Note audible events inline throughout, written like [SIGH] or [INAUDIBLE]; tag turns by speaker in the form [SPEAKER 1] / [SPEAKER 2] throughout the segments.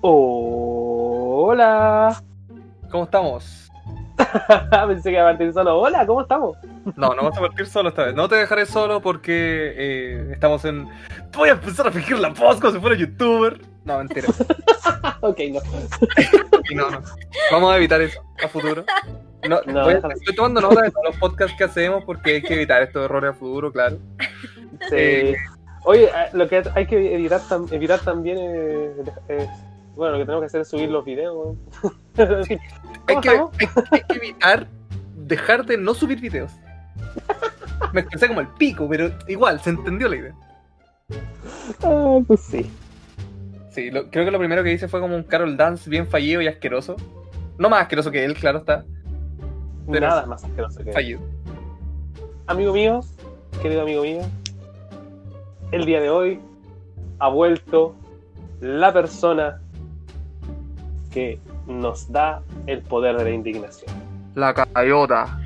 [SPEAKER 1] Hola. [LAUGHS]
[SPEAKER 2] ¿Cómo estamos?
[SPEAKER 1] Pensé que iba a partir solo. Hola, ¿cómo estamos? [LAUGHS]
[SPEAKER 2] No, no vas a partir solo esta vez. No te dejaré solo porque eh, estamos en. Voy a empezar a fingir la voz como si fuera youtuber. No, mentira.
[SPEAKER 1] ok, no.
[SPEAKER 2] Y no, no. Vamos a evitar eso a futuro. No,
[SPEAKER 1] No,
[SPEAKER 2] voy a-
[SPEAKER 1] déjalo.
[SPEAKER 2] estoy tomando nota de todos los podcasts que hacemos porque hay que evitar estos errores a futuro, claro.
[SPEAKER 1] Sí.
[SPEAKER 2] Eh.
[SPEAKER 1] Oye, eh, lo que hay que evitar, tam- evitar también es, es- Bueno, lo que tenemos que hacer es subir los videos. [LAUGHS] Sí.
[SPEAKER 2] Hay
[SPEAKER 1] ¿Cómo
[SPEAKER 2] que,
[SPEAKER 1] estamos?
[SPEAKER 2] hay, hay que evitar dejar de no subir videos. Me expresé como el pico, pero igual, se entendió la idea.
[SPEAKER 1] Ah, pues sí.
[SPEAKER 2] Sí, lo- creo que lo primero que hice fue como un Carol Dance bien fallido y asqueroso. No más asqueroso que él, claro está. Pero-
[SPEAKER 1] Nada más asqueroso que
[SPEAKER 2] Fallido.
[SPEAKER 1] Amigo mío, querido amigo mío, el día de hoy ha vuelto la persona que nos da el poder de la indignación.
[SPEAKER 2] La cayota.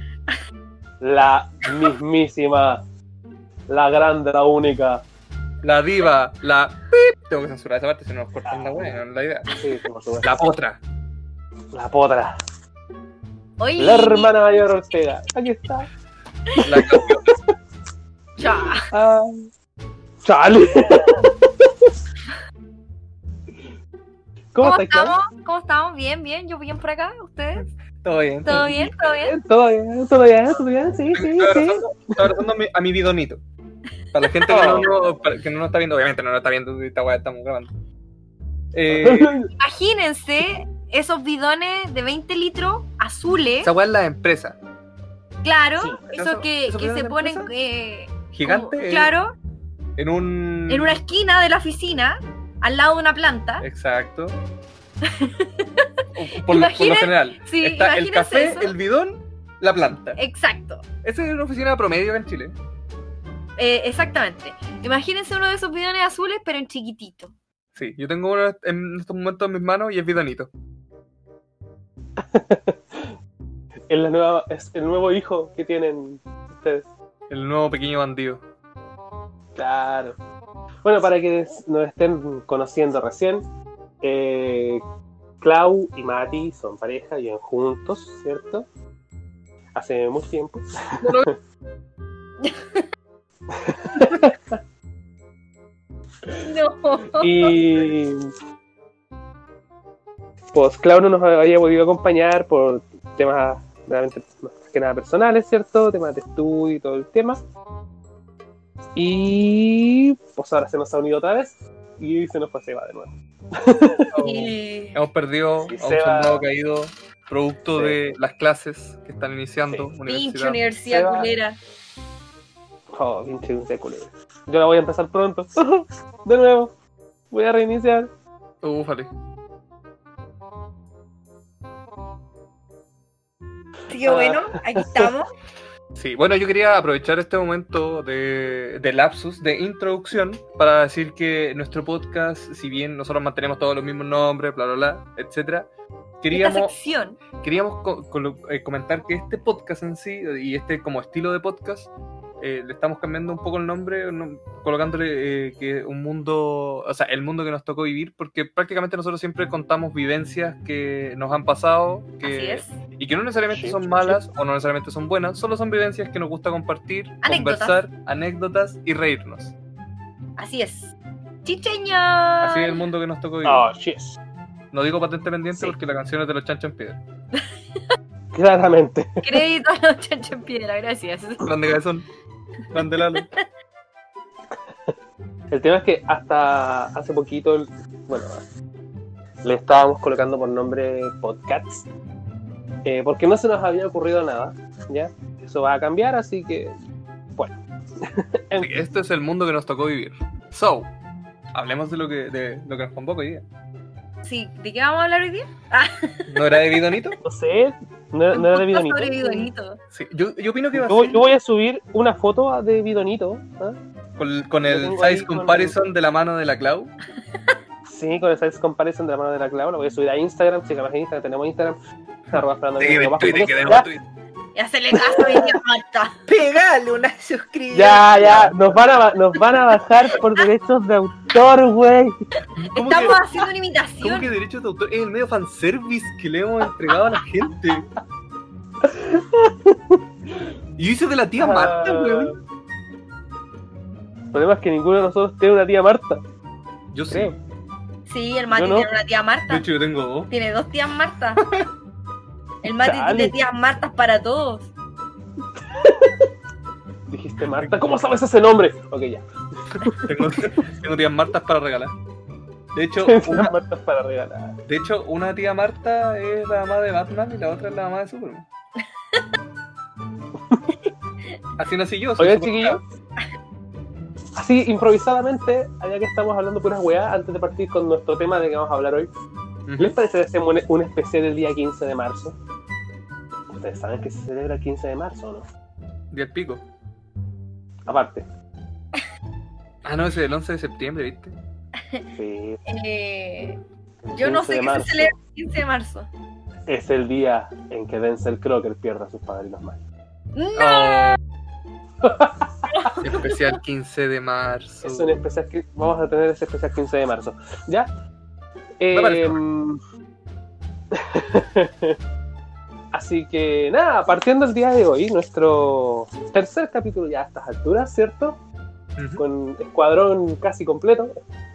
[SPEAKER 1] La mismísima, la grande, la única.
[SPEAKER 2] La diva. La. pip. Tengo que censurar esa parte si no nos cortan la buena, no es la idea.
[SPEAKER 1] Sí, por supuesto.
[SPEAKER 2] La potra.
[SPEAKER 1] La potra.
[SPEAKER 3] Oye,
[SPEAKER 1] La hermana mayor Ortega. Aquí está.
[SPEAKER 2] La campeona.
[SPEAKER 3] ya.
[SPEAKER 1] Ah. Chale. ¿Cómo,
[SPEAKER 3] ¿Cómo
[SPEAKER 1] estás, Clau?
[SPEAKER 3] estamos? ¿Cómo estamos? Bien, bien. Yo bien por acá. ¿Ustedes?
[SPEAKER 2] [LAUGHS] Todo bien.
[SPEAKER 3] ¿Todo bien? ¿Todo bien?
[SPEAKER 1] Todo bien, todo bien, todo bien, sí, sí,
[SPEAKER 2] Estoy
[SPEAKER 1] sí.
[SPEAKER 2] abrazando, estoy abrazando a, mi, a mi bidonito. Para la gente que no, [LAUGHS] no- para- que no nos está viendo, obviamente no nos está viendo, esta weá estamos grabando. Eh,
[SPEAKER 3] Imagínense esos bidones de 20 litros azules.
[SPEAKER 2] esa weá es la empresa.
[SPEAKER 3] Claro,
[SPEAKER 1] Sí.
[SPEAKER 3] esos que,
[SPEAKER 2] ¿Esos
[SPEAKER 3] que
[SPEAKER 2] bidones
[SPEAKER 3] se
[SPEAKER 2] de
[SPEAKER 3] ponen
[SPEAKER 2] empresa?
[SPEAKER 3] eh,
[SPEAKER 2] Gigante.
[SPEAKER 3] como-
[SPEAKER 2] eh, mm.
[SPEAKER 3] claro,
[SPEAKER 2] En un.
[SPEAKER 3] en una esquina de la oficina, al lado de una planta.
[SPEAKER 2] Eh,
[SPEAKER 3] [LAUGHS]
[SPEAKER 2] Exacto. O- por, lo- por lo
[SPEAKER 3] Imaginen-
[SPEAKER 2] general.
[SPEAKER 3] sí,
[SPEAKER 2] está el
[SPEAKER 3] imagínense
[SPEAKER 2] café,
[SPEAKER 3] eso. Eh.
[SPEAKER 2] el bidón, la planta.
[SPEAKER 3] Exacto,
[SPEAKER 2] Esa es una oficina promedio acá en Chile.
[SPEAKER 3] eh, exactamente. Imagínense uno de esos bidones azules, pero en chiquitito.
[SPEAKER 2] Sí, yo tengo uno en estos momentos en mis manos y es bidonito.
[SPEAKER 1] Es, la nueva, es [LAUGHS] el nuevo hijo que tienen ustedes.
[SPEAKER 2] El nuevo pequeño bandido.
[SPEAKER 1] Claro. Bueno, para quienes nos estén conociendo recién, eh, Clau y Mati son pareja, viven juntos, ¿cierto? Hace mucho tiempo.
[SPEAKER 3] No.
[SPEAKER 1] Y. Pues Clau no nos había podido acompañar por temas, realmente, más que nada personales, ¿cierto? Temas de estudio y todo el tema. Y. Pues ahora se nos ha unido otra vez y se nos fue Seba de nuevo.
[SPEAKER 3] Eh,
[SPEAKER 2] Hemos perdido
[SPEAKER 1] Sí,
[SPEAKER 2] a un
[SPEAKER 1] Seba.
[SPEAKER 2] soldado caído, producto
[SPEAKER 1] Sí.
[SPEAKER 2] de las clases que están iniciando.
[SPEAKER 1] Se
[SPEAKER 2] Universidad.
[SPEAKER 3] Pinche universidad
[SPEAKER 1] va.
[SPEAKER 3] culera.
[SPEAKER 1] Oh, pinche dulce culero. Yo la voy a empezar pronto. [LAUGHS] De nuevo. Voy a reiniciar.
[SPEAKER 2] Ufale.
[SPEAKER 3] Así
[SPEAKER 2] Ah.
[SPEAKER 3] que bueno,
[SPEAKER 2] [LAUGHS]
[SPEAKER 3] aquí estamos.
[SPEAKER 2] Sí, bueno, yo quería aprovechar este momento de, de lapsus, de introducción, para decir que nuestro podcast, si bien nosotros mantenemos todos los mismos nombres, bla, bla, bla, etcétera,
[SPEAKER 3] Esta
[SPEAKER 2] queríamos,
[SPEAKER 3] sección.
[SPEAKER 2] queríamos co- colo- eh, comentar que este podcast en sí, y este como estilo de podcast, eh, le estamos cambiando un poco el nombre, no- colocándole eh, que un mundo, o sea, el mundo que nos tocó vivir, porque prácticamente nosotros siempre contamos vivencias que nos han pasado, que
[SPEAKER 3] Así es.
[SPEAKER 2] y que no necesariamente
[SPEAKER 1] Sí,
[SPEAKER 2] son
[SPEAKER 1] sí,
[SPEAKER 2] malas o no necesariamente son buenas, solo son vivencias que nos gusta compartir,
[SPEAKER 3] Anécdotas.
[SPEAKER 2] conversar, anécdotas y reírnos.
[SPEAKER 3] Así es. Chicheño.
[SPEAKER 2] Así es el mundo que nos tocó vivir.
[SPEAKER 1] Oh, yes.
[SPEAKER 2] No digo patente pendiente
[SPEAKER 1] Sí.
[SPEAKER 2] porque la canción es de los chanchos en piedra.
[SPEAKER 1] Claramente.
[SPEAKER 3] Crédito a los chanchos en piedra, gracias.
[SPEAKER 2] Grande cabezón. Grande Lalo.
[SPEAKER 1] El tema es que hasta hace poquito, el- bueno, le estábamos colocando por nombre podcasts. eh, porque no se nos había ocurrido nada. ¿Ya? Eso va a cambiar, así que. Bueno. En
[SPEAKER 2] Sí, Este es el mundo que nos tocó vivir. So, hablemos de lo que, de lo que nos convoca hoy día.
[SPEAKER 3] Sí, ¿de qué vamos a hablar hoy día?
[SPEAKER 2] ¿No era de bidonito?
[SPEAKER 1] no sé. No, no era de
[SPEAKER 3] Un podcast
[SPEAKER 1] Bidonito.
[SPEAKER 3] sobre bidonito.
[SPEAKER 2] Sí. Yo, yo opino que va a
[SPEAKER 1] Yo,
[SPEAKER 2] ser
[SPEAKER 1] yo voy a subir una foto de Bidonito. ¿ah?
[SPEAKER 2] con, con
[SPEAKER 1] yo
[SPEAKER 2] el
[SPEAKER 1] tengo ahí
[SPEAKER 2] size
[SPEAKER 1] con-
[SPEAKER 2] comparison de la mano de la Clau.
[SPEAKER 1] Sí, con el size comparison de la mano de la clava, lo voy a subir a Instagram, chicas, en Instagram tenemos Instagram. Arroba Fernando
[SPEAKER 2] Te
[SPEAKER 1] Miguel
[SPEAKER 2] quedé en
[SPEAKER 1] Bajo.
[SPEAKER 2] Twitter, quedé en
[SPEAKER 1] Ya,
[SPEAKER 2] Twitter.
[SPEAKER 3] Y hacerle caso hoy día, Marta.
[SPEAKER 2] Pegale una suscripción. Ah.
[SPEAKER 1] ya, ya, nos van a, ba- nos van a bajar por derechos de autor. autor, güey.
[SPEAKER 2] ¿Cómo
[SPEAKER 3] Estamos
[SPEAKER 2] que-
[SPEAKER 3] haciendo una
[SPEAKER 2] ¿Cómo
[SPEAKER 3] imitación.
[SPEAKER 2] que derechos de autor es el medio fanservice que le hemos entregado a la gente? Y hice de la tía Marta,
[SPEAKER 1] Ah.
[SPEAKER 2] weón.
[SPEAKER 1] El problema es que ninguno de nosotros tiene una tía Marta,
[SPEAKER 2] Yo sí.
[SPEAKER 1] creo.
[SPEAKER 3] Sí, el Mati
[SPEAKER 1] Yo no.
[SPEAKER 3] tiene una tía
[SPEAKER 2] De
[SPEAKER 3] Marta.
[SPEAKER 2] hecho, yo tengo dos.
[SPEAKER 3] Tiene dos tías Marta. El Mati
[SPEAKER 1] Chale.
[SPEAKER 3] tiene tías Martas para todos.
[SPEAKER 1] Dijiste Marta, ¿cómo sabes ese nombre? Ok, ya.
[SPEAKER 2] Tengo, [LAUGHS] tengo tías Martas para regalar.
[SPEAKER 1] [LAUGHS]
[SPEAKER 2] De hecho,
[SPEAKER 1] Una
[SPEAKER 2] una,
[SPEAKER 1] Marta para regalar.
[SPEAKER 2] de hecho, una tía Marta es la mamá de Batman y la otra es la mamá de Superman. Así nací yo. soy
[SPEAKER 1] Oigan,
[SPEAKER 2] Superman.
[SPEAKER 1] chiquillos. Así, improvisadamente, allá que estamos hablando puras weas, antes de partir con nuestro tema de que vamos a hablar hoy, ¿les
[SPEAKER 2] Ujú.
[SPEAKER 1] parece que hacemos un- un especial el día 15 de marzo? Ustedes saben que se celebra el 15 de marzo, ¿no?
[SPEAKER 2] Día al pico.
[SPEAKER 1] Aparte.
[SPEAKER 2] Ah, no, ese es el 11 de septiembre, ¿viste?
[SPEAKER 1] Sí,
[SPEAKER 3] Eh,
[SPEAKER 1] el
[SPEAKER 3] yo no
[SPEAKER 1] 15
[SPEAKER 3] sé
[SPEAKER 1] de
[SPEAKER 3] qué se
[SPEAKER 1] marzo
[SPEAKER 3] celebra el 15 de marzo.
[SPEAKER 1] Es el día en que Denzel Crocker pierde a sus padrinos mágicos.
[SPEAKER 3] No,
[SPEAKER 2] Oh. Especial 15 de marzo.
[SPEAKER 1] Es un especial que vamos a tener ese especial 15 de marzo. ¿Ya?
[SPEAKER 2] Me parece
[SPEAKER 1] Em, [LAUGHS] Así que nada, partiendo el día de hoy, nuestro tercer capítulo ya a estas alturas, ¿cierto?
[SPEAKER 2] Ujú.
[SPEAKER 1] Con escuadrón casi completo.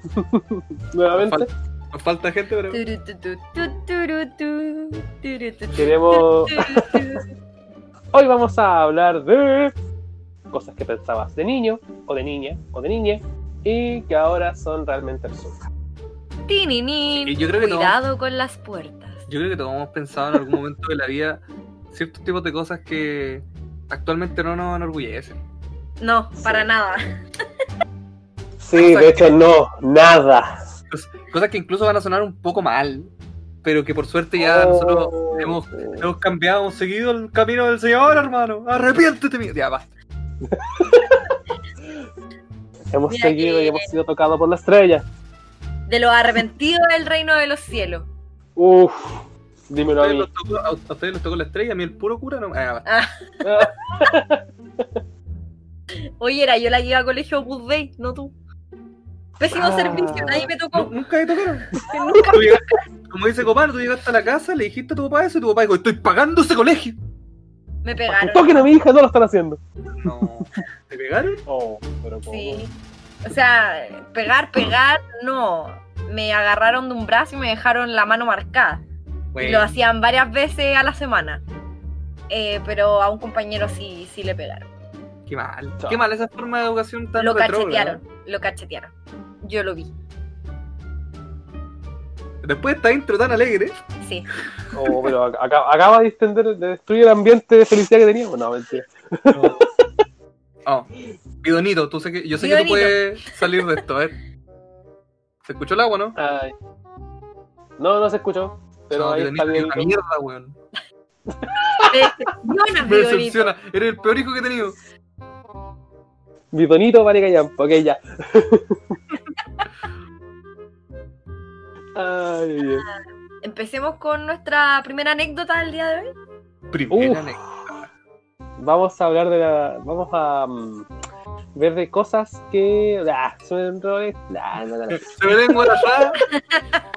[SPEAKER 1] [LAUGHS] Nuevamente,
[SPEAKER 2] Nos falta gente, pero.
[SPEAKER 3] Turu, tu, tu, tu, turu, tu, turu, tu, tu,
[SPEAKER 1] queremos.
[SPEAKER 3] [LAUGHS] turu, tu.
[SPEAKER 1] Hoy vamos a hablar de cosas que pensabas de niño, o de niña, o de niña, y que ahora son realmente absurdas.
[SPEAKER 3] Tininin.
[SPEAKER 2] Y yo creo que no.
[SPEAKER 3] Cuidado con las puertas.
[SPEAKER 2] Yo creo que todos hemos pensado en algún momento de la vida ciertos tipos de cosas que actualmente no nos enorgullecen.
[SPEAKER 3] No, para
[SPEAKER 1] Sí.
[SPEAKER 3] nada.
[SPEAKER 1] Sí,
[SPEAKER 2] de
[SPEAKER 1] hecho, no, nada.
[SPEAKER 2] Cos- Cosas que incluso van a sonar un poco mal, pero que por suerte
[SPEAKER 1] Oh.
[SPEAKER 2] ya nosotros hemos, hemos cambiado, hemos seguido el camino del Señor, hermano. Arrepiéntete, mi- Ya basta.
[SPEAKER 1] Hemos
[SPEAKER 3] Mira
[SPEAKER 1] seguido
[SPEAKER 3] que-
[SPEAKER 1] y hemos sido tocados por la estrella.
[SPEAKER 3] De los arrepentidos del reino de los cielos.
[SPEAKER 1] Uf, dímelo a
[SPEAKER 2] A ustedes
[SPEAKER 1] mí.
[SPEAKER 2] les tocó, a ustedes les tocó la estrella, a mí el puro cura no. Ah, ya basta.
[SPEAKER 3] Oye, era yo la llevé a colegio Opus Dei, no tú. Pésimo
[SPEAKER 1] Ah.
[SPEAKER 3] servicio, nadie me
[SPEAKER 2] No,
[SPEAKER 3] tocó.
[SPEAKER 2] Nunca te tocaron.
[SPEAKER 3] Nunca
[SPEAKER 2] Tú llegaste- Como dice Copano, tú llegaste a la casa, le dijiste a tu papá eso y tu papá dijo: Estoy pagando ese colegio.
[SPEAKER 3] me
[SPEAKER 1] Que
[SPEAKER 3] pegaron.
[SPEAKER 1] Toquen a mi hija, no lo están haciendo.
[SPEAKER 2] No. ¿Te pegaron?
[SPEAKER 1] Oh, pero como.
[SPEAKER 3] Sí. O sea, pegar, pegar, no. Me agarraron de un brazo y me dejaron la mano marcada. Y
[SPEAKER 2] Bueno.
[SPEAKER 3] lo hacían varias veces a la semana. Eh, pero a un compañero sí, sí le pegaron.
[SPEAKER 2] Qué mal.
[SPEAKER 1] Chao.
[SPEAKER 2] Qué mal esa forma de educación tan
[SPEAKER 3] Lo
[SPEAKER 2] retrógrada.
[SPEAKER 3] cachetearon, lo cachetearon. Yo lo vi,
[SPEAKER 2] Después de esta intro tan alegre,
[SPEAKER 3] sí.
[SPEAKER 1] Oh, pero ac- acá- acaba de extender, de destruir el ambiente de felicidad que teníamos. No, mentira.
[SPEAKER 2] no. Oh. Bidonito, tú sé que, yo sé que tú
[SPEAKER 3] Bidonito.
[SPEAKER 2] puedes salir de esto, a ver. ¿Se escuchó el agua, no?
[SPEAKER 1] Ay. No, no se escuchó. Pero
[SPEAKER 2] no,
[SPEAKER 1] ahí está
[SPEAKER 2] Bidonito, que es una
[SPEAKER 1] bien.
[SPEAKER 2] mierda, weón.
[SPEAKER 3] Me
[SPEAKER 2] Me
[SPEAKER 3] decepciona, Vidorito.
[SPEAKER 2] decepciona. Eres el peor hijo que he tenido.
[SPEAKER 1] Bitonito, vale callampa. Ok, [LAUGHS] ya. Ay, bien.
[SPEAKER 3] Empecemos con nuestra primera anécdota del día de hoy.
[SPEAKER 2] Primera
[SPEAKER 1] Uf.
[SPEAKER 2] anécdota.
[SPEAKER 1] vamos a hablar de la. Vamos a mm, ver de cosas que. Ah, son errores. Ah, no, no, no.
[SPEAKER 2] Se me lengua la asada.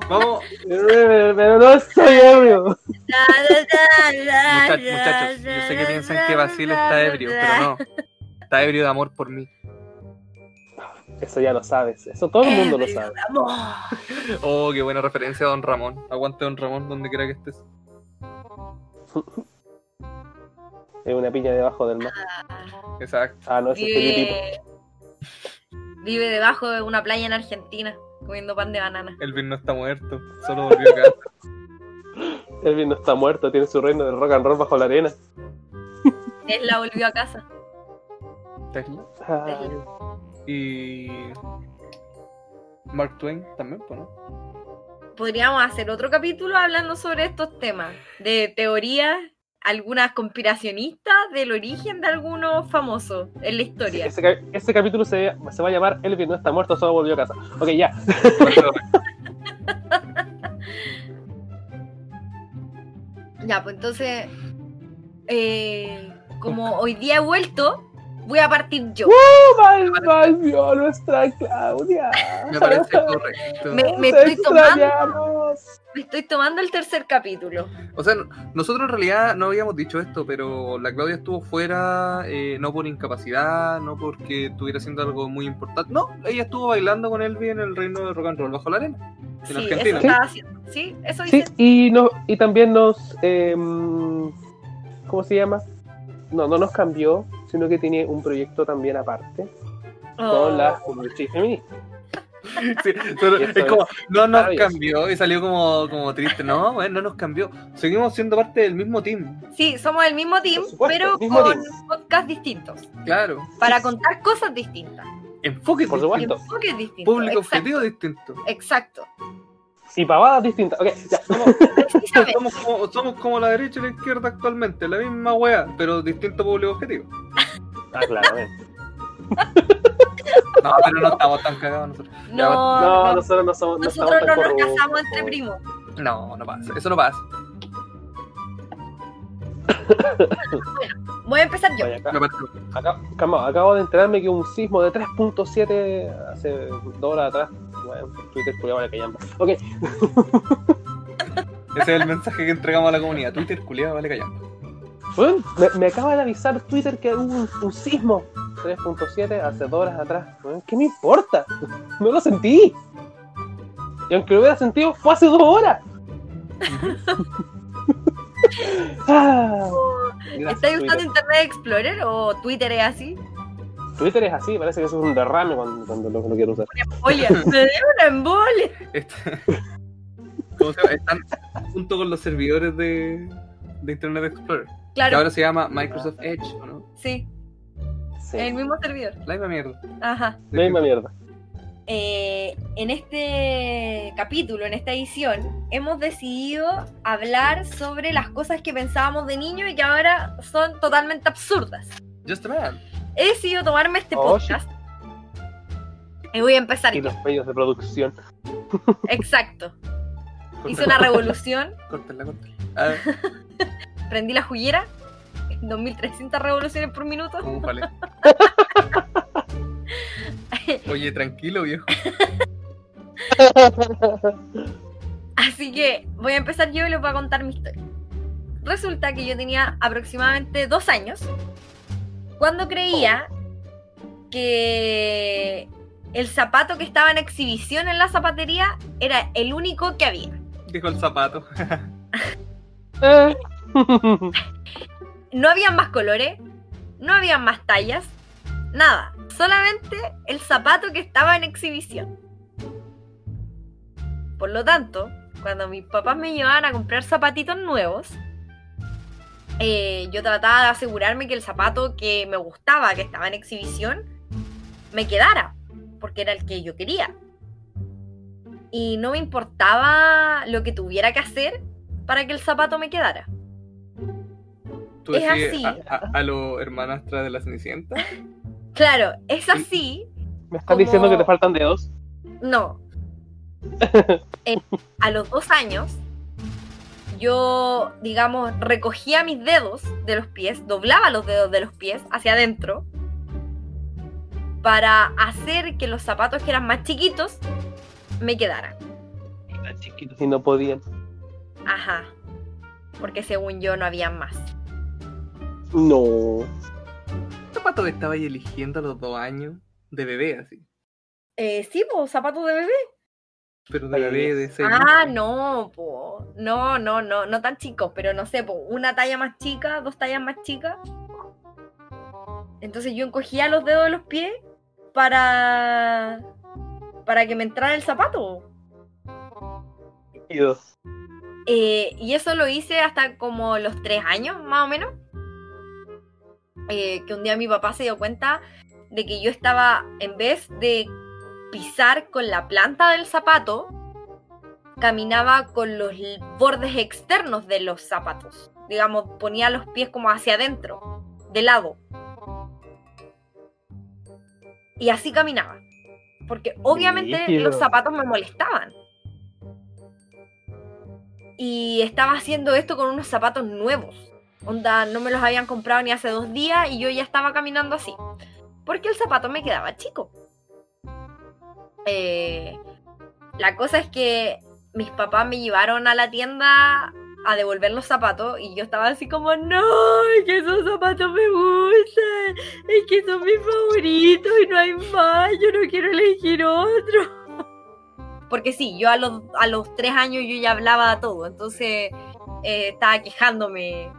[SPEAKER 2] Vamos,
[SPEAKER 1] Pero [LAUGHS] pero no estoy ebrio.
[SPEAKER 2] [LAUGHS] muchachos, muchachos. Yo sé que piensan que Basil está ebrio, pero no. Está ebrio de amor por mí.
[SPEAKER 1] Eso ya lo sabes. Eso todo el mundo lo
[SPEAKER 3] Ebrio,
[SPEAKER 1] sabe.
[SPEAKER 3] amor.
[SPEAKER 2] Oh, qué buena referencia a Don Ramón. Aguante Don Ramón donde quiera que estés.
[SPEAKER 1] Es una piña debajo del mar.
[SPEAKER 2] Exacto.
[SPEAKER 1] Ah, no, ese es Felipito.
[SPEAKER 3] Vive... vive debajo de una playa en Argentina comiendo pan de banana.
[SPEAKER 2] Elvin no está muerto, solo volvió a casa.
[SPEAKER 1] Elvin no está muerto, tiene su reino de rock and roll bajo la arena.
[SPEAKER 3] Tesla volvió a casa.
[SPEAKER 2] Tesla.
[SPEAKER 1] Ay,
[SPEAKER 2] Y. Mark Twain también, pues, ¿no?
[SPEAKER 3] Podríamos hacer otro capítulo hablando sobre estos temas de teorías, algunas conspiracionistas del origen de algunos famosos en la historia.
[SPEAKER 1] ese, ca- ese capítulo se, se va a llamar Elvin no está muerto, solo volvió a casa. Ok, ya.
[SPEAKER 3] Ya, pues entonces, eh, como hoy día he vuelto, Voy a partir yo.
[SPEAKER 1] mal, mal vio nuestra Claudia.
[SPEAKER 2] Me parece correcto.
[SPEAKER 3] Me- me
[SPEAKER 1] Te
[SPEAKER 3] estoy tomando.
[SPEAKER 1] extrañamos.
[SPEAKER 3] Me estoy tomando el tercer capítulo.
[SPEAKER 2] O sea, nosotros en realidad no habíamos dicho esto, pero la Claudia estuvo fuera eh, no por incapacidad, no porque estuviera haciendo algo muy importante. No, ella estuvo bailando con Elvi en el reino de rock and roll bajo la arena. [LAUGHS] En
[SPEAKER 3] Sí, eso
[SPEAKER 2] Argentina.
[SPEAKER 3] estaba haciendo. Sí, eso
[SPEAKER 1] Sí,
[SPEAKER 3] hice.
[SPEAKER 1] y, no, y también nos. em, ¿Cómo se llama? No, no nos cambió, sino que tiene un proyecto también aparte
[SPEAKER 3] Oh.
[SPEAKER 1] con las publicistas feministas.
[SPEAKER 2] Sí, pero
[SPEAKER 1] Y
[SPEAKER 2] es
[SPEAKER 1] esto es
[SPEAKER 2] como, no nos
[SPEAKER 1] maravilloso.
[SPEAKER 2] cambió y salió como, como triste. No, bueno, no nos cambió. Seguimos siendo parte del mismo team,
[SPEAKER 3] Sí, somos el mismo team,
[SPEAKER 1] Por supuesto,
[SPEAKER 3] pero
[SPEAKER 1] mismo
[SPEAKER 3] con
[SPEAKER 1] team.
[SPEAKER 3] podcasts distintos.
[SPEAKER 2] claro.
[SPEAKER 3] Para contar cosas distintas.
[SPEAKER 2] Enfoque
[SPEAKER 1] Por
[SPEAKER 2] distinto,
[SPEAKER 3] y
[SPEAKER 1] Cuánto.
[SPEAKER 3] enfoques distintos.
[SPEAKER 2] público
[SPEAKER 3] exacto,
[SPEAKER 2] objetivo distinto.
[SPEAKER 3] Exacto.
[SPEAKER 1] Y pavadas distintas. Ok, ya. [LAUGHS]
[SPEAKER 3] Precisamente.
[SPEAKER 2] Somos como, somos como la derecha y la izquierda actualmente, la misma wea, pero distinto público objetivo.
[SPEAKER 1] Ah, claramente.
[SPEAKER 2] No, pero no estamos tan cagados nosotros.
[SPEAKER 3] No,
[SPEAKER 1] No,
[SPEAKER 3] no.
[SPEAKER 1] nosotros no somos. no estamos
[SPEAKER 3] nosotros no
[SPEAKER 1] tan
[SPEAKER 3] nos
[SPEAKER 1] corruptos,
[SPEAKER 3] casamos
[SPEAKER 1] por
[SPEAKER 3] entre
[SPEAKER 1] favor.
[SPEAKER 3] primos.
[SPEAKER 2] No, no pasa, eso no pasa.
[SPEAKER 3] Voy a empezar yo.
[SPEAKER 1] Vaya, acá-
[SPEAKER 2] No pasa.
[SPEAKER 1] Acá- calma, acabo de enterarme que un sismo de 3.7 hace dos horas atrás. Bueno, Twitter culiao vale que llama. Ok,
[SPEAKER 2] Ese es el mensaje que entregamos a la comunidad. Twitter, culiado, vale callando.
[SPEAKER 1] weón, me, me acaba de avisar Twitter que hubo un, un sismo 3.7 hace dos horas atrás. Weón, ¿Qué me importa? No lo sentí. Y aunque lo hubiera sentido, fue hace dos [LAUGHS] horas. Ah, gracias,
[SPEAKER 3] ¿Estáis usando
[SPEAKER 1] Twitter.
[SPEAKER 3] Internet Explorer o Twitter
[SPEAKER 1] [LAUGHS]
[SPEAKER 3] es así?
[SPEAKER 1] Twitter es así, parece que eso es un derrame cuando, cuando lo, lo quiero usar.
[SPEAKER 3] Oye, me dio una embolia.
[SPEAKER 2] Este- ¿Cómo se llama? Están junto con los servidores de, de Internet Explorer. Que
[SPEAKER 3] Claro,
[SPEAKER 2] ahora se llama Microsoft Edge, ¿o ¿no?
[SPEAKER 3] sí,
[SPEAKER 1] Sí,
[SPEAKER 3] el mismo servidor.
[SPEAKER 2] La misma mierda.
[SPEAKER 3] Ajá.
[SPEAKER 1] la misma mierda.
[SPEAKER 3] Eh, en este capítulo, en esta edición, hemos decidido hablar sobre las cosas que pensábamos de niño y que ahora son totalmente absurdas.
[SPEAKER 2] Just a man.
[SPEAKER 3] He decidido tomarme este
[SPEAKER 1] Oh,
[SPEAKER 3] podcast. Y voy a empezar
[SPEAKER 1] Y
[SPEAKER 3] yo.
[SPEAKER 1] los medios de producción. [LAUGHS]
[SPEAKER 3] Exacto. Hice
[SPEAKER 2] Córtala,
[SPEAKER 3] una revolución,
[SPEAKER 2] córtala, córtala. Ah, A ver,
[SPEAKER 3] prendí la juguera, 2300 revoluciones por minuto.
[SPEAKER 2] ufale. Oye, tranquilo, viejo.
[SPEAKER 3] Así que voy a empezar yo y les voy a contar mi historia. Resulta que yo tenía aproximadamente dos años cuando creía que el zapato que estaba en exhibición en la zapatería era el único que había.
[SPEAKER 2] Dijo el zapato.
[SPEAKER 1] [LAUGHS] Eh.
[SPEAKER 3] No habían más colores, no habían más tallas, nada. Solamente el zapato que estaba en exhibición. Por lo tanto, cuando mis papás me llevaban a comprar zapatitos nuevos, eh, yo trataba de asegurarme que el zapato que me gustaba, que estaba en exhibición, me quedara, porque era el que yo quería. Y no me importaba lo que tuviera que hacer para que el zapato me quedara.
[SPEAKER 2] Tú
[SPEAKER 3] Es
[SPEAKER 2] decís
[SPEAKER 3] así.
[SPEAKER 2] a, a, a los hermanastras de la Cenicienta.
[SPEAKER 3] Claro, es así.
[SPEAKER 1] ¿Me estás diciendo
[SPEAKER 3] Como-
[SPEAKER 1] que te faltan dedos?
[SPEAKER 3] No. Eh, a los dos años, yo, digamos, recogía mis dedos de los pies, doblaba los dedos de los pies hacia adentro para hacer que los zapatos que eran más chiquitos me quedaran.
[SPEAKER 1] Eran chiquitos y no podían.
[SPEAKER 3] Ajá. Porque según yo no había más.
[SPEAKER 1] No.
[SPEAKER 2] ¿Qué zapato que estaba ahí eligiendo a los dos años? De bebé, así.
[SPEAKER 3] Eh, sí, pues, zapatos de bebé.
[SPEAKER 2] Pero de bebé, de seis
[SPEAKER 3] Ah,
[SPEAKER 2] meses.
[SPEAKER 3] no, po. No, no, no, no tan chicos, pero no sé, po, una talla más chica, dos tallas más chicas. Entonces yo encogía los dedos de los pies para para que me entrara el zapato.
[SPEAKER 1] Y dos.
[SPEAKER 3] Eh, y eso lo hice hasta como los tres años, más o menos. Eh, que un día mi papá se dio cuenta de que yo estaba, en vez de pisar con la planta del zapato, caminaba con los l- bordes externos de los zapatos. Digamos, ponía los pies como hacia adentro, de lado. Y así caminaba. Porque obviamente
[SPEAKER 1] Brígido.
[SPEAKER 3] los zapatos me molestaban. Y estaba haciendo esto con unos zapatos nuevos. Onda, no me los habían comprado ni hace dos días y yo ya estaba caminando así. Porque el zapato me quedaba chico. Eh, la cosa es que mis papás me llevaron a la tienda a devolver los zapatos y yo estaba así como, no, es que esos zapatos me gustan, es que son mis favoritos y no hay más, yo no quiero elegir otro. [LAUGHS] Porque sí, yo a los, a los tres años yo ya hablaba todo, entonces eh, estaba quejándome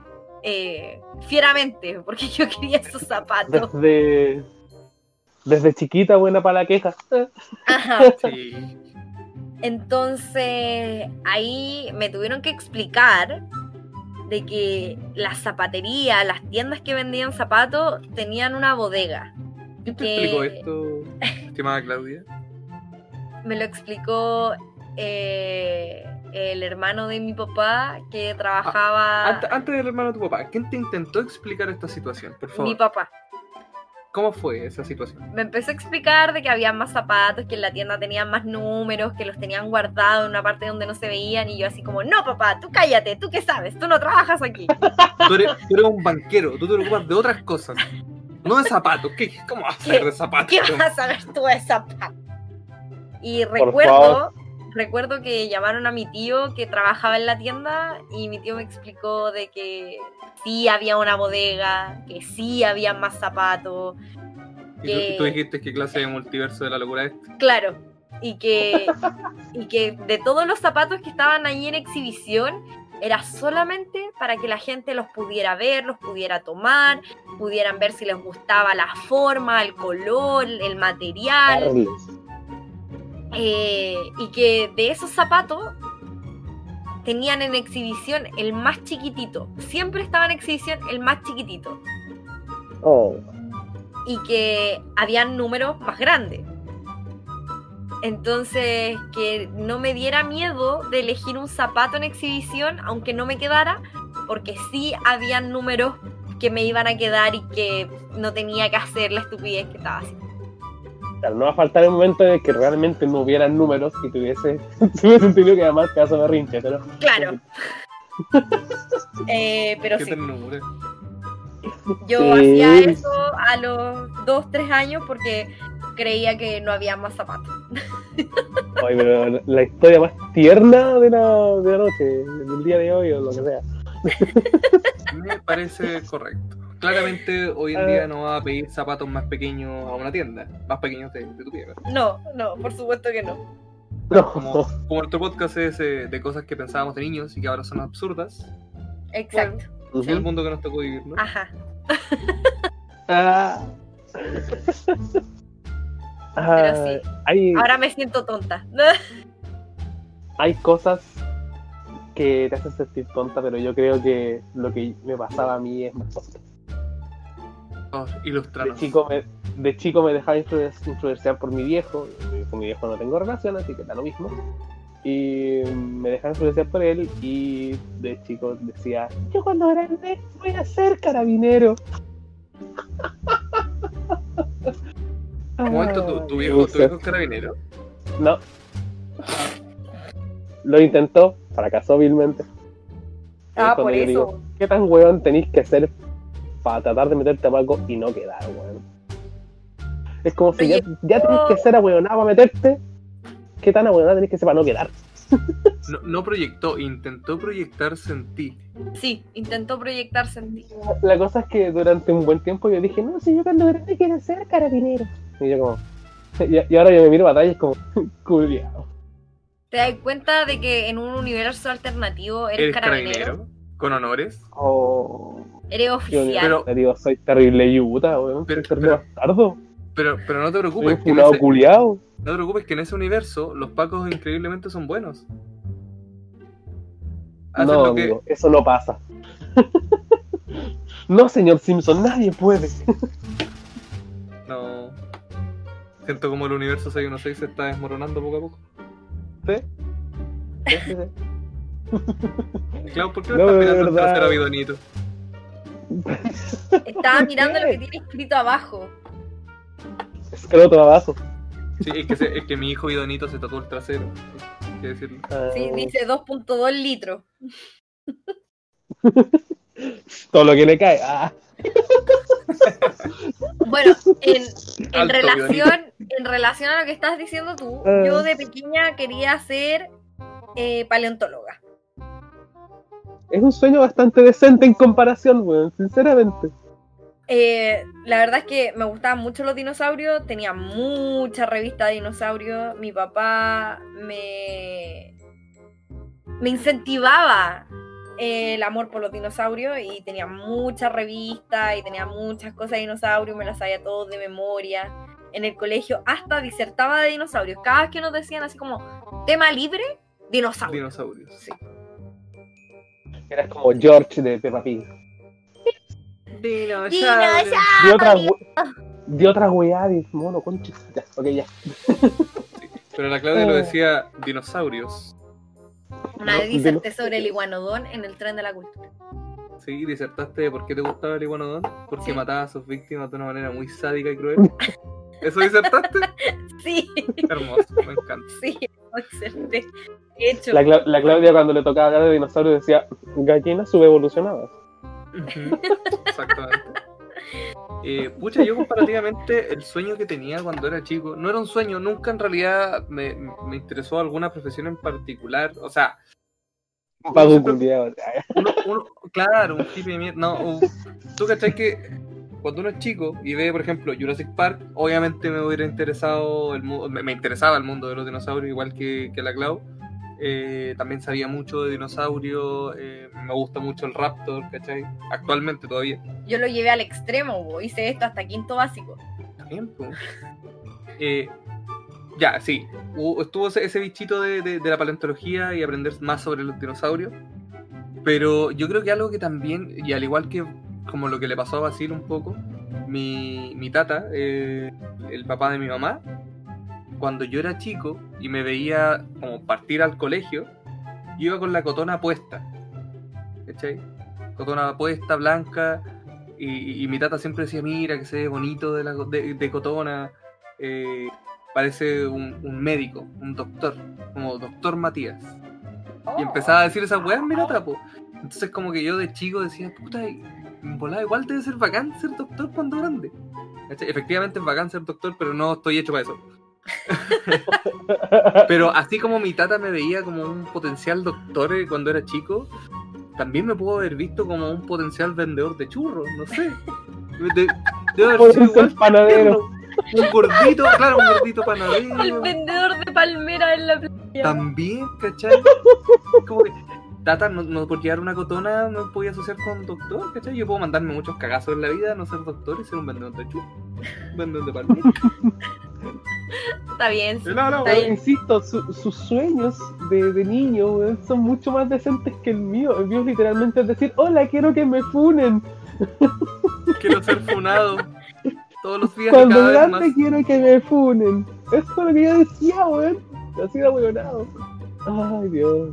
[SPEAKER 3] eh, fieramente porque [LAUGHS] yo quería esos
[SPEAKER 1] [LAUGHS]
[SPEAKER 3] zapatos.
[SPEAKER 1] Desde, desde chiquita, buena para la queja.
[SPEAKER 3] Ajá.
[SPEAKER 2] Sí.
[SPEAKER 3] Entonces, ahí me tuvieron que explicar de que las zapaterías, las tiendas que vendían zapatos, tenían una bodega.
[SPEAKER 2] ¿Quién te
[SPEAKER 3] Que-
[SPEAKER 2] explicó esto, estimada Claudia?
[SPEAKER 3] Me lo explicó eh, el hermano de mi papá que
[SPEAKER 2] Ah,
[SPEAKER 3] trabajaba...
[SPEAKER 2] Ant- antes del hermano de tu papá, ¿quién te intentó explicar esta situación? Por
[SPEAKER 3] mi
[SPEAKER 2] favor,
[SPEAKER 3] papá.
[SPEAKER 2] ¿cómo fue esa situación?
[SPEAKER 3] Me empezó a explicar de que había más zapatos, que en la tienda tenían más números, que los tenían guardados en una parte donde no se veían y yo así como, no papá, tú cállate, tú qué sabes, tú no trabajas aquí.
[SPEAKER 2] Tú eres, tú eres un banquero, tú te preocupas de otras cosas, no de zapatos. ¿Qué, ¿Cómo vas a
[SPEAKER 3] ¿Qué-
[SPEAKER 2] hacer de zapatos?
[SPEAKER 3] ¿Qué vas a ver tú de zapato? Y
[SPEAKER 1] favor.
[SPEAKER 3] recuerdo, recuerdo que llamaron a mi tío que trabajaba en la tienda y mi tío me explicó de que sí había una bodega, que sí había más zapatos,
[SPEAKER 2] Y tú, y tú dijiste qué clase de multiverso de la locura es.
[SPEAKER 3] claro, y que, y que de todos los zapatos que estaban ahí en exhibición era solamente para que la gente los pudiera ver, los pudiera tomar, pudieran ver si les gustaba la forma, el color, el material.
[SPEAKER 1] Carles.
[SPEAKER 3] Eh, y que de esos zapatos tenían en exhibición el más chiquitito. Siempre estaba en exhibición el más chiquitito.
[SPEAKER 1] Oh,
[SPEAKER 3] Y que habían números más grandes. Entonces, que no me diera miedo de elegir un zapato en exhibición, aunque no me quedara, porque sí habían números que me iban a quedar y que no tenía que hacer la estupidez que estaba haciendo.
[SPEAKER 1] claro, no va a faltar el momento de que realmente no hubieran números y tuviese, [LAUGHS] tuviese un tenido que llamar pedazo de rinche, pero
[SPEAKER 3] Claro. Eh, pero
[SPEAKER 2] ¿Qué
[SPEAKER 3] sí.
[SPEAKER 2] ternura?
[SPEAKER 3] Yo
[SPEAKER 1] Sí.
[SPEAKER 3] hacía eso a los 2, 3 años porque creía que no había más zapatos.
[SPEAKER 1] Oye, pero la- la historia más tierna de la, de la noche, del día de hoy o lo que sea.
[SPEAKER 2] Me parece correcto. Claramente hoy en día no vas a pedir zapatos más pequeños a una tienda, más pequeños de, de tu pie. ¿verdad?
[SPEAKER 3] No, no, por supuesto que no.
[SPEAKER 2] Como,
[SPEAKER 1] [LAUGHS] No,
[SPEAKER 2] como nuestro podcast es eh, de cosas que pensábamos de niños y que ahora son absurdas,
[SPEAKER 3] Exacto.
[SPEAKER 2] es el mundo que nos tocó vivir, ¿no?
[SPEAKER 3] Ajá. [LAUGHS]
[SPEAKER 1] Ah.
[SPEAKER 3] Pero sí.
[SPEAKER 1] Ah, hay,
[SPEAKER 3] Ahora me siento tonta. [LAUGHS]
[SPEAKER 1] hay cosas que te hacen sentir tonta, pero yo creo que lo que me pasaba a mí es más tonto.
[SPEAKER 2] Oh,
[SPEAKER 1] De
[SPEAKER 2] ilustranos.
[SPEAKER 1] chico me, de chico me dejaba influ- influenciar por mi viejo, y con mi viejo no tengo relación, así que da lo mismo. Y me dejaba influenciar por él y de chico decía, yo cuando grande voy a ser
[SPEAKER 2] [LAUGHS]
[SPEAKER 1] carabinero.
[SPEAKER 2] Un momento, tu, tu
[SPEAKER 1] Ay,
[SPEAKER 2] viejo, tu
[SPEAKER 1] Dulce. [LAUGHS]
[SPEAKER 2] viejo es carabinero.
[SPEAKER 1] Ah, No. Lo intentó, fracasó vilmente.
[SPEAKER 3] Ah,
[SPEAKER 1] Cuando
[SPEAKER 3] por
[SPEAKER 1] yo digo,
[SPEAKER 3] eso.
[SPEAKER 1] ¿Qué tan weón tenéis que hacer para tratar de meterte a Paco y no quedar, weón? Es como si ya,
[SPEAKER 3] Oye,
[SPEAKER 1] ya tenés que ser ahueonado para meterte. ¿Qué tan ahueonado tenés que ser para no quedar?
[SPEAKER 2] No, no proyectó, intentó proyectarse en ti.
[SPEAKER 3] Sí, intentó proyectarse en ti.
[SPEAKER 1] La cosa es que durante un buen tiempo yo dije, no, si yo cuando grande quiero ser carabinero. Y yo como... Y, y ahora yo me miro batalla y es como, [LAUGHS] culiao.
[SPEAKER 3] ¿Te das cuenta de que en un universo alternativo eres, carabinero?
[SPEAKER 2] con honores.
[SPEAKER 1] Oh,
[SPEAKER 3] Eres
[SPEAKER 1] yo,
[SPEAKER 3] oficial.
[SPEAKER 2] Pero-
[SPEAKER 1] digo, soy terrible yuta, weón.
[SPEAKER 2] Pero-
[SPEAKER 1] soy
[SPEAKER 2] pero-
[SPEAKER 1] terrible bastardo.
[SPEAKER 2] Pero, pero no
[SPEAKER 1] Soy
[SPEAKER 2] te preocupes,
[SPEAKER 1] un
[SPEAKER 2] que en
[SPEAKER 1] fulado
[SPEAKER 2] ese-
[SPEAKER 1] culiao.
[SPEAKER 2] no te preocupes que en ese universo los pacos increíblemente son buenos. Hacen
[SPEAKER 1] No,
[SPEAKER 2] lo que,
[SPEAKER 1] amigo, eso no pasa. [LAUGHS] no, señor Simpson, nadie puede.
[SPEAKER 2] No. Siento como el universo 616 se está desmoronando poco a poco. Clau, ¿por qué no,
[SPEAKER 1] No,
[SPEAKER 2] estás
[SPEAKER 1] de
[SPEAKER 2] mirando el
[SPEAKER 1] verdad.
[SPEAKER 2] trasero a Bidonito?
[SPEAKER 3] Estaba
[SPEAKER 1] ¿Por
[SPEAKER 3] mirando lo
[SPEAKER 1] qué?
[SPEAKER 3] que tiene escrito abajo.
[SPEAKER 1] Escroto abajo.
[SPEAKER 2] Sí, es que, se- es que mi hijo Bidonito se tatuó el trasero.
[SPEAKER 1] Oh.
[SPEAKER 2] Hay que decirlo.
[SPEAKER 1] Ah,
[SPEAKER 3] Sí, dice 2.2 litros.
[SPEAKER 1] Todo lo que le cae. Ah,
[SPEAKER 3] Bueno, en, en
[SPEAKER 2] Alto,
[SPEAKER 3] relación, en relación a lo que estás diciendo tú,
[SPEAKER 1] Eh.
[SPEAKER 3] yo de pequeña quería ser eh, paleontóloga.
[SPEAKER 1] es un sueño bastante decente en comparación, weón, sinceramente.
[SPEAKER 3] Eh, la verdad es que me gustaban mucho los dinosaurios, tenía mucha revista de dinosaurios. Mi papá me, me incentivaba eh, el amor por los dinosaurios y tenía muchas revistas y tenía muchas cosas de dinosaurios, me las sabía todo de memoria. En el colegio hasta disertaba de dinosaurios. Cada vez que nos decían así como tema libre, dinosaurio.
[SPEAKER 2] Dinosaurios.
[SPEAKER 3] Sí.
[SPEAKER 1] Eras como George de Peppa Pig.
[SPEAKER 3] Dinosaurio.
[SPEAKER 1] De otras de otras weá, de mono, conchas. Ya, ok, ya.
[SPEAKER 2] Pero la Claudia lo
[SPEAKER 1] Oh.
[SPEAKER 2] decía dinosaurios.
[SPEAKER 3] Una
[SPEAKER 1] No,
[SPEAKER 3] vez diserté
[SPEAKER 1] dino-
[SPEAKER 3] sobre el iguanodón en el tren de la cultura. [LAUGHS]
[SPEAKER 2] Sí, disertaste de por qué te gustaba el iguanodón. Porque
[SPEAKER 3] Sí.
[SPEAKER 2] mataba a sus víctimas de una manera muy sádica y cruel. ¿Eso disertaste?
[SPEAKER 3] Sí.
[SPEAKER 2] Hermoso, me encanta.
[SPEAKER 3] Sí, [LAUGHS] lo acerté. De hecho,
[SPEAKER 1] La, Cla- la Claudia cuando le tocaba hablar de dinosaurios decía gallinas subevolucionadas.
[SPEAKER 2] Ujú, Exactamente. Eh, pucha, yo comparativamente el sueño que tenía cuando era chico, no era un sueño, nunca en realidad me, me interesó alguna profesión en particular, o sea...
[SPEAKER 1] Pago
[SPEAKER 2] siempre-
[SPEAKER 1] culiado.
[SPEAKER 2] uno, uno- claro, un hippie de mierda. No, un- tú cachai que cuando uno es chico y ve, por ejemplo, Jurassic Park, obviamente me hubiera interesado, el mu- me, me interesaba el mundo de los dinosaurios, igual que, que la Clau. Eh, también sabía mucho de dinosaurios, eh, me gusta mucho el Raptor, ¿cachai? Actualmente todavía.
[SPEAKER 3] yo lo llevé al extremo, bo, hice esto hasta quinto básico.
[SPEAKER 2] También, po. Eh, ya, sí. Hubo- Estuvo ese, ese bichito de, de- de la paleontología y aprender más sobre los dinosaurios. Pero yo creo que algo que también, y al igual que como lo que le pasó a Basil un poco, mi, mi tata, eh, el papá de mi mamá, cuando yo era chico y me veía como partir al colegio, yo iba con la cotona puesta. ¿Cachai? Cotona puesta, blanca. Y, y mi tata siempre decía, mira, que se ve bonito de, la, co- de, de cotona. eh, parece un, un médico, un doctor, como doctor Matías.
[SPEAKER 3] Oh,
[SPEAKER 2] Y empezaba a decir esas weas, mi tata, po. Entonces como que yo de chico decía, puta, y- en volada igual debe ser bacán ser doctor cuando grande. ¿Cachai? Efectivamente es bacán ser doctor, pero no estoy hecho para eso. [LAUGHS] Pero así como mi tata me veía como un potencial doctor eh, cuando era chico, también me pudo haber visto como un potencial vendedor de churros, no sé. De- debe haber
[SPEAKER 1] Podría
[SPEAKER 2] sido igual
[SPEAKER 1] ser panadero.
[SPEAKER 2] un gordito, claro, un gordito
[SPEAKER 3] El [LAUGHS]
[SPEAKER 2] panadero.
[SPEAKER 3] vendedor de palmera en la playa.
[SPEAKER 2] También, [LAUGHS] ¿cachai? Como que, tata, no, no por llevar una cotona no podía asociar con doctor, ¿cachai? Yo puedo mandarme muchos cagazos en la vida, no ser doctor y ser un vendedor de churros. Un vendedor de [LAUGHS] palmera.
[SPEAKER 3] Está bien. sí.
[SPEAKER 2] No, no,
[SPEAKER 3] Está bien.
[SPEAKER 1] Insisto, su- sus sueños de, de niño weón, son mucho más decentes que el mío. El mío es literalmente es decir, hola, quiero que me funen.
[SPEAKER 2] [LAUGHS] Quiero ser funado todos los días y
[SPEAKER 1] Cuando
[SPEAKER 2] cada vez más.
[SPEAKER 1] grande quiero que me funen. Eso es lo que yo decía, weón. Así de weonado. Ay, Dios.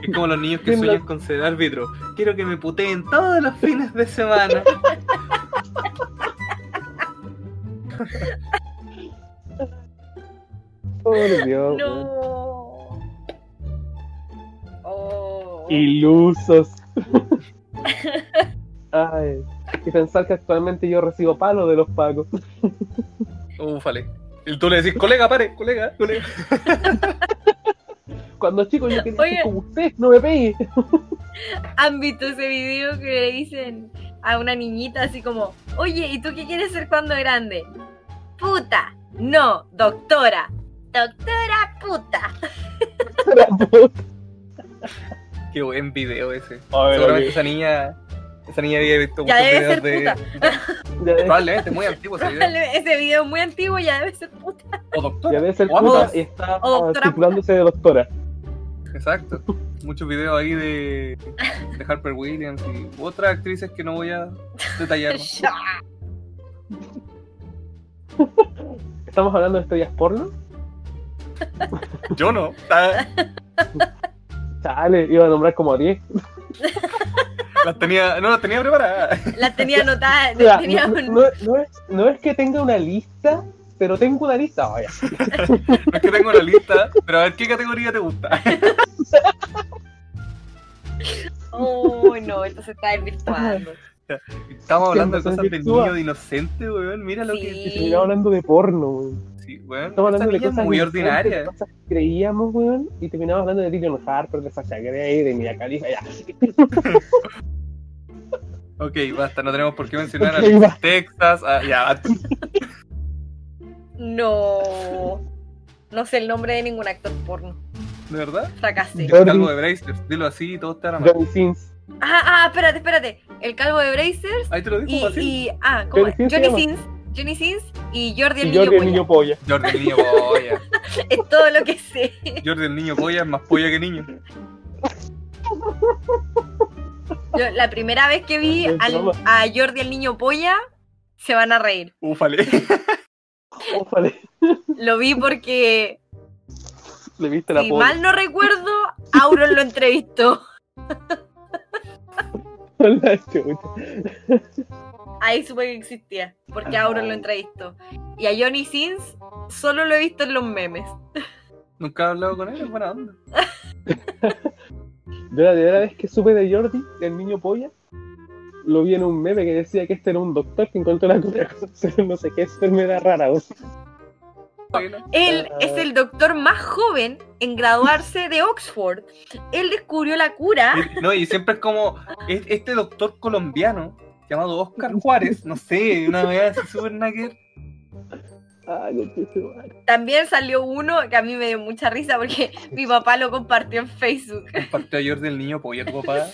[SPEAKER 2] Es como los niños que
[SPEAKER 1] En la-
[SPEAKER 2] sueñan con ser árbitro. Quiero que me puteen todos los fines de semana. [LAUGHS]
[SPEAKER 1] Por Dios. weón.
[SPEAKER 3] No. Oh.
[SPEAKER 2] [LAUGHS]
[SPEAKER 1] Ilusos. Ay, y pensar que actualmente yo recibo palo de los pacos.
[SPEAKER 2] Ufale. Y tú le decís, colega, pare, colega, colega.
[SPEAKER 1] Cuando chico yo quería
[SPEAKER 3] Oye.
[SPEAKER 1] ser como usted, no me [LAUGHS] pegue.
[SPEAKER 3] ¿Han visto ese video que le dicen a una niñita así como, oye, ¿y tú qué quieres ser cuando grande? Puta. No, doctora. Doctora puta.
[SPEAKER 1] Era puta.
[SPEAKER 2] Qué buen video ese.
[SPEAKER 1] A ver,
[SPEAKER 2] Seguramente
[SPEAKER 1] ok.
[SPEAKER 2] esa niña. Esa niña había visto
[SPEAKER 3] Ya
[SPEAKER 2] muchos
[SPEAKER 3] debe
[SPEAKER 2] videos
[SPEAKER 3] ser
[SPEAKER 1] Ya
[SPEAKER 2] de.
[SPEAKER 1] ves,
[SPEAKER 2] Probablemente muy antiguo ese video.
[SPEAKER 3] Ese video es muy antiguo, ya debe ser puta.
[SPEAKER 2] O doctor.
[SPEAKER 1] ya ves el
[SPEAKER 2] O
[SPEAKER 1] puta
[SPEAKER 2] ambas.
[SPEAKER 1] y está
[SPEAKER 3] O doctora
[SPEAKER 1] titulándose de doctora.
[SPEAKER 2] Exacto. Muchos videos ahí de, de Harper Williams y otras actrices que no voy a detallar.
[SPEAKER 3] [LAUGHS] Ya.
[SPEAKER 1] ¿Estamos hablando de estrellas porno?
[SPEAKER 2] Yo no. Las
[SPEAKER 1] Chale, iba a nombrar como a 10.
[SPEAKER 2] las tenía, no las tenía preparadas.
[SPEAKER 3] Las tenía anotadas,
[SPEAKER 1] Mira,
[SPEAKER 3] las tenía
[SPEAKER 1] no,
[SPEAKER 3] un-
[SPEAKER 1] no- no es, no es que tenga una lista, pero tengo una lista. Vaya.
[SPEAKER 2] No es que tengo la lista, pero a ver qué categoría te gusta.
[SPEAKER 3] Oh, no,
[SPEAKER 1] [LAUGHS]
[SPEAKER 3] no, esto se está desvirtuando.
[SPEAKER 2] Estamos hablando de
[SPEAKER 1] Siempre
[SPEAKER 2] cosas
[SPEAKER 1] se
[SPEAKER 2] del
[SPEAKER 1] sitúa.
[SPEAKER 2] niño de inocente, weón. Mira lo
[SPEAKER 1] Y
[SPEAKER 3] Sí.
[SPEAKER 2] que.
[SPEAKER 1] terminamos hablando de porno, weón.
[SPEAKER 2] Sí,
[SPEAKER 1] Estamos
[SPEAKER 2] weón. esta
[SPEAKER 1] hablando de
[SPEAKER 2] niña es
[SPEAKER 1] cosas
[SPEAKER 2] muy
[SPEAKER 1] inocentes,
[SPEAKER 2] ordinaria. ¿eh?
[SPEAKER 1] de cosas que creíamos, weón. Y terminamos hablando de Lillian Harper, de Sasha Grey, de Mia Khalifa, ya.
[SPEAKER 2] Ok, basta, no tenemos por qué mencionar
[SPEAKER 1] Ok,
[SPEAKER 2] a
[SPEAKER 1] va.
[SPEAKER 2] Texas. a- ya, a-
[SPEAKER 3] No. No sé el nombre de ningún actor porno.
[SPEAKER 2] ¿de verdad?
[SPEAKER 3] Fracasé.
[SPEAKER 1] Yo-
[SPEAKER 2] El
[SPEAKER 1] Jordi.
[SPEAKER 2] calvo de Bracelets, dilo así y todo te hará mal.
[SPEAKER 1] Johnny Sins.
[SPEAKER 3] Ah, ah, espérate, espérate. El calvo de Brazers
[SPEAKER 2] Ahí te lo
[SPEAKER 3] y,
[SPEAKER 2] digo así.
[SPEAKER 3] y- Ah, ¿cómo es?
[SPEAKER 1] Johnny Sins se
[SPEAKER 3] Johnny
[SPEAKER 1] llama.
[SPEAKER 3] Sins. Johnny Sins y Jordi el
[SPEAKER 1] Y
[SPEAKER 3] Niño
[SPEAKER 1] Jordi el
[SPEAKER 3] Polla.
[SPEAKER 1] niño polla.
[SPEAKER 2] Jordi el niño polla.
[SPEAKER 3] Es [LAUGHS] todo lo que sé.
[SPEAKER 2] Jordi el niño polla es más polla que niño.
[SPEAKER 3] Yo, la primera vez que vi
[SPEAKER 1] Buen
[SPEAKER 3] al-
[SPEAKER 1] programa.
[SPEAKER 3] a Jordi el Niño Polla, se van a reír.
[SPEAKER 2] Ufale.
[SPEAKER 1] Ópale,
[SPEAKER 3] Lo vi porque,
[SPEAKER 1] le viste la
[SPEAKER 3] si
[SPEAKER 1] polla. [LAUGHS]
[SPEAKER 3] mal no recuerdo, Auron lo entrevistó.
[SPEAKER 1] La chucha.
[SPEAKER 3] Ahí supe que existía, porque Auron lo entrevistó. Y a Johnny Sins solo lo he visto en los memes.
[SPEAKER 2] Nunca he hablado con él, es buena onda.
[SPEAKER 1] Yo la primera vez que supe de Jordi, del niño polla, lo vi en un meme que decía que este era un doctor que encontró la cura con [LAUGHS] no sé qué enfermedad rara. o sea,
[SPEAKER 2] Bueno,
[SPEAKER 3] Él
[SPEAKER 1] Ah.
[SPEAKER 3] es el doctor más joven en graduarse de Oxford. Él descubrió la cura.
[SPEAKER 2] y- No, y siempre es como es- este doctor colombiano llamado Oscar Juárez, no sé, una vez así super nugget.
[SPEAKER 1] ay, conche su madre.
[SPEAKER 3] También salió uno que a mí me dio mucha risa porque mi papá lo compartió en Facebook.
[SPEAKER 2] Compartió a Jordi el niño polla, tu papá.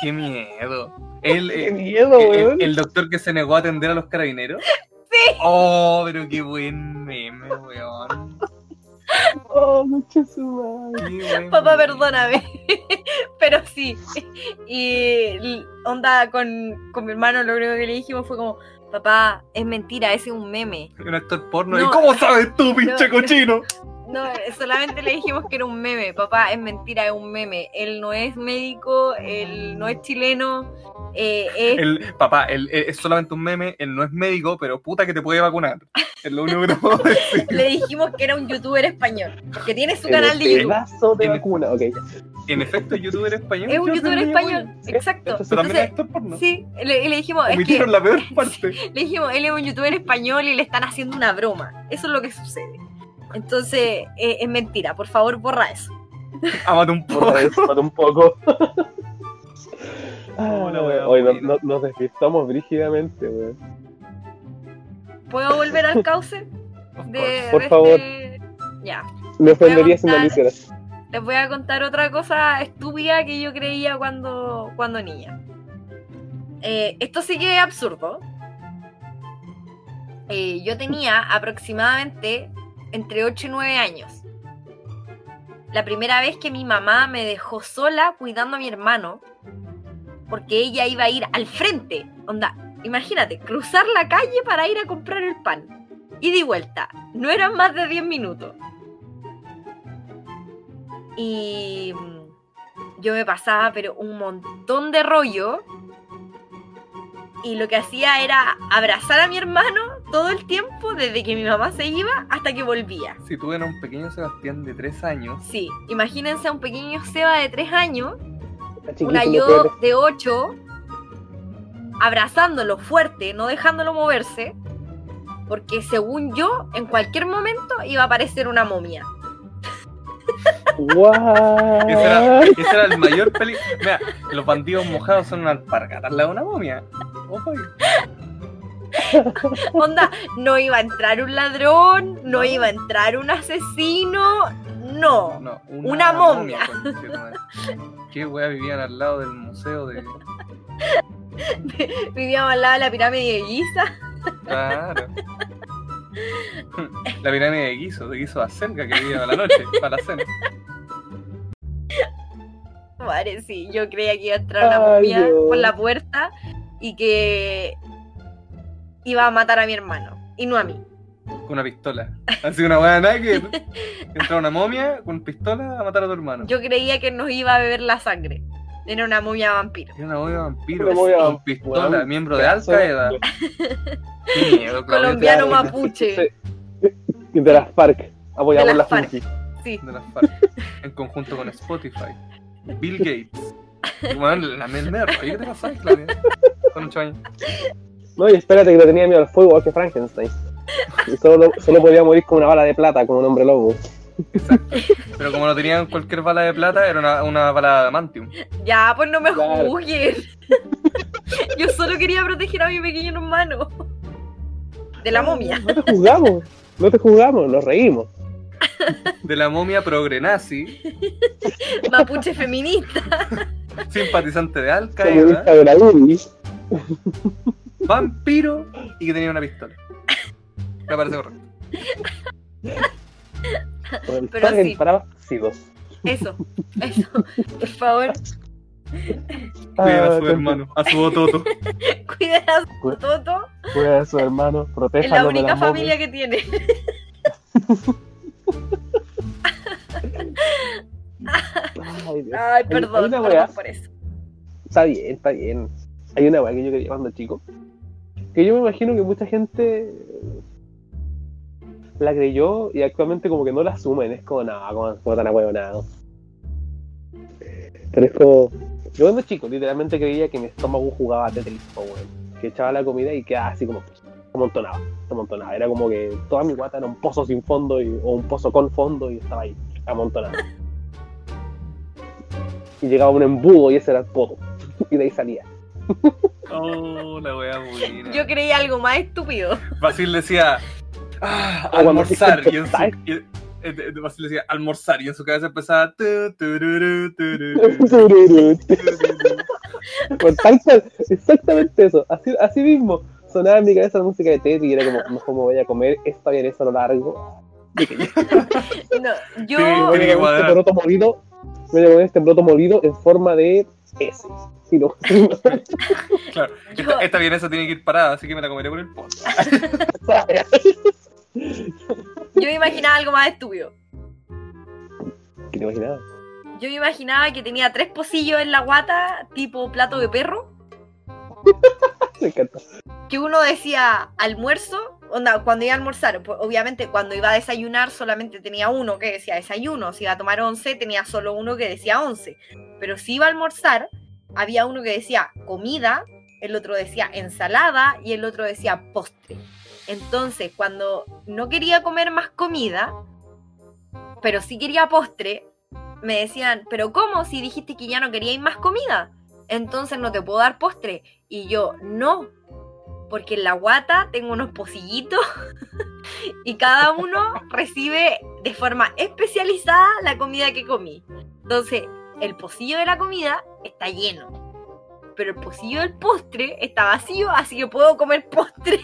[SPEAKER 2] Qué miedo. Él,
[SPEAKER 1] ¡Qué
[SPEAKER 2] eh,
[SPEAKER 1] miedo,
[SPEAKER 2] ¿El-
[SPEAKER 1] weón!
[SPEAKER 2] ¿El, el doctor que se negó a atender a los carabineros? ¡Sí! ¡Oh, pero qué buen meme, weón!
[SPEAKER 1] ¡Oh, conche su madre!
[SPEAKER 2] Qué buen
[SPEAKER 3] [LAUGHS] Papá,
[SPEAKER 2] meme.
[SPEAKER 3] perdóname. Pero sí. Y l- onda con, con mi hermano, lo único que le dijimos fue como, papá, es mentira, ese es un meme.
[SPEAKER 2] Un actor porno.
[SPEAKER 3] No.
[SPEAKER 2] ¿Y cómo sabes tú, pinche
[SPEAKER 3] No.
[SPEAKER 2] cochino?
[SPEAKER 3] No, eh, solamente le dijimos que era un meme, papá, es mentira, es un meme. Él no es médico, él no es chileno, eh, es...
[SPEAKER 2] El, papá, el- el- es solamente un meme, él no es médico, pero puta que te puede vacunar. Es lo único que te puedo decir.
[SPEAKER 3] Le dijimos que era un youtuber español, porque tiene su
[SPEAKER 1] El
[SPEAKER 3] canal de YouTube.
[SPEAKER 1] pedazo de
[SPEAKER 2] En-
[SPEAKER 1] vacuna, ok.
[SPEAKER 2] [LAUGHS]
[SPEAKER 1] ya.
[SPEAKER 2] En efecto, youtuber español.
[SPEAKER 3] Es un
[SPEAKER 2] yo soy
[SPEAKER 3] youtuber
[SPEAKER 2] niño
[SPEAKER 3] español,
[SPEAKER 2] bueno.
[SPEAKER 1] Sí,
[SPEAKER 3] exacto.
[SPEAKER 1] eso sí.
[SPEAKER 2] Pero también es
[SPEAKER 3] Entonces,
[SPEAKER 2] actor porno.
[SPEAKER 3] sí, le, y le dijimos, es que
[SPEAKER 2] Omitieron la peor
[SPEAKER 3] [LAUGHS]
[SPEAKER 2] parte.
[SPEAKER 3] le dijimos, él es un youtuber español y le están haciendo una broma. Eso es lo que sucede. Entonces, eh, es mentira. Por favor, borra eso.
[SPEAKER 2] Amate un poco.
[SPEAKER 1] Por eso, para un [LAUGHS] poco.
[SPEAKER 2] Oh, la wea
[SPEAKER 1] Ah, Hoy
[SPEAKER 2] buena.
[SPEAKER 1] nos despistamos brígidamente, weón.
[SPEAKER 3] ¿Puedo volver al cauce? De,
[SPEAKER 1] Por
[SPEAKER 3] de
[SPEAKER 1] favor.
[SPEAKER 3] este- Ya.
[SPEAKER 1] Me ofendería si no
[SPEAKER 3] contar-
[SPEAKER 1] lo hicieras.
[SPEAKER 3] Les voy a contar otra cosa estúpida que yo creía cuando, cuando niña. Eh, esto sí que es absurdo. Eh, yo tenía aproximadamente entre 8 y 9 años. La primera vez que mi mamá me dejó sola cuidando a mi hermano, porque ella iba a ir al frente. Onda, imagínate, cruzar la calle para ir a comprar el pan. Ida Y de vuelta. No eran más de 10 minutos. Y mm, yo me pasaba, pero un montón de rollo. Y lo que hacía era abrazar a mi hermano todo el tiempo, desde que mi mamá se iba hasta que volvía.
[SPEAKER 2] Si tú eras un pequeño Sebastián de 3 años,
[SPEAKER 3] Sí, imagínense a un pequeño Seba de 3 años,
[SPEAKER 1] Está
[SPEAKER 3] una
[SPEAKER 1] chiquito,
[SPEAKER 3] yo
[SPEAKER 2] [LAUGHS]
[SPEAKER 1] pero-
[SPEAKER 3] de 8, abrazándolo fuerte, no dejándolo moverse, porque según yo, en cualquier momento iba a aparecer una momia. [LAUGHS]
[SPEAKER 1] Guau.
[SPEAKER 2] Ese era, ese era
[SPEAKER 3] [LAUGHS]
[SPEAKER 2] el mayor peligro. Mira, los bandidos mojados son una alpargata al lado de una momia. Ojo ahí.
[SPEAKER 3] Onda, no iba a entrar un ladrón, no iba a entrar un asesino, no.
[SPEAKER 2] No,
[SPEAKER 3] Oh, Una momia.
[SPEAKER 2] conche tu madre. Qué wea vivían al lado del museo de.
[SPEAKER 3] Vivíamos al lado de la pirámide de Giza. [LAUGHS]
[SPEAKER 2] Claro. La pirámide de guiso, de guiso acerca que vivían a la noche, para la cena.
[SPEAKER 3] Madre, sí, yo creía que iba a entrar una
[SPEAKER 1] Ay,
[SPEAKER 3] momia
[SPEAKER 1] Dios.
[SPEAKER 3] por la puerta y que iba a matar a mi hermano y no a mí.
[SPEAKER 2] Con una pistola. Así una wea nada
[SPEAKER 3] [LAUGHS]
[SPEAKER 2] que. Entra una momia con pistola a matar a tu hermano.
[SPEAKER 3] Yo creía que nos iba a beber la sangre. Era una momia vampiro.
[SPEAKER 2] Era una momia vampiro.
[SPEAKER 1] Una momia
[SPEAKER 2] Con
[SPEAKER 1] vamp-
[SPEAKER 2] pistola,
[SPEAKER 1] weón,
[SPEAKER 2] miembro de alta edad. Qué miedo, Claudia, te
[SPEAKER 3] [LAUGHS] Colombiano
[SPEAKER 2] amo.
[SPEAKER 3] mapuche.
[SPEAKER 1] Sí. De las FARC. Ah, Apoyamos
[SPEAKER 3] De
[SPEAKER 1] las
[SPEAKER 3] las FARC.
[SPEAKER 1] FARC.
[SPEAKER 3] Sí.
[SPEAKER 2] de las FARC, en conjunto con Spotify. Bill Gates. Bueno, la mermelada de rollo que te pasas, Claudia. Con ocho años.
[SPEAKER 1] No, y espérate que le tenía miedo al fuego, igual que Frankenstein. Y solo, solo podía morir con una bala de plata, como un hombre lobo.
[SPEAKER 2] Pero como no tenían cualquier bala de plata, era una, una bala de adamantium.
[SPEAKER 3] Ya, pues no me
[SPEAKER 1] Claro.
[SPEAKER 3] juzguen. [LAUGHS] Yo solo quería proteger a mi pequeño hermano. De la momia.
[SPEAKER 1] No te juzgamos, no te juzgamos, nos reímos.
[SPEAKER 2] De la momia progrenazi,
[SPEAKER 3] Mapuche feminista.
[SPEAKER 2] simpatizante de Al
[SPEAKER 3] ¿eh?
[SPEAKER 2] Qaeda,
[SPEAKER 1] Comunista de la UDI.
[SPEAKER 2] vampiro y que tenía una pistola. Me parece correcto.
[SPEAKER 1] Por el
[SPEAKER 3] Pero
[SPEAKER 1] padre
[SPEAKER 3] sí.
[SPEAKER 1] disparaba ácidos.
[SPEAKER 3] Eso, eso. Por favor,
[SPEAKER 2] Cuida a
[SPEAKER 1] Ah,
[SPEAKER 2] su hermano, a su ototo.
[SPEAKER 3] cuida a su Toto.
[SPEAKER 1] Cuida a su hermano,
[SPEAKER 3] Es
[SPEAKER 1] protéjalo
[SPEAKER 3] la
[SPEAKER 1] de
[SPEAKER 3] única
[SPEAKER 1] las momias.
[SPEAKER 3] familia que tiene.
[SPEAKER 1] Ay, Dios.
[SPEAKER 3] Ay,
[SPEAKER 1] Hay- hay
[SPEAKER 3] perdón,
[SPEAKER 1] una
[SPEAKER 3] perdón
[SPEAKER 1] weá.
[SPEAKER 3] por eso.
[SPEAKER 1] Está bien, está bien. Hay una weá que yo quería cuando chico. Que yo me imagino que mucha gente eh, la creyó y actualmente como que no la asumen. Es como, no, como, como tan ahueonado. Pero es como... Yo cuando chico literalmente creía que mi estómago jugaba Tetris, po, weón. Que echaba la comida y quedaba así como amontonado, amontonado. Era como que toda mi guata era un pozo sin fondo y- o un pozo con fondo y estaba ahí, amontonado. Y llegaba un embudo y ese era el pozo. Y de ahí salía.
[SPEAKER 2] [LAUGHS] Oh, la wea buena.
[SPEAKER 3] Yo creí algo más estúpido.
[SPEAKER 2] Basil decía, ah,
[SPEAKER 1] O Oh, cuando
[SPEAKER 2] almorzar.
[SPEAKER 1] dicen
[SPEAKER 2] Y en su,
[SPEAKER 1] pescar.
[SPEAKER 2] y- eh, eh, Basil decía, almorzar. Y en su cabeza empezaba. tu, tururu, tururu,
[SPEAKER 1] [LAUGHS]
[SPEAKER 2] tururu.
[SPEAKER 1] Con tal cual, exactamente eso, así, así mismo. Sonaba en mi cabeza la música de Teddy y era como, no, ¿cómo voy a comer? Esta bien, eso a lo largo.
[SPEAKER 3] No,
[SPEAKER 2] Sí,
[SPEAKER 1] Me
[SPEAKER 3] yo.
[SPEAKER 1] voy a
[SPEAKER 2] Tiene que
[SPEAKER 1] comer este
[SPEAKER 2] cuadrar.
[SPEAKER 1] broto molido, me voy a comer este broto molido en forma de S. Y [LAUGHS] lo-
[SPEAKER 2] Claro,
[SPEAKER 3] Yo-
[SPEAKER 2] esta, esta vienesa tiene que ir parada, así que me la comeré por el poto.
[SPEAKER 3] Yo me imaginaba algo más estúpido.
[SPEAKER 1] ¿Qué te imaginabas?
[SPEAKER 3] Yo me imaginaba que tenía tres pocillos en la guata, tipo plato de perro,
[SPEAKER 1] Me encanta.
[SPEAKER 3] que uno decía almuerzo, onda, cuando iba a almorzar, po- obviamente cuando iba a desayunar solamente tenía uno que decía desayuno, si iba a tomar once tenía solo uno que decía once, pero si iba a almorzar había uno que decía comida, el otro decía ensalada y el otro decía postre. Entonces, cuando no quería comer más comida, pero sí quería postre, me decían, pero ¿cómo si dijiste que ya no queríais más comida? Entonces no te puedo dar postre. Y yo, no, porque en la guata tengo unos pocillitos [LAUGHS] y cada uno recibe de forma especializada la comida que comí. Entonces, el pocillo de la comida está lleno, pero el pocillo del postre está vacío, así que puedo comer postre. [LAUGHS]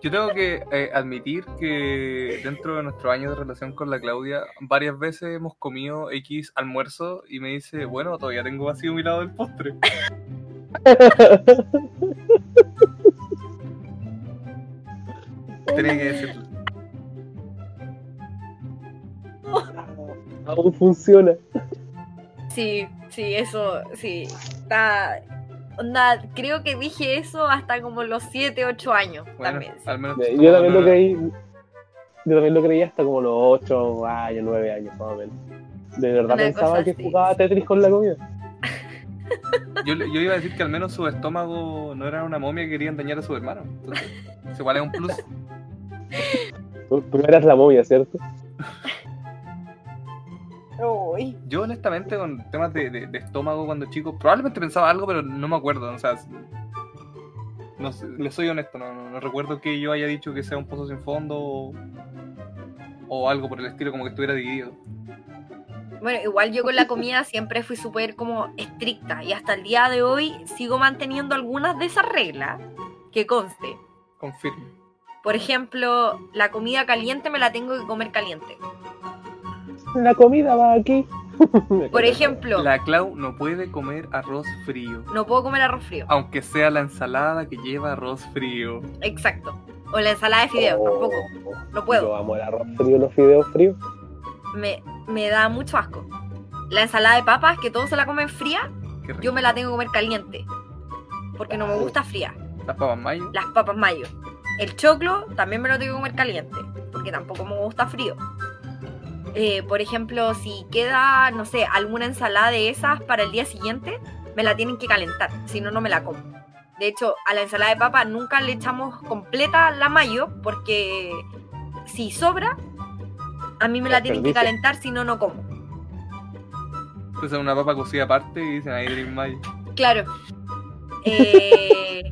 [SPEAKER 2] Yo tengo que eh, admitir que dentro de nuestro año de relación con la Claudia, varias veces hemos comido X almuerzo y me dice, bueno, todavía tengo vacío mi lado del postre. Tenía que decirlo.
[SPEAKER 1] Aún funciona.
[SPEAKER 3] Sí, sí, eso, sí. Está. Onda, creo que dije eso hasta como los 7, 8 años
[SPEAKER 2] Bueno,
[SPEAKER 3] también. sí.
[SPEAKER 2] al menos
[SPEAKER 1] Yo también
[SPEAKER 2] no,
[SPEAKER 1] lo
[SPEAKER 2] no,
[SPEAKER 1] creí. Yo también lo creí hasta como los 8 años, 9 años, más o menos. De verdad
[SPEAKER 3] Una
[SPEAKER 1] pensaba
[SPEAKER 3] cosa
[SPEAKER 1] que
[SPEAKER 3] así.
[SPEAKER 1] jugaba Tetris con la comida.
[SPEAKER 2] Yo, le- yo iba a decir que al menos su estómago no era una momia que querían dañar a su hermano. Entonces, eso igual es un plus.
[SPEAKER 1] Tú, tú eras la momia, ¿cierto?
[SPEAKER 3] Uy.
[SPEAKER 2] Yo honestamente con temas de, de- de estómago cuando chico, probablemente pensaba algo, pero no me acuerdo. O sea, no sé, le soy honesto, no, no- no recuerdo que yo haya dicho que sea un pozo sin fondo o, o algo por el estilo, como que estuviera dividido.
[SPEAKER 3] Bueno, igual yo con la comida siempre fui súper como estricta y hasta el día de hoy sigo manteniendo algunas de esas reglas que conste.
[SPEAKER 2] Confirmo.
[SPEAKER 3] Por ejemplo, la comida caliente me la tengo que comer caliente.
[SPEAKER 1] La comida va aquí. [LAUGHS]
[SPEAKER 3] Por ejemplo,
[SPEAKER 2] La Clau no puede comer arroz frío,
[SPEAKER 3] no puedo comer arroz frío.
[SPEAKER 2] aunque sea la ensalada que lleva arroz frío.
[SPEAKER 3] Exacto. O la ensalada de fideos, tampoco. No
[SPEAKER 1] Yo
[SPEAKER 3] puedo.
[SPEAKER 1] amo el arroz frío, los fideos fríos.
[SPEAKER 3] Me, me da mucho asco. La ensalada de papas, que todos se la comen fría,
[SPEAKER 2] Qué rico.
[SPEAKER 3] yo me la tengo que comer caliente. Porque no me gusta fría.
[SPEAKER 2] Las papas mayo.
[SPEAKER 3] Las papas mayo. El choclo también me lo tengo que comer caliente. Porque tampoco me gusta frío. Eh, por ejemplo, si queda, no sé, alguna ensalada de esas para el día siguiente, me la tienen que calentar, si no, no me la como. De hecho, a la ensalada de papa nunca le echamos completa la mayo, porque si sobra, a mí me la tienen que
[SPEAKER 1] Desperdicio.
[SPEAKER 3] calentar, si no, no como.
[SPEAKER 2] Entonces una papa cocida aparte y dicen ahí Dream Mayo.
[SPEAKER 3] Claro. Eh,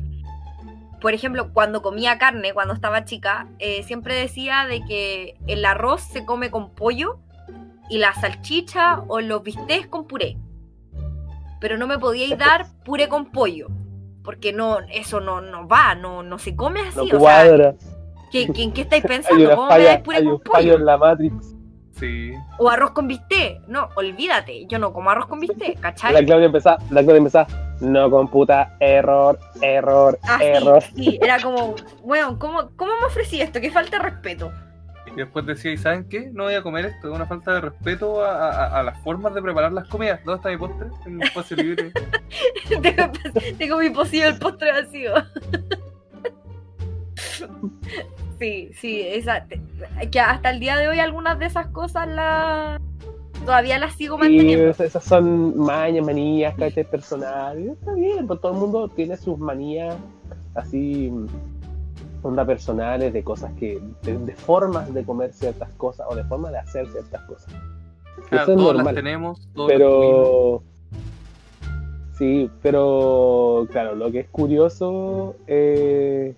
[SPEAKER 3] [LAUGHS] por ejemplo, cuando comía carne, cuando estaba chica, eh, siempre decía de que el arroz se come con pollo y la salchicha o los bistecs con puré. Pero no me podíais dar puré con pollo, porque no, eso no, no va, no, no se come así.
[SPEAKER 1] No
[SPEAKER 3] o sea,
[SPEAKER 1] cuadra.
[SPEAKER 3] ¿qué- qué- ¿en
[SPEAKER 1] [LAUGHS]
[SPEAKER 3] qué estáis
[SPEAKER 1] Hay
[SPEAKER 3] pensando?
[SPEAKER 1] una
[SPEAKER 3] ¿Cómo me dais
[SPEAKER 1] falla,
[SPEAKER 3] puré
[SPEAKER 1] hay
[SPEAKER 3] con
[SPEAKER 1] un
[SPEAKER 3] pollo?
[SPEAKER 1] fallo en la Matrix.
[SPEAKER 2] Sí.
[SPEAKER 3] O arroz con bistec. No, olvídate, yo no como arroz con bistec, ¿cachai?
[SPEAKER 1] La Claudia empezaba, la Claudia empezaba, no computa, error, error,
[SPEAKER 3] Ah,
[SPEAKER 1] error.
[SPEAKER 3] sí, sí,
[SPEAKER 1] [LAUGHS]
[SPEAKER 3] era como, weón, ¿cómo, ¿cómo me ofrecí esto? Qué falta de respeto. [LAUGHS]
[SPEAKER 2] Y después decía, ¿y saben qué? No voy a comer esto, es una falta de respeto a, a- a las formas de preparar las comidas. ¿Dónde está mi postre? En
[SPEAKER 1] [LAUGHS]
[SPEAKER 2] un espacio libre.
[SPEAKER 3] tengo, tengo mi posible postre vacío. [LAUGHS] sí, sí, esa, te- que hasta el día de hoy algunas de esas cosas la, todavía las sigo
[SPEAKER 1] Y
[SPEAKER 3] manteniendo.
[SPEAKER 1] es- esas son mañas, manías, caché personal. Y Está bien, pues todo el mundo tiene sus manías así, mm, onda personales, de cosas que. De, de formas de comer ciertas cosas o de formas de hacer ciertas cosas.
[SPEAKER 2] Claro,
[SPEAKER 1] Eso es
[SPEAKER 2] todos Ah, las
[SPEAKER 1] normal.
[SPEAKER 2] tenemos, todos las comimos.
[SPEAKER 1] Pero. Sí, pero. Claro, lo que es curioso eh,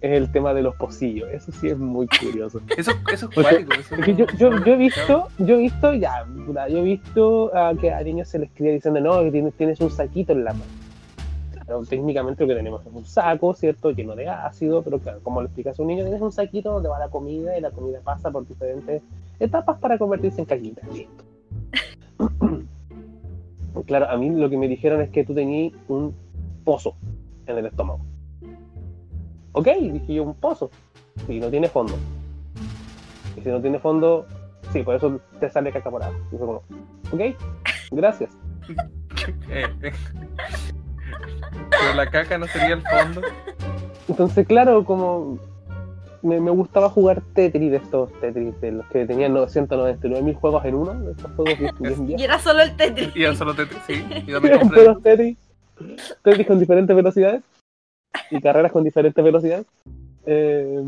[SPEAKER 1] es el tema de los pocillos. Eso sí es muy curioso.
[SPEAKER 2] Eso, eso es
[SPEAKER 1] Porque-
[SPEAKER 2] cuático. eso
[SPEAKER 1] Porque yo,
[SPEAKER 2] no-
[SPEAKER 1] yo, yo he visto, yo he visto, ya, puta, yo he visto ah, que a niños se les cría diciendo, no, que tienes, tienes un saquito en la mano. Claro, técnicamente lo que tenemos es un saco, ¿cierto? Lleno de ácido, pero claro, como le explicas a un niño, tienes un saquito donde va la comida y la comida pasa por diferentes etapas para convertirse en caquita, listo. [CLEARS THROAT] claro, a mí lo que me dijeron es que tú tenías un pozo en el estómago. Ok, dije yo, un pozo. Y no tiene fondo. Y si no tiene fondo, sí, por eso te sale caca por abajo. Y fue como, ok, [LAUGHS] gracias.
[SPEAKER 2] [LAUGHS] Eh, eh. Pero la caca no sería el fondo.
[SPEAKER 1] Entonces, claro, como me, me gustaba jugar Tetris de estos Tetris, de los que tenían 999 mil juegos en uno, de estos juegos bien, bien
[SPEAKER 3] Y
[SPEAKER 1] viejos.
[SPEAKER 3] era solo el Tetris.
[SPEAKER 2] Y al solo te... Sí,
[SPEAKER 1] [LAUGHS]
[SPEAKER 2] yo también compré.
[SPEAKER 1] Pero Tetris, Tetris con diferentes velocidades y carreras con diferentes velocidades. Eh,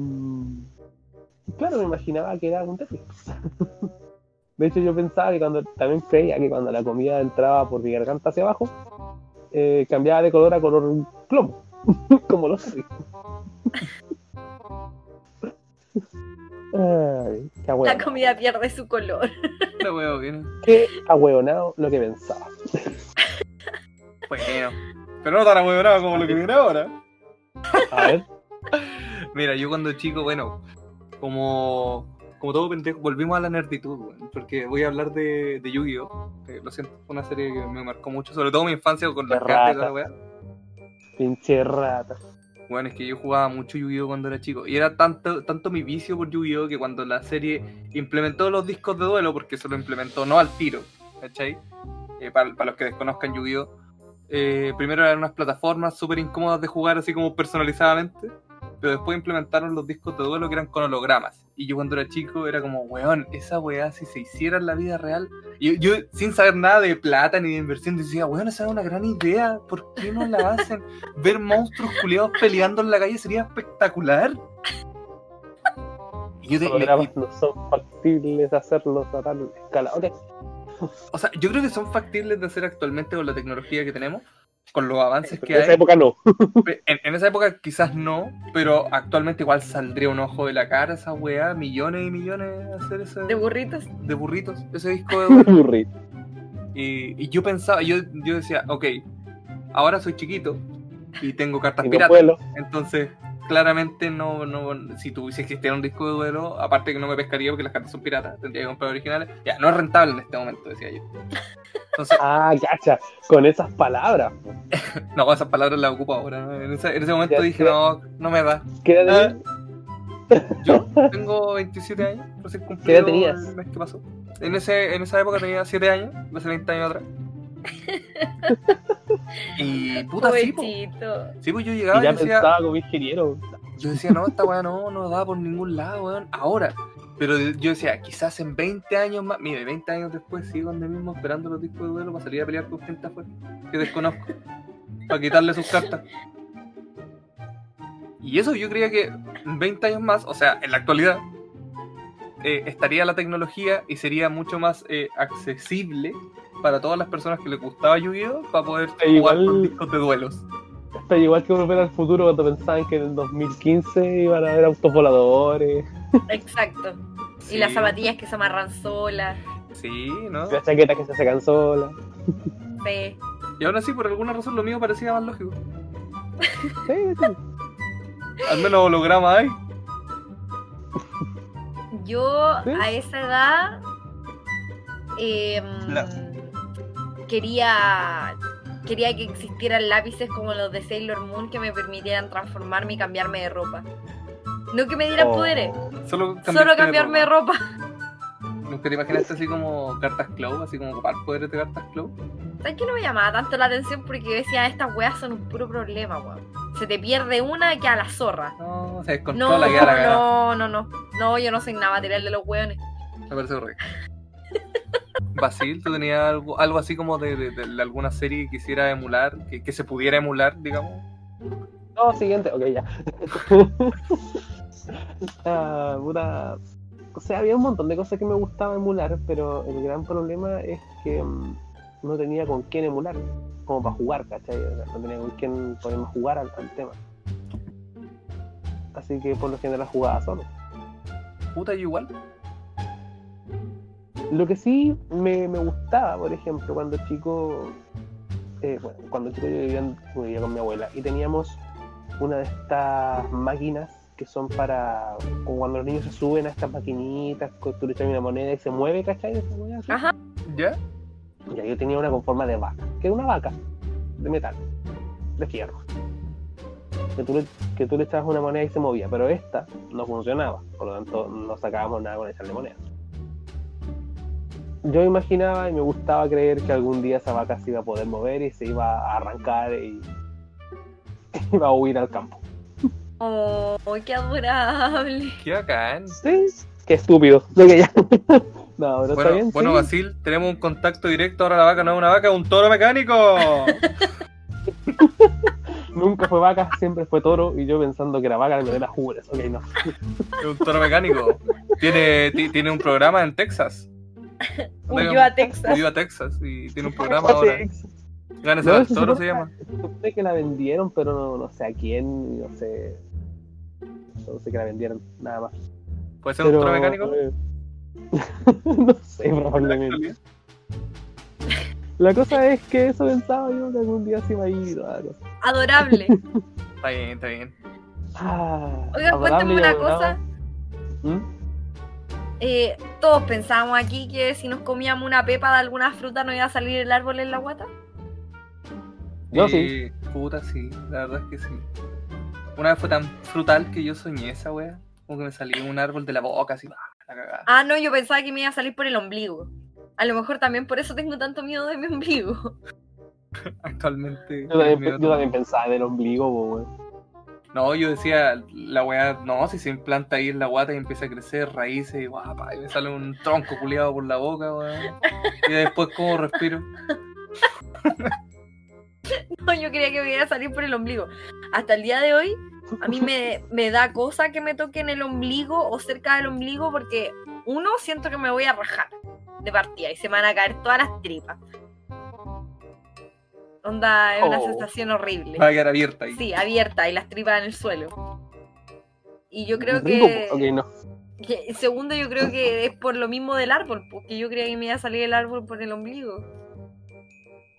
[SPEAKER 1] claro, me imaginaba que era un Tetris. [LAUGHS] De hecho, yo pensaba que cuando también creía que cuando la comida entraba por mi garganta hacia abajo, eh, cambiaba de color a color plomo, [LAUGHS] como los Tetris. [LAUGHS] Ay, qué
[SPEAKER 3] La
[SPEAKER 1] ahueonado.
[SPEAKER 3] comida pierde su color.
[SPEAKER 2] La huevo viene.
[SPEAKER 1] Qué ahueonado lo que pensaba.
[SPEAKER 2] Bueno. Pero no tan ahuevonado como lo que viene ahora.
[SPEAKER 1] A ver,
[SPEAKER 2] Mira, yo cuando chico, bueno, como, como todo pendejo, volvimos a la nerditud, weón, porque voy a hablar de, de Yu-Gi-Oh! Eh, lo siento, fue una serie que me marcó mucho, sobre todo mi infancia con las
[SPEAKER 1] De
[SPEAKER 2] cartas y
[SPEAKER 1] rata.
[SPEAKER 2] toda la weá.
[SPEAKER 1] pinche rata.
[SPEAKER 2] Bueno, es que yo jugaba mucho Yu-Gi-Oh cuando era chico. Y era tanto, tanto mi vicio por Yu-Gi-Oh que cuando la serie implementó los discos de duelo, porque se lo implementó no al tiro, ¿cachai? Eh, para, para los que desconozcan Yu-Gi-Oh, eh, primero eran unas plataformas súper incómodas de jugar así como personalizadamente, pero después implementaron los discos de duelo que eran con hologramas. Y yo cuando era chico era como, weón, esa weá si se hiciera en la vida real. Y yo, yo, sin saber nada de plata ni de inversión decía, weón, esa es una gran idea, ¿por qué no la hacen? [LAUGHS] ver monstruos culiados peleando en la calle sería espectacular. Y yo te-
[SPEAKER 1] programas no son factibles de hacerlos a tal escala. Ok,
[SPEAKER 2] o sea, yo creo que son factibles de hacer actualmente con la tecnología que tenemos, con los avances
[SPEAKER 1] pero
[SPEAKER 2] que
[SPEAKER 1] en
[SPEAKER 2] hay.
[SPEAKER 1] esa época no. [LAUGHS]
[SPEAKER 2] En, en esa época quizás no, pero actualmente igual saldría un ojo de la cara esa weá, millones y millones a hacer ese
[SPEAKER 3] De burritos.
[SPEAKER 2] de burritos, ese disco de oro.
[SPEAKER 1] Burrito.
[SPEAKER 2] Y, y yo pensaba, yo, yo decía, ok, ahora soy chiquito y tengo cartas
[SPEAKER 1] Y no
[SPEAKER 2] piratas.
[SPEAKER 1] puedo.
[SPEAKER 2] Entonces, claramente no, no si tuviese existiera un disco de duelo, aparte que no me pescaría porque las cartas son piratas, tendría que comprar originales. Ya, no es rentable en este momento, decía yo. Entonces,
[SPEAKER 1] Ah, cacha, con esas palabras. po.
[SPEAKER 2] no, esas palabras las ocupo ahora. ¿no? En ese, en ese momento
[SPEAKER 1] Ya
[SPEAKER 2] dije,
[SPEAKER 1] sé.
[SPEAKER 2] no, no me da.
[SPEAKER 1] ¿Qué edad
[SPEAKER 2] Ah,
[SPEAKER 1] tenías? [LAUGHS]
[SPEAKER 2] Yo tengo 27 años, recién cumplido
[SPEAKER 1] ¿Qué edad tenías?
[SPEAKER 2] el mes que pasó. En, ese, en esa época tenía 7 años, hace 20 años atrás. Y puta, sí, po.
[SPEAKER 3] Pobrecito.
[SPEAKER 2] Sí, pues yo
[SPEAKER 1] Y
[SPEAKER 2] llegaba y
[SPEAKER 1] ya
[SPEAKER 2] decía,
[SPEAKER 1] pensaba como ingeniero.
[SPEAKER 2] Yo decía, no, esta weá no, no da por ningún lado, weón. Ahora, Pero yo decía, quizás en 20 años más, mire, 20 años después sigo donde mismo esperando los discos de duelo para salir a pelear con gente afuera que desconozco, para quitarle sus cartas. Y eso yo creía que en 20 años más, o sea, en la actualidad, eh, estaría la tecnología y sería mucho más eh, accesible para todas las personas que les gustaba Yu-Gi-Oh! para poder
[SPEAKER 1] E
[SPEAKER 2] jugar
[SPEAKER 1] igual-
[SPEAKER 2] con discos de duelos.
[SPEAKER 1] Está igual que volver al futuro cuando pensaban que en el 2015 iban a haber autos voladores.
[SPEAKER 3] Exacto.
[SPEAKER 2] Sí,
[SPEAKER 3] Y las zapatillas que se amarran solas.
[SPEAKER 2] Sí, ¿no?
[SPEAKER 1] Las chaquetas que se sacan solas.
[SPEAKER 3] sí.
[SPEAKER 2] Y aún así, por alguna razón, lo mío parecía más lógico.
[SPEAKER 1] Sí, sí.
[SPEAKER 2] Al menos holograma hay.
[SPEAKER 3] Yo
[SPEAKER 1] ¿Sí?
[SPEAKER 3] a esa edad em,
[SPEAKER 2] La-
[SPEAKER 3] quería quería que existieran lápices como los de Sailor Moon que me permitieran transformarme y cambiarme de ropa. No que me dieran
[SPEAKER 1] Oh.
[SPEAKER 3] poderes,
[SPEAKER 2] Solo,
[SPEAKER 3] solo cambiarme de ropa. [LAUGHS]
[SPEAKER 2] ropa. ¿Nunca te imaginaste así como cartas Claw? Así como ocupar poderes de cartas Claw.
[SPEAKER 3] ¿Sabes que no me llamaba tanto la atención? Porque yo decía, estas weas son un puro problema, weón. Se te pierde una que a la zorra.
[SPEAKER 2] No, se
[SPEAKER 3] No,
[SPEAKER 2] descontrola, queda la cagada.
[SPEAKER 3] no, no, no. No, yo no soy nada material de los weones.
[SPEAKER 2] Me parece correcto. Basil, ¿tú tenías algo, algo así como de, de- de alguna serie que quisiera emular, que, que se pudiera emular, digamos?
[SPEAKER 1] No, siguiente. Ok, ya. [LAUGHS] Ah, puta. O sea, había un montón de cosas que me gustaba emular, pero el gran problema es que mm, no tenía con quién emular, como para jugar, ¿cachai? O sea, no tenía con quién podíamos jugar al, al tema. Así que por lo general jugaba solo.
[SPEAKER 2] Puta, yo igual.
[SPEAKER 1] Lo que sí me, me gustaba, por ejemplo, cuando chico, eh, bueno, cuando chico yo vivía, en- yo vivía con mi abuela y teníamos una de estas máquinas que son para como cuando los niños se suben a estas maquinitas, que tú le echas una moneda y se mueve, ¿cachai? Esa weá así.
[SPEAKER 3] Ajá.
[SPEAKER 2] ¿Ya?
[SPEAKER 1] Ya, yo tenía una con forma de vaca, que era una vaca de metal, de fierro. Que tú, le, que tú le echabas una moneda y se movía, pero esta no funcionaba, por lo tanto no sacábamos nada con echarle moneda. Yo imaginaba y me gustaba creer que algún día esa vaca se iba a poder mover y se iba a arrancar y [LAUGHS] iba a huir al campo.
[SPEAKER 3] Oh, qué adorable.
[SPEAKER 2] Qué bacán.
[SPEAKER 1] Sí, qué estúpido. No, que ya. [LAUGHS] No, pero está
[SPEAKER 2] bueno,
[SPEAKER 1] bien.
[SPEAKER 2] bueno
[SPEAKER 1] sí.
[SPEAKER 2] Basil, tenemos un contacto directo. Ahora la vaca no es una vaca, es un toro mecánico.
[SPEAKER 3] [LAUGHS]
[SPEAKER 1] Nunca fue vaca, siempre fue toro y yo pensando que era vaca me era jures. Ok, no.
[SPEAKER 2] es un toro mecánico. Tiene, ti- tiene un programa en Texas.
[SPEAKER 3] Huyó a Texas.
[SPEAKER 2] Huyó a Texas y tiene un programa
[SPEAKER 1] Ah,
[SPEAKER 2] ahora. Gana
[SPEAKER 1] No,
[SPEAKER 2] al
[SPEAKER 1] se
[SPEAKER 2] toro se
[SPEAKER 1] supone-
[SPEAKER 2] llama.
[SPEAKER 1] Se supone que la vendieron, pero no, no sé a quién, no sé. No sé que la vendieron, nada más.
[SPEAKER 2] ¿Puede ser
[SPEAKER 1] Pero,
[SPEAKER 2] un toro mecánico?
[SPEAKER 1] eh, [LAUGHS] no sé, probablemente. La cosa es que eso pensaba yo que algún día se iba a ir. ah, no sé.
[SPEAKER 3] Adorable.
[SPEAKER 2] Está bien, está bien.
[SPEAKER 1] Ah,
[SPEAKER 3] Oigan,
[SPEAKER 1] adorable
[SPEAKER 3] cuéntenme
[SPEAKER 1] y
[SPEAKER 3] una
[SPEAKER 1] adorado.
[SPEAKER 3] cosa.
[SPEAKER 1] ¿Mm?
[SPEAKER 3] Eh, todos pensábamos aquí que si nos comíamos una pepa de alguna fruta no iba a salir el árbol en la guata.
[SPEAKER 1] Yo
[SPEAKER 2] Y- Puta, sí, la verdad es que sí. Una vez fue tan frutal que yo soñé esa wea. Como que me salía un árbol de la boca, así, ah, la cagada.
[SPEAKER 3] Ah, no, yo pensaba que me iba a salir por el ombligo. A lo mejor también por eso tengo tanto miedo de mi ombligo. [LAUGHS]
[SPEAKER 2] Actualmente.
[SPEAKER 1] Yo también,
[SPEAKER 2] me-
[SPEAKER 1] yo también pensaba en el ombligo, po, weón.
[SPEAKER 2] No, yo decía, la wea, no, si se implanta ahí en la guata y empieza a crecer raíces y guapa, y me sale un tronco culiado por la boca, weón. Y después, ¿cómo respiro?
[SPEAKER 3] No, yo creía que me iba a salir por el ombligo. Hasta el día de hoy, a
[SPEAKER 1] [LAUGHS]
[SPEAKER 3] mí me, me da cosa que me toquen el ombligo o cerca del ombligo porque, uno, siento que me voy a rajar de partida y se me van a caer todas las tripas. Onda, es una
[SPEAKER 1] Oh.
[SPEAKER 3] sensación horrible.
[SPEAKER 2] Va a quedar abierta ahí.
[SPEAKER 3] Sí, abierta y las tripas en el suelo. Y yo creo
[SPEAKER 1] Rico,
[SPEAKER 3] que,
[SPEAKER 1] po. Ok, no.
[SPEAKER 3] que- Segundo, yo creo que es por lo mismo del árbol, porque yo creía que me iba a salir el árbol por el ombligo.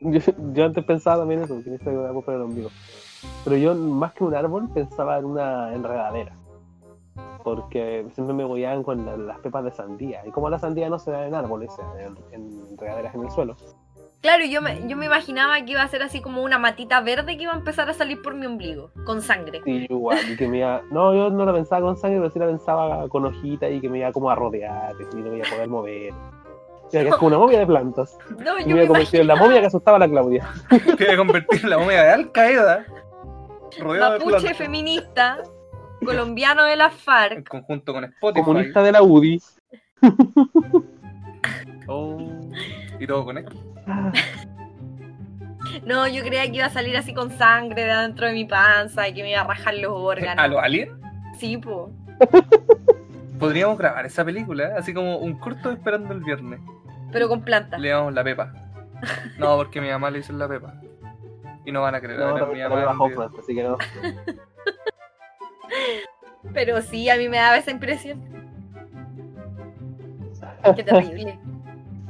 [SPEAKER 1] Yo, yo antes pensaba también eso, que me iba a comprar el ombligo. Pero yo, más que un árbol, pensaba en una enredadera. Porque siempre me gollaban con la- las pepas de sandía. Y como la sandía no se da en árboles, se da en, en enredaderas en el suelo.
[SPEAKER 3] Claro, yo me, yo me imaginaba que iba a ser así como una matita verde que iba a empezar a salir por mi ombligo, con sangre.
[SPEAKER 1] Y yo, igual, y que me iba- No, yo no la pensaba con sangre, pero sí la pensaba con hojita y que me iba como a rodear, y no me iba a poder mover. Mira, que es como una momia de plantas. Y
[SPEAKER 3] No,
[SPEAKER 1] me
[SPEAKER 3] yo me
[SPEAKER 1] había
[SPEAKER 3] imagino
[SPEAKER 1] convertido en la momia que asustaba a la Claudia.
[SPEAKER 2] Te voy a convertir en la momia de Al Qaeda. Rodeado de
[SPEAKER 3] mapuche
[SPEAKER 2] plantas.
[SPEAKER 3] feminista. colombiano de la FARC.
[SPEAKER 2] En conjunto con Spotify.
[SPEAKER 1] Comunista de la UDI.
[SPEAKER 2] Oh, y todo con X.
[SPEAKER 3] No, yo creía que iba a salir así con sangre de adentro de mi panza y que me iba a rajar los
[SPEAKER 2] ¿A
[SPEAKER 3] órganos.
[SPEAKER 2] los aliens?
[SPEAKER 3] Sí, po.
[SPEAKER 2] Podríamos grabar esa película, ¿eh? así como un corto esperando el viernes.
[SPEAKER 3] Pero con plantas.
[SPEAKER 2] Le llamamos la Pepa. No, porque mi mamá le dice la Pepa. Y no van a creer.
[SPEAKER 1] No,
[SPEAKER 2] ahora
[SPEAKER 1] no,
[SPEAKER 2] mi
[SPEAKER 1] no,
[SPEAKER 2] mamá
[SPEAKER 1] no,
[SPEAKER 2] es
[SPEAKER 1] no,
[SPEAKER 2] video.
[SPEAKER 1] no, así que no.
[SPEAKER 3] Pero sí, a mí me daba esa impresión. Qué terrible.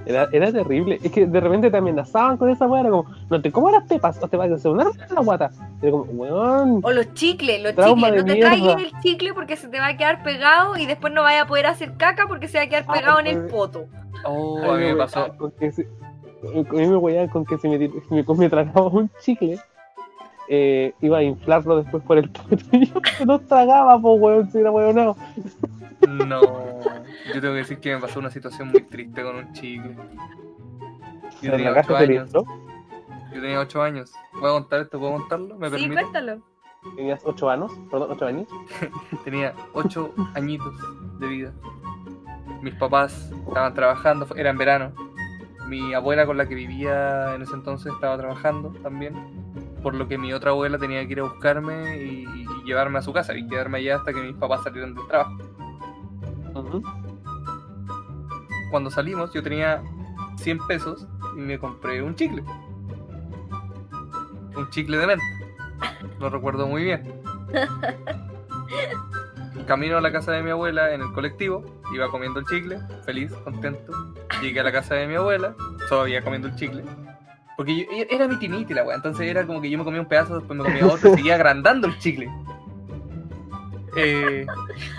[SPEAKER 1] Era, era terrible. Es que de repente te amenazaban con esa weá. Era como, no te comas las pepas o te vas a hacer una rata en la guata. Era como, weón.
[SPEAKER 3] O los chicles, los
[SPEAKER 1] Trauma
[SPEAKER 3] chicles.
[SPEAKER 1] de
[SPEAKER 3] No te
[SPEAKER 1] mierda.
[SPEAKER 3] traigas el chicle porque se te va a quedar pegado y después no vaya a poder hacer caca porque se va a quedar
[SPEAKER 1] Ah,
[SPEAKER 3] pegado en el
[SPEAKER 1] pues.
[SPEAKER 3] poto.
[SPEAKER 2] Oh, a mí me pasó.
[SPEAKER 1] Con que se- a mí me weaban con que si me, tir- si me, me tragaba un chicle, eh, iba a inflarlo después por el [LAUGHS] poto. Y yo no tragaba, po, weón, si era weonado.
[SPEAKER 2] No. Yo tengo que decir que me pasó una situación muy triste con un chicle.
[SPEAKER 1] En
[SPEAKER 2] Yo tenía
[SPEAKER 1] la
[SPEAKER 2] 8
[SPEAKER 1] casa se
[SPEAKER 2] años.
[SPEAKER 1] libró.
[SPEAKER 2] Yo tenía 8 años. ¿Voy a contar esto? ¿Puedo contarlo? ¿Me
[SPEAKER 3] Sí,
[SPEAKER 2] permite?
[SPEAKER 3] cuéntalo.
[SPEAKER 1] Tenías ocho años, perdón, ocho años.
[SPEAKER 2] [LAUGHS] Tenía 8 añitos de vida. Mis papás estaban trabajando, fue- era en verano. Mi abuela con la que vivía en ese entonces estaba trabajando también. Por lo que mi otra abuela tenía que ir a buscarme y, y llevarme a su casa y quedarme allá hasta que mis papás salieran del trabajo.
[SPEAKER 1] Ujú.
[SPEAKER 2] Cuando salimos yo tenía 100 pesos y me compré un chicle. Un chicle de menta. Lo recuerdo muy bien. Camino a la casa de mi abuela en el colectivo, iba comiendo el chicle, feliz, contento. Llegué a la casa de mi abuela, todavía comiendo el chicle. Porque yo- e- era mi timiti la weá, entonces era como que yo me comía un pedazo, después me comía otro, y seguía agrandando el chicle. Eh,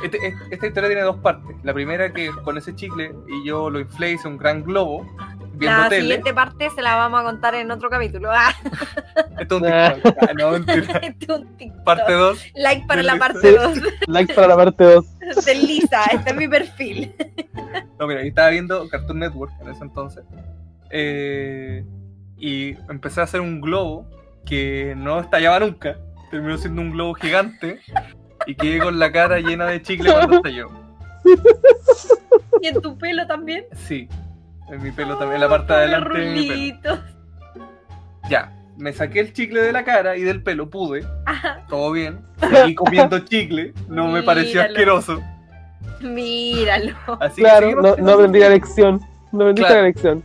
[SPEAKER 2] este- e- esta historia tiene dos partes. La primera que con ese chicle y yo lo inflé, hice un gran globo, viendo
[SPEAKER 3] La
[SPEAKER 2] tele.
[SPEAKER 3] siguiente parte se la vamos a contar en otro capítulo. [LAUGHS] Ah,
[SPEAKER 2] Esto es un TikTok. Ah,
[SPEAKER 3] [LAUGHS]
[SPEAKER 2] no, mentira.
[SPEAKER 3] este es un TikTok.
[SPEAKER 2] Parte 2.
[SPEAKER 3] Like para la
[SPEAKER 2] Del
[SPEAKER 3] parte 2
[SPEAKER 1] Like para la parte 2.
[SPEAKER 3] [LAUGHS] de Lisa. Este es mi perfil. [LAUGHS]
[SPEAKER 2] No, mira, yo estaba viendo Cartoon Network en ese entonces. Eh, y empecé a hacer un globo que no estallaba nunca. Terminó siendo un globo gigante. Y quedé con la cara llena de chicle
[SPEAKER 3] [LAUGHS]
[SPEAKER 2] cuando estalló.
[SPEAKER 3] Y en tu pelo también.
[SPEAKER 2] Sí. En mi pelo también, en la parte de
[SPEAKER 3] Pobre
[SPEAKER 2] adelante de mi pelo.
[SPEAKER 3] Rulito.
[SPEAKER 2] Ya. Me saqué el chicle de la cara y del pelo, pude.
[SPEAKER 3] Ah,
[SPEAKER 2] Todo bien. Seguí comiendo chicle. No me pareció
[SPEAKER 3] Míralo.
[SPEAKER 2] asqueroso.
[SPEAKER 3] Míralo.
[SPEAKER 2] Así que
[SPEAKER 1] claro,
[SPEAKER 2] seguimos
[SPEAKER 1] no, no
[SPEAKER 2] teniendo
[SPEAKER 1] aprendí
[SPEAKER 2] chicle.
[SPEAKER 1] la lección. No aprendí
[SPEAKER 2] Claro.
[SPEAKER 1] la lección.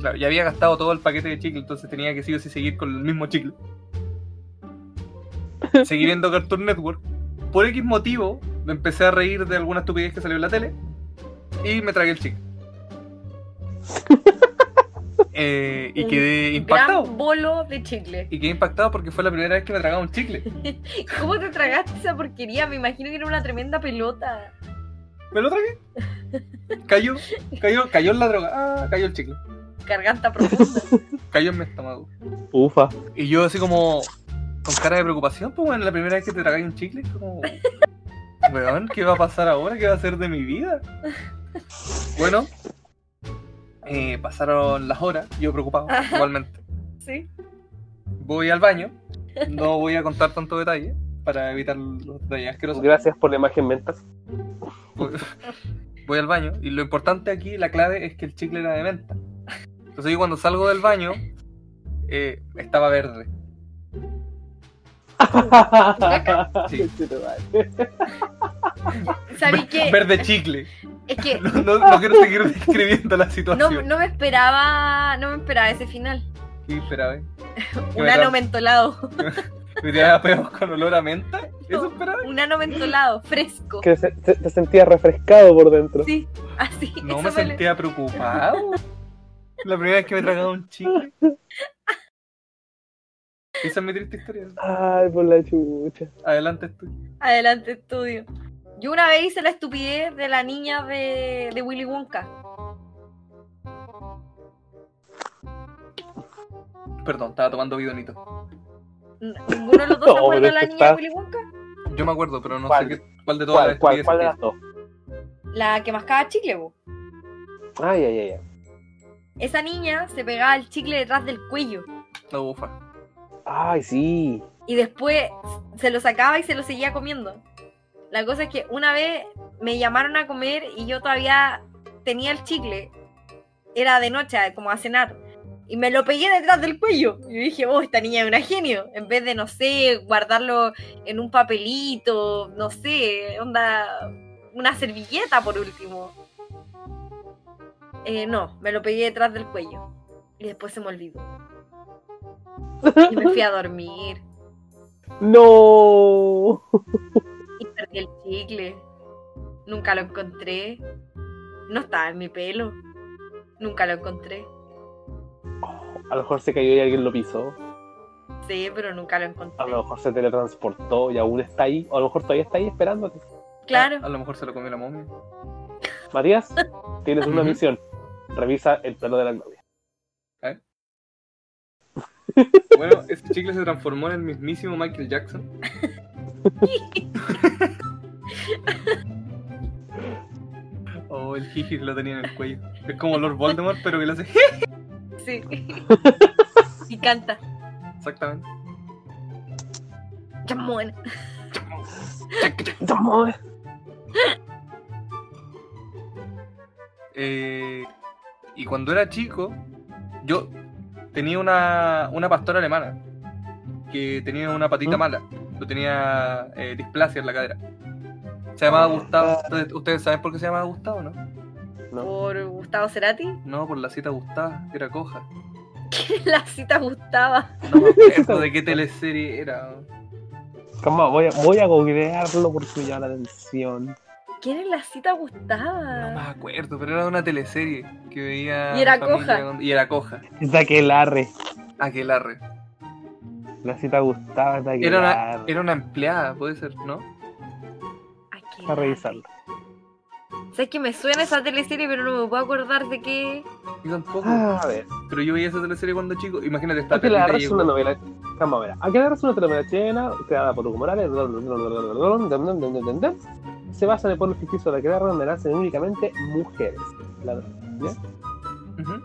[SPEAKER 2] Claro, ya había gastado todo el paquete de chicle, entonces tenía que sí o sí seguir con el mismo chicle. Seguí viendo Cartoon Network. Por X motivo, me empecé a reír de alguna estupidez que salió en la tele y me tragué
[SPEAKER 1] [LAUGHS]
[SPEAKER 2] el chicle. Eh, y
[SPEAKER 3] Un
[SPEAKER 2] quedé
[SPEAKER 3] Gran
[SPEAKER 2] impactado.
[SPEAKER 3] bolo de chicle.
[SPEAKER 2] Y quedé impactado porque fue la primera vez que me tragaba un chicle.
[SPEAKER 3] ¿Cómo te tragaste esa porquería? Me imagino que era una tremenda pelota.
[SPEAKER 2] Me lo tragué. Cayó, cayó, cayó en la droga. Ah, cayó el chicle.
[SPEAKER 3] Garganta profunda.
[SPEAKER 2] Cayó en mi estómago.
[SPEAKER 1] Ufa.
[SPEAKER 2] Y yo así como con cara de preocupación, pues bueno, la primera vez que te tragáis un chicle, como, weón, ¿qué va a pasar ahora? ¿Qué va a hacer de mi vida? Bueno, eh, pasaron las horas, yo preocupado, igualmente.
[SPEAKER 3] Sí.
[SPEAKER 2] Voy al baño, no voy a contar tanto detalle para evitar los detalles asquerosos.
[SPEAKER 1] Gracias por la imagen mentas.
[SPEAKER 2] Voy al baño y lo importante aquí, la clave es que el chicle era de menta. Entonces yo cuando salgo del baño, eh, estaba verde. Sí. [LAUGHS]
[SPEAKER 3] ¿Sabes qué?
[SPEAKER 2] Verde chicle.
[SPEAKER 3] Es que
[SPEAKER 2] No, no- no quiero seguir describiendo la
[SPEAKER 3] no,
[SPEAKER 2] situación.
[SPEAKER 3] no me esperaba. No me esperaba ese final.
[SPEAKER 2] Sí, espera,
[SPEAKER 3] [LAUGHS]
[SPEAKER 2] ¿eh?
[SPEAKER 3] Un
[SPEAKER 2] me
[SPEAKER 3] ano
[SPEAKER 2] tra-
[SPEAKER 3] mentolado.
[SPEAKER 2] ¿Me tiraba pedos con olor a menta?
[SPEAKER 3] [LAUGHS]
[SPEAKER 2] ¿Eso esperaba?
[SPEAKER 3] Un ano mentolado, fresco.
[SPEAKER 1] que se- se- te sentías refrescado por dentro.
[SPEAKER 3] Sí, así.
[SPEAKER 2] No
[SPEAKER 3] eso
[SPEAKER 2] me
[SPEAKER 3] fue-
[SPEAKER 2] sentía
[SPEAKER 3] [LAUGHS]
[SPEAKER 2] preocupado. La primera vez que me tragaba un chicle. Esa es mi triste historia.
[SPEAKER 1] Ay, por la chucha.
[SPEAKER 2] Adelante estoy.
[SPEAKER 3] Adelante, estudio. Yo una vez hice la estupidez de la niña de, de Willy Wonka.
[SPEAKER 2] Perdón, estaba tomando bidonito.
[SPEAKER 3] N- Ninguno de los dos se
[SPEAKER 1] No,
[SPEAKER 3] acuerda de
[SPEAKER 1] pero
[SPEAKER 3] la
[SPEAKER 1] es que
[SPEAKER 3] niña de
[SPEAKER 1] está-
[SPEAKER 3] Willy Wonka.
[SPEAKER 2] Yo me acuerdo, pero no
[SPEAKER 1] ¿Cuál?
[SPEAKER 2] sé qué, cuál de todas
[SPEAKER 1] ¿Cuál,
[SPEAKER 2] las
[SPEAKER 1] cuál,
[SPEAKER 2] estupideces
[SPEAKER 1] cuál de
[SPEAKER 2] que
[SPEAKER 1] las dos?
[SPEAKER 3] La que mascaba chicle, vos.
[SPEAKER 1] Ay, ay, ay. ay.
[SPEAKER 3] Esa niña se pegaba el chicle detrás del cuello.
[SPEAKER 2] hice. La bufa.
[SPEAKER 1] Ay, sí.
[SPEAKER 3] Y después se lo sacaba y se lo seguía comiendo. La cosa es que una vez me llamaron a comer y yo todavía tenía el chicle. Era de noche, como a cenar. Y me lo pegué detrás del cuello. Y dije, oh, esta niña es una genio. En vez de, no sé, guardarlo en un papelito, no sé, onda, una servilleta por último. Eh, no, me lo pegué detrás del cuello. Y después se me olvidó. Y me fui a dormir.
[SPEAKER 1] No.
[SPEAKER 3] Y perdí el chicle. Nunca lo encontré. No estaba en mi pelo. Nunca lo encontré.
[SPEAKER 1] A lo mejor se cayó y alguien lo pisó.
[SPEAKER 3] Sí, pero nunca lo
[SPEAKER 1] A
[SPEAKER 3] encontré.
[SPEAKER 1] lo mejor se teletransportó y aún está ahí. O a lo mejor todavía está ahí esperándote.
[SPEAKER 3] Claro.
[SPEAKER 2] A, a lo mejor se lo comió la momia.
[SPEAKER 1] Matías, tienes una
[SPEAKER 2] Ujú.
[SPEAKER 1] misión. Revisa el pelo de la novia.
[SPEAKER 2] Bueno, ese chicle se transformó en el mismísimo Michael Jackson. [LAUGHS] oh, el jiji lo tenía en el cuello. Es como Lord Voldemort, pero que le hace "Je".
[SPEAKER 1] [LAUGHS]
[SPEAKER 3] Sí. y canta.
[SPEAKER 2] Exactamente.
[SPEAKER 3] Ya muero.
[SPEAKER 1] ¡Vamos!
[SPEAKER 2] Eh, y cuando era chico, yo tenía una, una pastora alemana que tenía una patita
[SPEAKER 1] ¿Mm?
[SPEAKER 2] mala. Lo tenía eh, displasia en la cadera. Se llamaba Gustavo. Ustedes- ¿Ustedes saben por qué se llamaba Gustavo, no?
[SPEAKER 1] No.
[SPEAKER 3] Por Gustavo Cerati.
[SPEAKER 2] No, por la cita Gustavo, que era coja.
[SPEAKER 3] La cita gustaba.
[SPEAKER 2] No me acuerdo de qué teleserie era.
[SPEAKER 1] Calma, voy a, voy a googlearlo porque me llama la atención.
[SPEAKER 3] ¿Quién es la cita
[SPEAKER 2] No me
[SPEAKER 3] gustaba?
[SPEAKER 2] acuerdo, pero era una teleserie que veía.
[SPEAKER 3] Y era
[SPEAKER 2] mi familia
[SPEAKER 3] coja.
[SPEAKER 2] con- Y era coja. Ah,
[SPEAKER 1] Es de Aquelarre.
[SPEAKER 2] Aquelarre.
[SPEAKER 1] La cita gustaba es de
[SPEAKER 2] Era una,
[SPEAKER 1] Aquelarre.
[SPEAKER 2] era una empleada, puede ser, ¿no?
[SPEAKER 3] Aquelarre.
[SPEAKER 1] Voy A revisarlo.
[SPEAKER 3] Sabes que me suena esa teleserie, pero no me puedo acordar de qué.
[SPEAKER 2] Yo tampoco.
[SPEAKER 1] Ah, a ver.
[SPEAKER 2] Pero yo veía esa teleserie cuando chico. Imagínate, esta
[SPEAKER 1] Aquelarre
[SPEAKER 2] perrita
[SPEAKER 1] es
[SPEAKER 2] llegó.
[SPEAKER 1] una novela. Calma, verá. Aquelarre es una telenovela chilena creada por Hugo Morales. Se basa en el pueblo ficticio de Aquelarre donde nacen únicamente mujeres. La-
[SPEAKER 2] Ujú.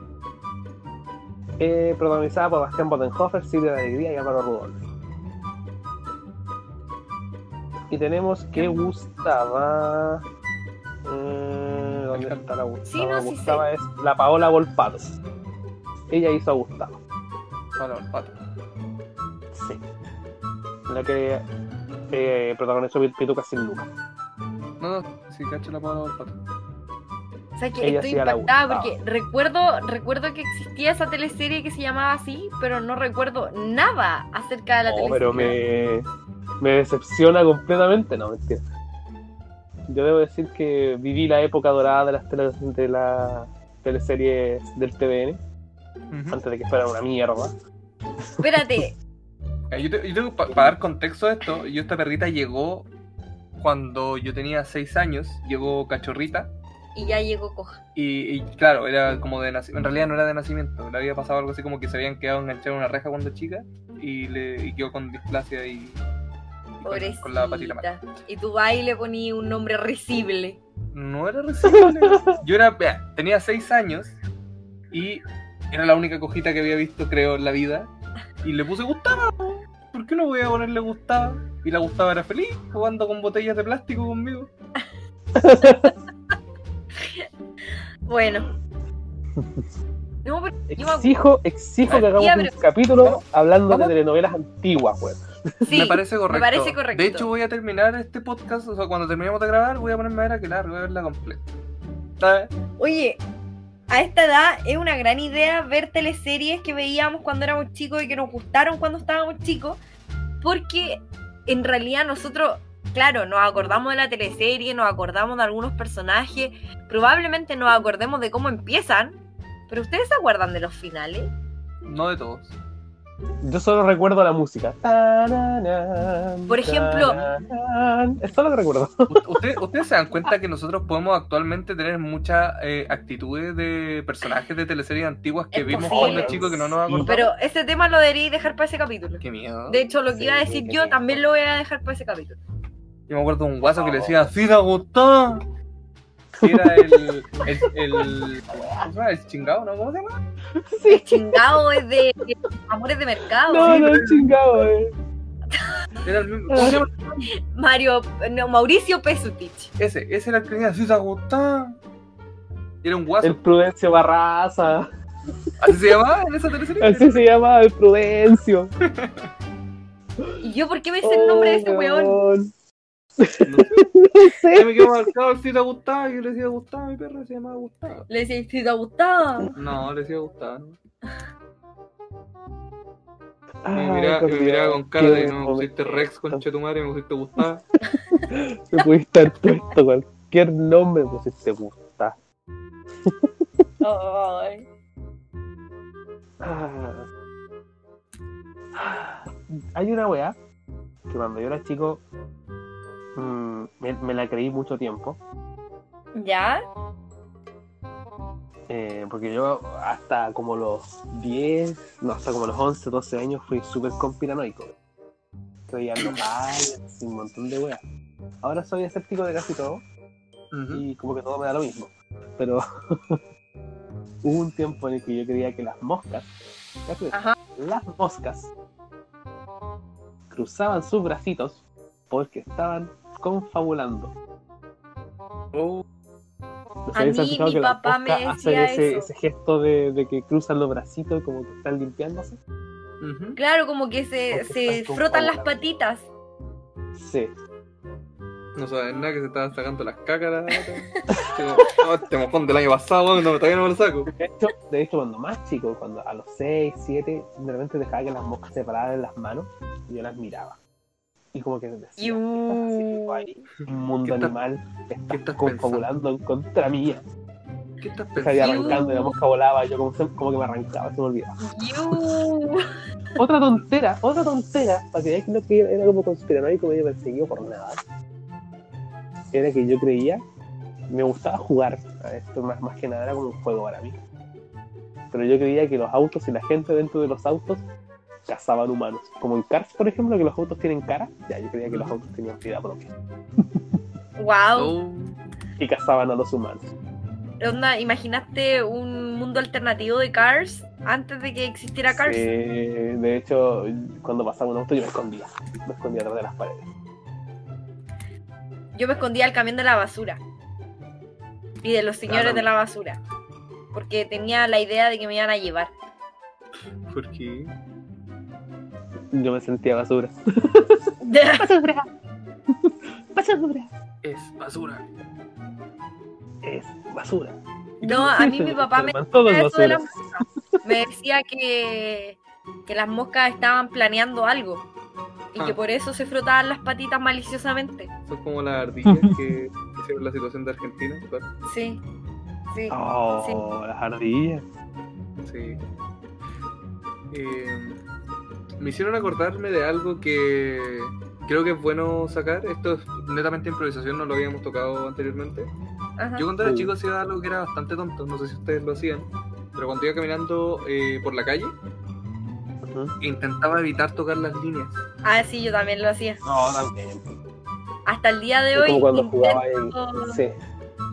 [SPEAKER 1] eh, protagonizada por Bastián Bodenhofer, Silvia de Alegría y Álvaro Rudolf. Y tenemos que gustaba. eh, ¿Dónde está la Gustava?
[SPEAKER 3] Sí, no, sí
[SPEAKER 1] Gustava es la Paola Volpato. Ella hizo a Gustavo.
[SPEAKER 2] Hola, olfato.
[SPEAKER 1] Sí. La que eh, protagonizó Pit- Pituca sin Lucas.
[SPEAKER 2] No, no, si cacho la palabra olfato.
[SPEAKER 3] Sabes que
[SPEAKER 1] Ella
[SPEAKER 3] estoy
[SPEAKER 1] hacía la
[SPEAKER 3] impactada
[SPEAKER 1] gustaba.
[SPEAKER 3] porque recuerdo, recuerdo que existía esa teleserie que se llamaba así, pero no recuerdo nada acerca de la
[SPEAKER 1] No,
[SPEAKER 3] teleserie.
[SPEAKER 1] Oh, pero me, me decepciona completamente, no, mentira. Yo debo decir que viví la época dorada de las tele- de las teleseries del TVN,
[SPEAKER 2] Ujú.
[SPEAKER 1] antes de que fuera una mierda.
[SPEAKER 3] Espérate,
[SPEAKER 2] Eh, Yo, te- yo tengo, para dar contexto a esto, yo esta perrita llegó cuando yo tenía 6 años. Llegó cachorrita.
[SPEAKER 3] y ya
[SPEAKER 2] [LAUGHS]
[SPEAKER 3] llegó coja.
[SPEAKER 2] Y, y claro, era como de nacimiento. En realidad no era de nacimiento. Le había pasado algo así como que se habían quedado enganchados en una reja cuando chica y, le, y quedó con displasia y, y con- con,
[SPEAKER 3] Pobrecita.
[SPEAKER 2] la patita mala.
[SPEAKER 3] Y tu baile ponía un nombre risible.
[SPEAKER 2] No era recién. Yo era, vea, tenía seis años y era la única cojita que había visto, creo, en la vida. Y le puse Gustavo. ¿Por qué no voy a ponerle Gustavo? Y la Gustavo era feliz jugando con botellas de plástico conmigo.
[SPEAKER 1] [LAUGHS]
[SPEAKER 3] Bueno. No, pero yo me acuerdo.
[SPEAKER 1] Exijo, exijo que hagamos
[SPEAKER 3] Tía,
[SPEAKER 1] un
[SPEAKER 3] pero-
[SPEAKER 1] capítulo hablando de
[SPEAKER 2] ¿Vamos?
[SPEAKER 1] telenovelas antiguas, pues. weón.
[SPEAKER 3] Sí,
[SPEAKER 2] me parece correcto.
[SPEAKER 3] parece correcto.
[SPEAKER 2] De hecho, voy a terminar este podcast. O sea, cuando terminemos de grabar, voy a ponerme a ver a Aquelarre, voy a verla completa. Ah, ¿Sabes?
[SPEAKER 3] Oye, a esta edad es una gran idea ver teleseries que veíamos cuando éramos chicos y que nos gustaron cuando estábamos chicos, porque en realidad nosotros, claro, nos acordamos de la teleserie, nos acordamos de algunos personajes, probablemente nos acordemos de cómo empiezan, pero ustedes se acuerdan de los finales.
[SPEAKER 2] No de todos.
[SPEAKER 1] Yo solo recuerdo la música.
[SPEAKER 3] Por ejemplo-
[SPEAKER 1] Es todo lo que recuerdo. [LAUGHS]
[SPEAKER 2] U-
[SPEAKER 3] [LAUGHS]
[SPEAKER 2] ¿Ustedes, ustedes se dan cuenta que nosotros podemos actualmente tener muchas eh, actitudes de personajes de teleseries antiguas que
[SPEAKER 3] Es
[SPEAKER 2] vimos
[SPEAKER 3] posible.
[SPEAKER 2] cuando chicos que no nos acordamos?
[SPEAKER 3] Pero ese tema lo debería dejar para ese capítulo.
[SPEAKER 2] Qué miedo.
[SPEAKER 3] De hecho, lo que
[SPEAKER 1] Sí,
[SPEAKER 3] iba a decir
[SPEAKER 1] qué
[SPEAKER 3] yo
[SPEAKER 1] miedo.
[SPEAKER 3] también lo voy a dejar para ese capítulo.
[SPEAKER 2] Yo me acuerdo de un guaso que le decía, ¡Cida Gustavo! Que era el. el, el, ¿cómo se llama? el chingado, ¿no? ¿Cómo se llama?
[SPEAKER 1] Sí.
[SPEAKER 3] [LAUGHS] Chingado es de, de amores de mercado.
[SPEAKER 1] No, no, chingado, eh.
[SPEAKER 2] Era el mismo.
[SPEAKER 3] Ah.
[SPEAKER 2] ¿Cómo se llama?
[SPEAKER 3] Mario, no, Mauricio Pesutich.
[SPEAKER 2] Ese, ese era el que tenía Suiza Gustá. Era un guaso.
[SPEAKER 1] El Prudencio Barraza.
[SPEAKER 2] Así se llamaba en esa teleserie.
[SPEAKER 1] [LAUGHS] Así se llama el Prudencio.
[SPEAKER 3] ¿Y yo por qué me sé el nombre de ese
[SPEAKER 1] Oh,
[SPEAKER 3] weón? [LAUGHS]
[SPEAKER 2] No sé,
[SPEAKER 1] No
[SPEAKER 2] yo
[SPEAKER 1] sé.
[SPEAKER 2] me quedo marcado el Suiza Gustá. Yo le decía Gustá, mi perro se llamaba Gustá.
[SPEAKER 3] Le decía, si te gustaba.
[SPEAKER 2] No, le decía Gustá. ¿no?
[SPEAKER 1] Ay,
[SPEAKER 2] Me miraba,
[SPEAKER 1] por
[SPEAKER 2] me miraba
[SPEAKER 1] Dios,
[SPEAKER 2] con cara de
[SPEAKER 1] qué
[SPEAKER 2] no me
[SPEAKER 1] momento.
[SPEAKER 2] pusiste
[SPEAKER 1] [LAUGHS]
[SPEAKER 2] Rex, concha tu madre, me pusiste Gustá.
[SPEAKER 1] Me pudiste haber puesto cualquier nombre, pues si te gusta.
[SPEAKER 3] Ay.
[SPEAKER 1] Ah. Ah. Hay una weá que cuando yo era chico mm, me, me la creí mucho tiempo.
[SPEAKER 3] ¿Ya?
[SPEAKER 1] eh, porque yo hasta como los 10, no, hasta como los 11, 12 años fui súper conspiranoico. Creía en los aliens y un montón de weas. Ahora soy escéptico de casi todo.
[SPEAKER 2] Ujú.
[SPEAKER 1] y como que todo me da lo mismo. Pero [LAUGHS] hubo un tiempo en el que yo creía que las moscas, ya creo,
[SPEAKER 3] Ajá.
[SPEAKER 1] las moscas cruzaban sus bracitos porque estaban confabulando.
[SPEAKER 2] Oh,
[SPEAKER 1] ¿No
[SPEAKER 3] A
[SPEAKER 1] se habéis
[SPEAKER 3] mí,
[SPEAKER 1] fijado
[SPEAKER 3] mi
[SPEAKER 1] las
[SPEAKER 3] papá me
[SPEAKER 1] moscas hacen
[SPEAKER 3] decía
[SPEAKER 1] ese,
[SPEAKER 3] eso.
[SPEAKER 1] ese gesto de, de que cruzan los bracitos y como que están limpiándose?
[SPEAKER 2] ujú.
[SPEAKER 3] Claro, como que se,
[SPEAKER 1] Porque
[SPEAKER 3] se
[SPEAKER 1] estás con
[SPEAKER 3] frotan las
[SPEAKER 1] Paola.
[SPEAKER 3] patitas.
[SPEAKER 1] Sí.
[SPEAKER 2] No sabes nada que se estaban sacando las
[SPEAKER 1] [LAUGHS]
[SPEAKER 2] cácaras. este mojón del año pasado, weón, no, todavía no me lo saco.
[SPEAKER 1] De hecho, de hecho, cuando más chico, cuando a los 6, 7, de repente dejaba que las moscas se pararan en las manos y yo las miraba. Y como que decía, "¿Qué
[SPEAKER 3] Iu.
[SPEAKER 1] estás haciendo ahí? un
[SPEAKER 2] ¿Qué
[SPEAKER 1] mundo
[SPEAKER 2] estás-
[SPEAKER 1] animal
[SPEAKER 2] qué
[SPEAKER 1] está
[SPEAKER 2] estás
[SPEAKER 1] confabulando en contra mía.
[SPEAKER 2] ¿Qué estás
[SPEAKER 1] Se había
[SPEAKER 2] pensando?
[SPEAKER 1] arrancando y la mosca volaba, yo como, se- como que me arrancaba, se me olvidaba.
[SPEAKER 3] Iu.
[SPEAKER 1] Otra tontera, otra tontera, para que veáis que no que era como conspiranoico medio perseguido por nada. Era que yo creía, me gustaba jugar a esto, más, más que nada era como un juego para mí. Pero yo creía que los autos y la gente dentro de los autos cazaban humanos. Como en Cars, por ejemplo, que los autos tienen cara, ya yo creía que los autos tenían vida propia
[SPEAKER 3] Wow.
[SPEAKER 2] Oh,
[SPEAKER 1] y cazaban a los humanos.
[SPEAKER 3] Onda, ¿imaginaste un mundo alternativo de Cars antes de que existiera Cars?
[SPEAKER 1] Eh, de hecho, cuando pasaba un auto yo me escondía. Me escondía atrás de las paredes.
[SPEAKER 3] Yo me escondía al camión de la basura. Y de los señores
[SPEAKER 2] Claro.
[SPEAKER 3] de la basura. Porque tenía la idea de que me iban a llevar. [LAUGHS]
[SPEAKER 2] ¿Por qué?
[SPEAKER 1] Yo me sentía basura.
[SPEAKER 4] Basura. Basura.
[SPEAKER 2] Es basura.
[SPEAKER 1] Es basura.
[SPEAKER 3] no, a
[SPEAKER 1] [LAUGHS]
[SPEAKER 3] mí mi papá me
[SPEAKER 1] Todo es
[SPEAKER 3] decía eso
[SPEAKER 1] basura.
[SPEAKER 3] de la música. Me decía que, que las moscas estaban planeando algo. Y que
[SPEAKER 2] Ah.
[SPEAKER 3] por eso se frotaban las patitas maliciosamente.
[SPEAKER 2] Son como las
[SPEAKER 1] [LAUGHS]
[SPEAKER 2] ardillas que hicieron la situación de Argentina. claro.
[SPEAKER 3] Sí. Sí.
[SPEAKER 2] Ah,
[SPEAKER 1] Oh, las ardillas.
[SPEAKER 2] Sí. Eh, me hicieron acordarme de algo que creo que es bueno sacar. Esto es netamente improvisación, no lo habíamos tocado anteriormente.
[SPEAKER 3] Ajá.
[SPEAKER 2] Yo cuando era
[SPEAKER 1] Sí.
[SPEAKER 2] chico hacía algo que era bastante tonto, no sé si ustedes lo hacían, pero cuando iba caminando eh, por la calle,
[SPEAKER 1] Ujú.
[SPEAKER 2] intentaba evitar tocar las líneas.
[SPEAKER 3] Ah, sí, yo también lo hacía.
[SPEAKER 1] No, también.
[SPEAKER 3] Hasta el día de
[SPEAKER 1] Es
[SPEAKER 3] hoy
[SPEAKER 1] como cuando jugaba
[SPEAKER 3] intento,
[SPEAKER 1] en... Sí,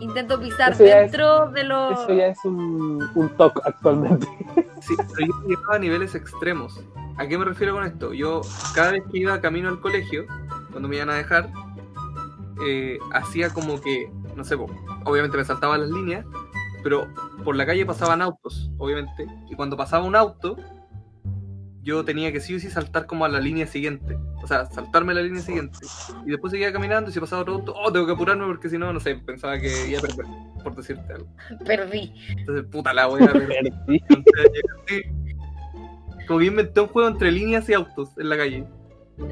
[SPEAKER 3] intento pisar
[SPEAKER 1] Eso ya es-
[SPEAKER 3] dentro de los...
[SPEAKER 1] eso ya es un, un TOC actualmente. [LAUGHS]
[SPEAKER 2] Sí, pero yo llegaba a niveles extremos. ¿A qué me refiero con esto? Yo cada vez que iba camino al colegio, cuando me iban a dejar, eh, hacía como que, no sé, po, obviamente me saltaba las líneas, pero por la calle pasaban autos, obviamente, y cuando pasaba un auto, yo tenía que sí o sí saltar como a la línea siguiente, o sea, saltarme la línea siguiente, y después seguía caminando y si pasaba otro auto, oh, tengo que apurarme porque si no, no sé, pensaba que iba a perder, por decirte algo.
[SPEAKER 3] Perdí.
[SPEAKER 2] Entonces, puta la wea, pero-
[SPEAKER 1] Perdí.
[SPEAKER 2] Sí. Como bien inventé un juego entre líneas y autos en la calle.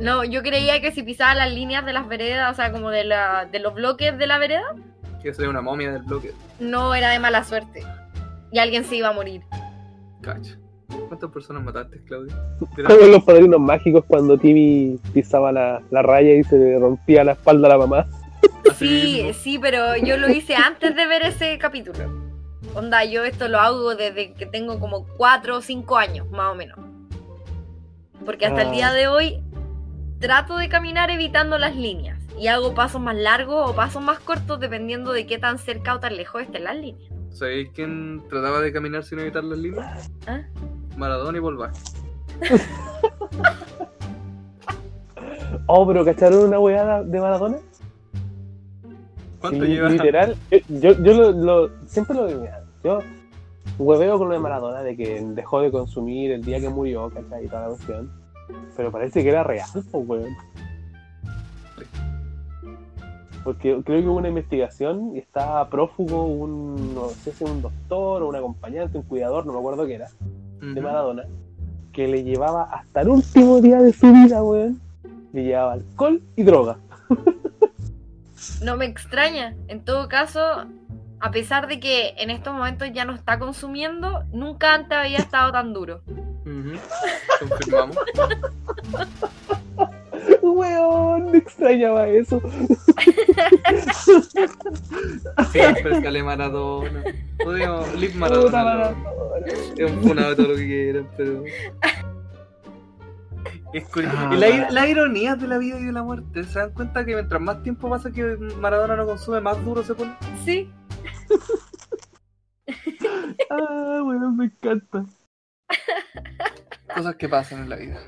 [SPEAKER 3] No, yo creía que si pisaba las líneas de las veredas, o sea, como de, la, de los bloques de la vereda,
[SPEAKER 2] Que sería una momia del bloque.
[SPEAKER 3] no era de mala suerte. Y alguien se iba a morir.
[SPEAKER 2] Cacha. ¿Cuántas personas mataste, Claudio?
[SPEAKER 1] Como [LAUGHS] en los padrinos mágicos cuando Timmy pisaba la, la raya y se le rompía la espalda a la mamá.
[SPEAKER 3] Sí, sí, pero yo lo hice antes de ver ese capítulo. Onda, yo esto lo hago desde que tengo como 4 o 5 años, más o menos. Porque hasta el
[SPEAKER 1] Ah.
[SPEAKER 3] día de hoy trato de caminar evitando las líneas. Y hago pasos más largos o pasos más cortos dependiendo de qué tan cerca o tan lejos estén las líneas.
[SPEAKER 2] ¿Sabéis quién trataba de caminar sin evitar las líneas?
[SPEAKER 3] ¿Ah?
[SPEAKER 2] Maradona y Volvac.
[SPEAKER 1] Oh, pero ¿cacharon una weá de Maradona?
[SPEAKER 2] ¿Cuánto
[SPEAKER 1] Sí,
[SPEAKER 2] lleva?
[SPEAKER 1] Literal, yo, yo- yo lo, lo- siempre lo mira, Yo hueveo con lo de Maradona, de que dejó de consumir el día que murió, ¿cachai? Y toda la cuestión. Pero parece que era real, po, weón. Porque creo que hubo una investigación y estaba prófugo un, no sé si un doctor o un acompañante, un cuidador, no me acuerdo qué era, de Maradona, que le llevaba hasta el último día de su vida, weón. Le llevaba alcohol y droga. [LAUGHS]
[SPEAKER 3] No me extraña. En todo caso, a pesar de que en estos momentos ya no está consumiendo, nunca antes había estado tan duro.
[SPEAKER 2] Ujú. Confirmamos.
[SPEAKER 1] Weón, me extrañaba eso.
[SPEAKER 2] Siempre sale Maradona. Podríamos. Live
[SPEAKER 1] Puta
[SPEAKER 2] Maradona.
[SPEAKER 1] Maradona.
[SPEAKER 2] Es un funado todo lo que quieran, pero. Es curioso.
[SPEAKER 1] Ah,
[SPEAKER 2] Y la,
[SPEAKER 1] Maradona.
[SPEAKER 2] la ironía de la vida y de la muerte. ¿Se dan cuenta que mientras más tiempo pasa que Maradona no consume, más duro se pone?
[SPEAKER 3] Sí.
[SPEAKER 1] Ah, weón, me encanta.
[SPEAKER 2] Cosas que pasan en la vida.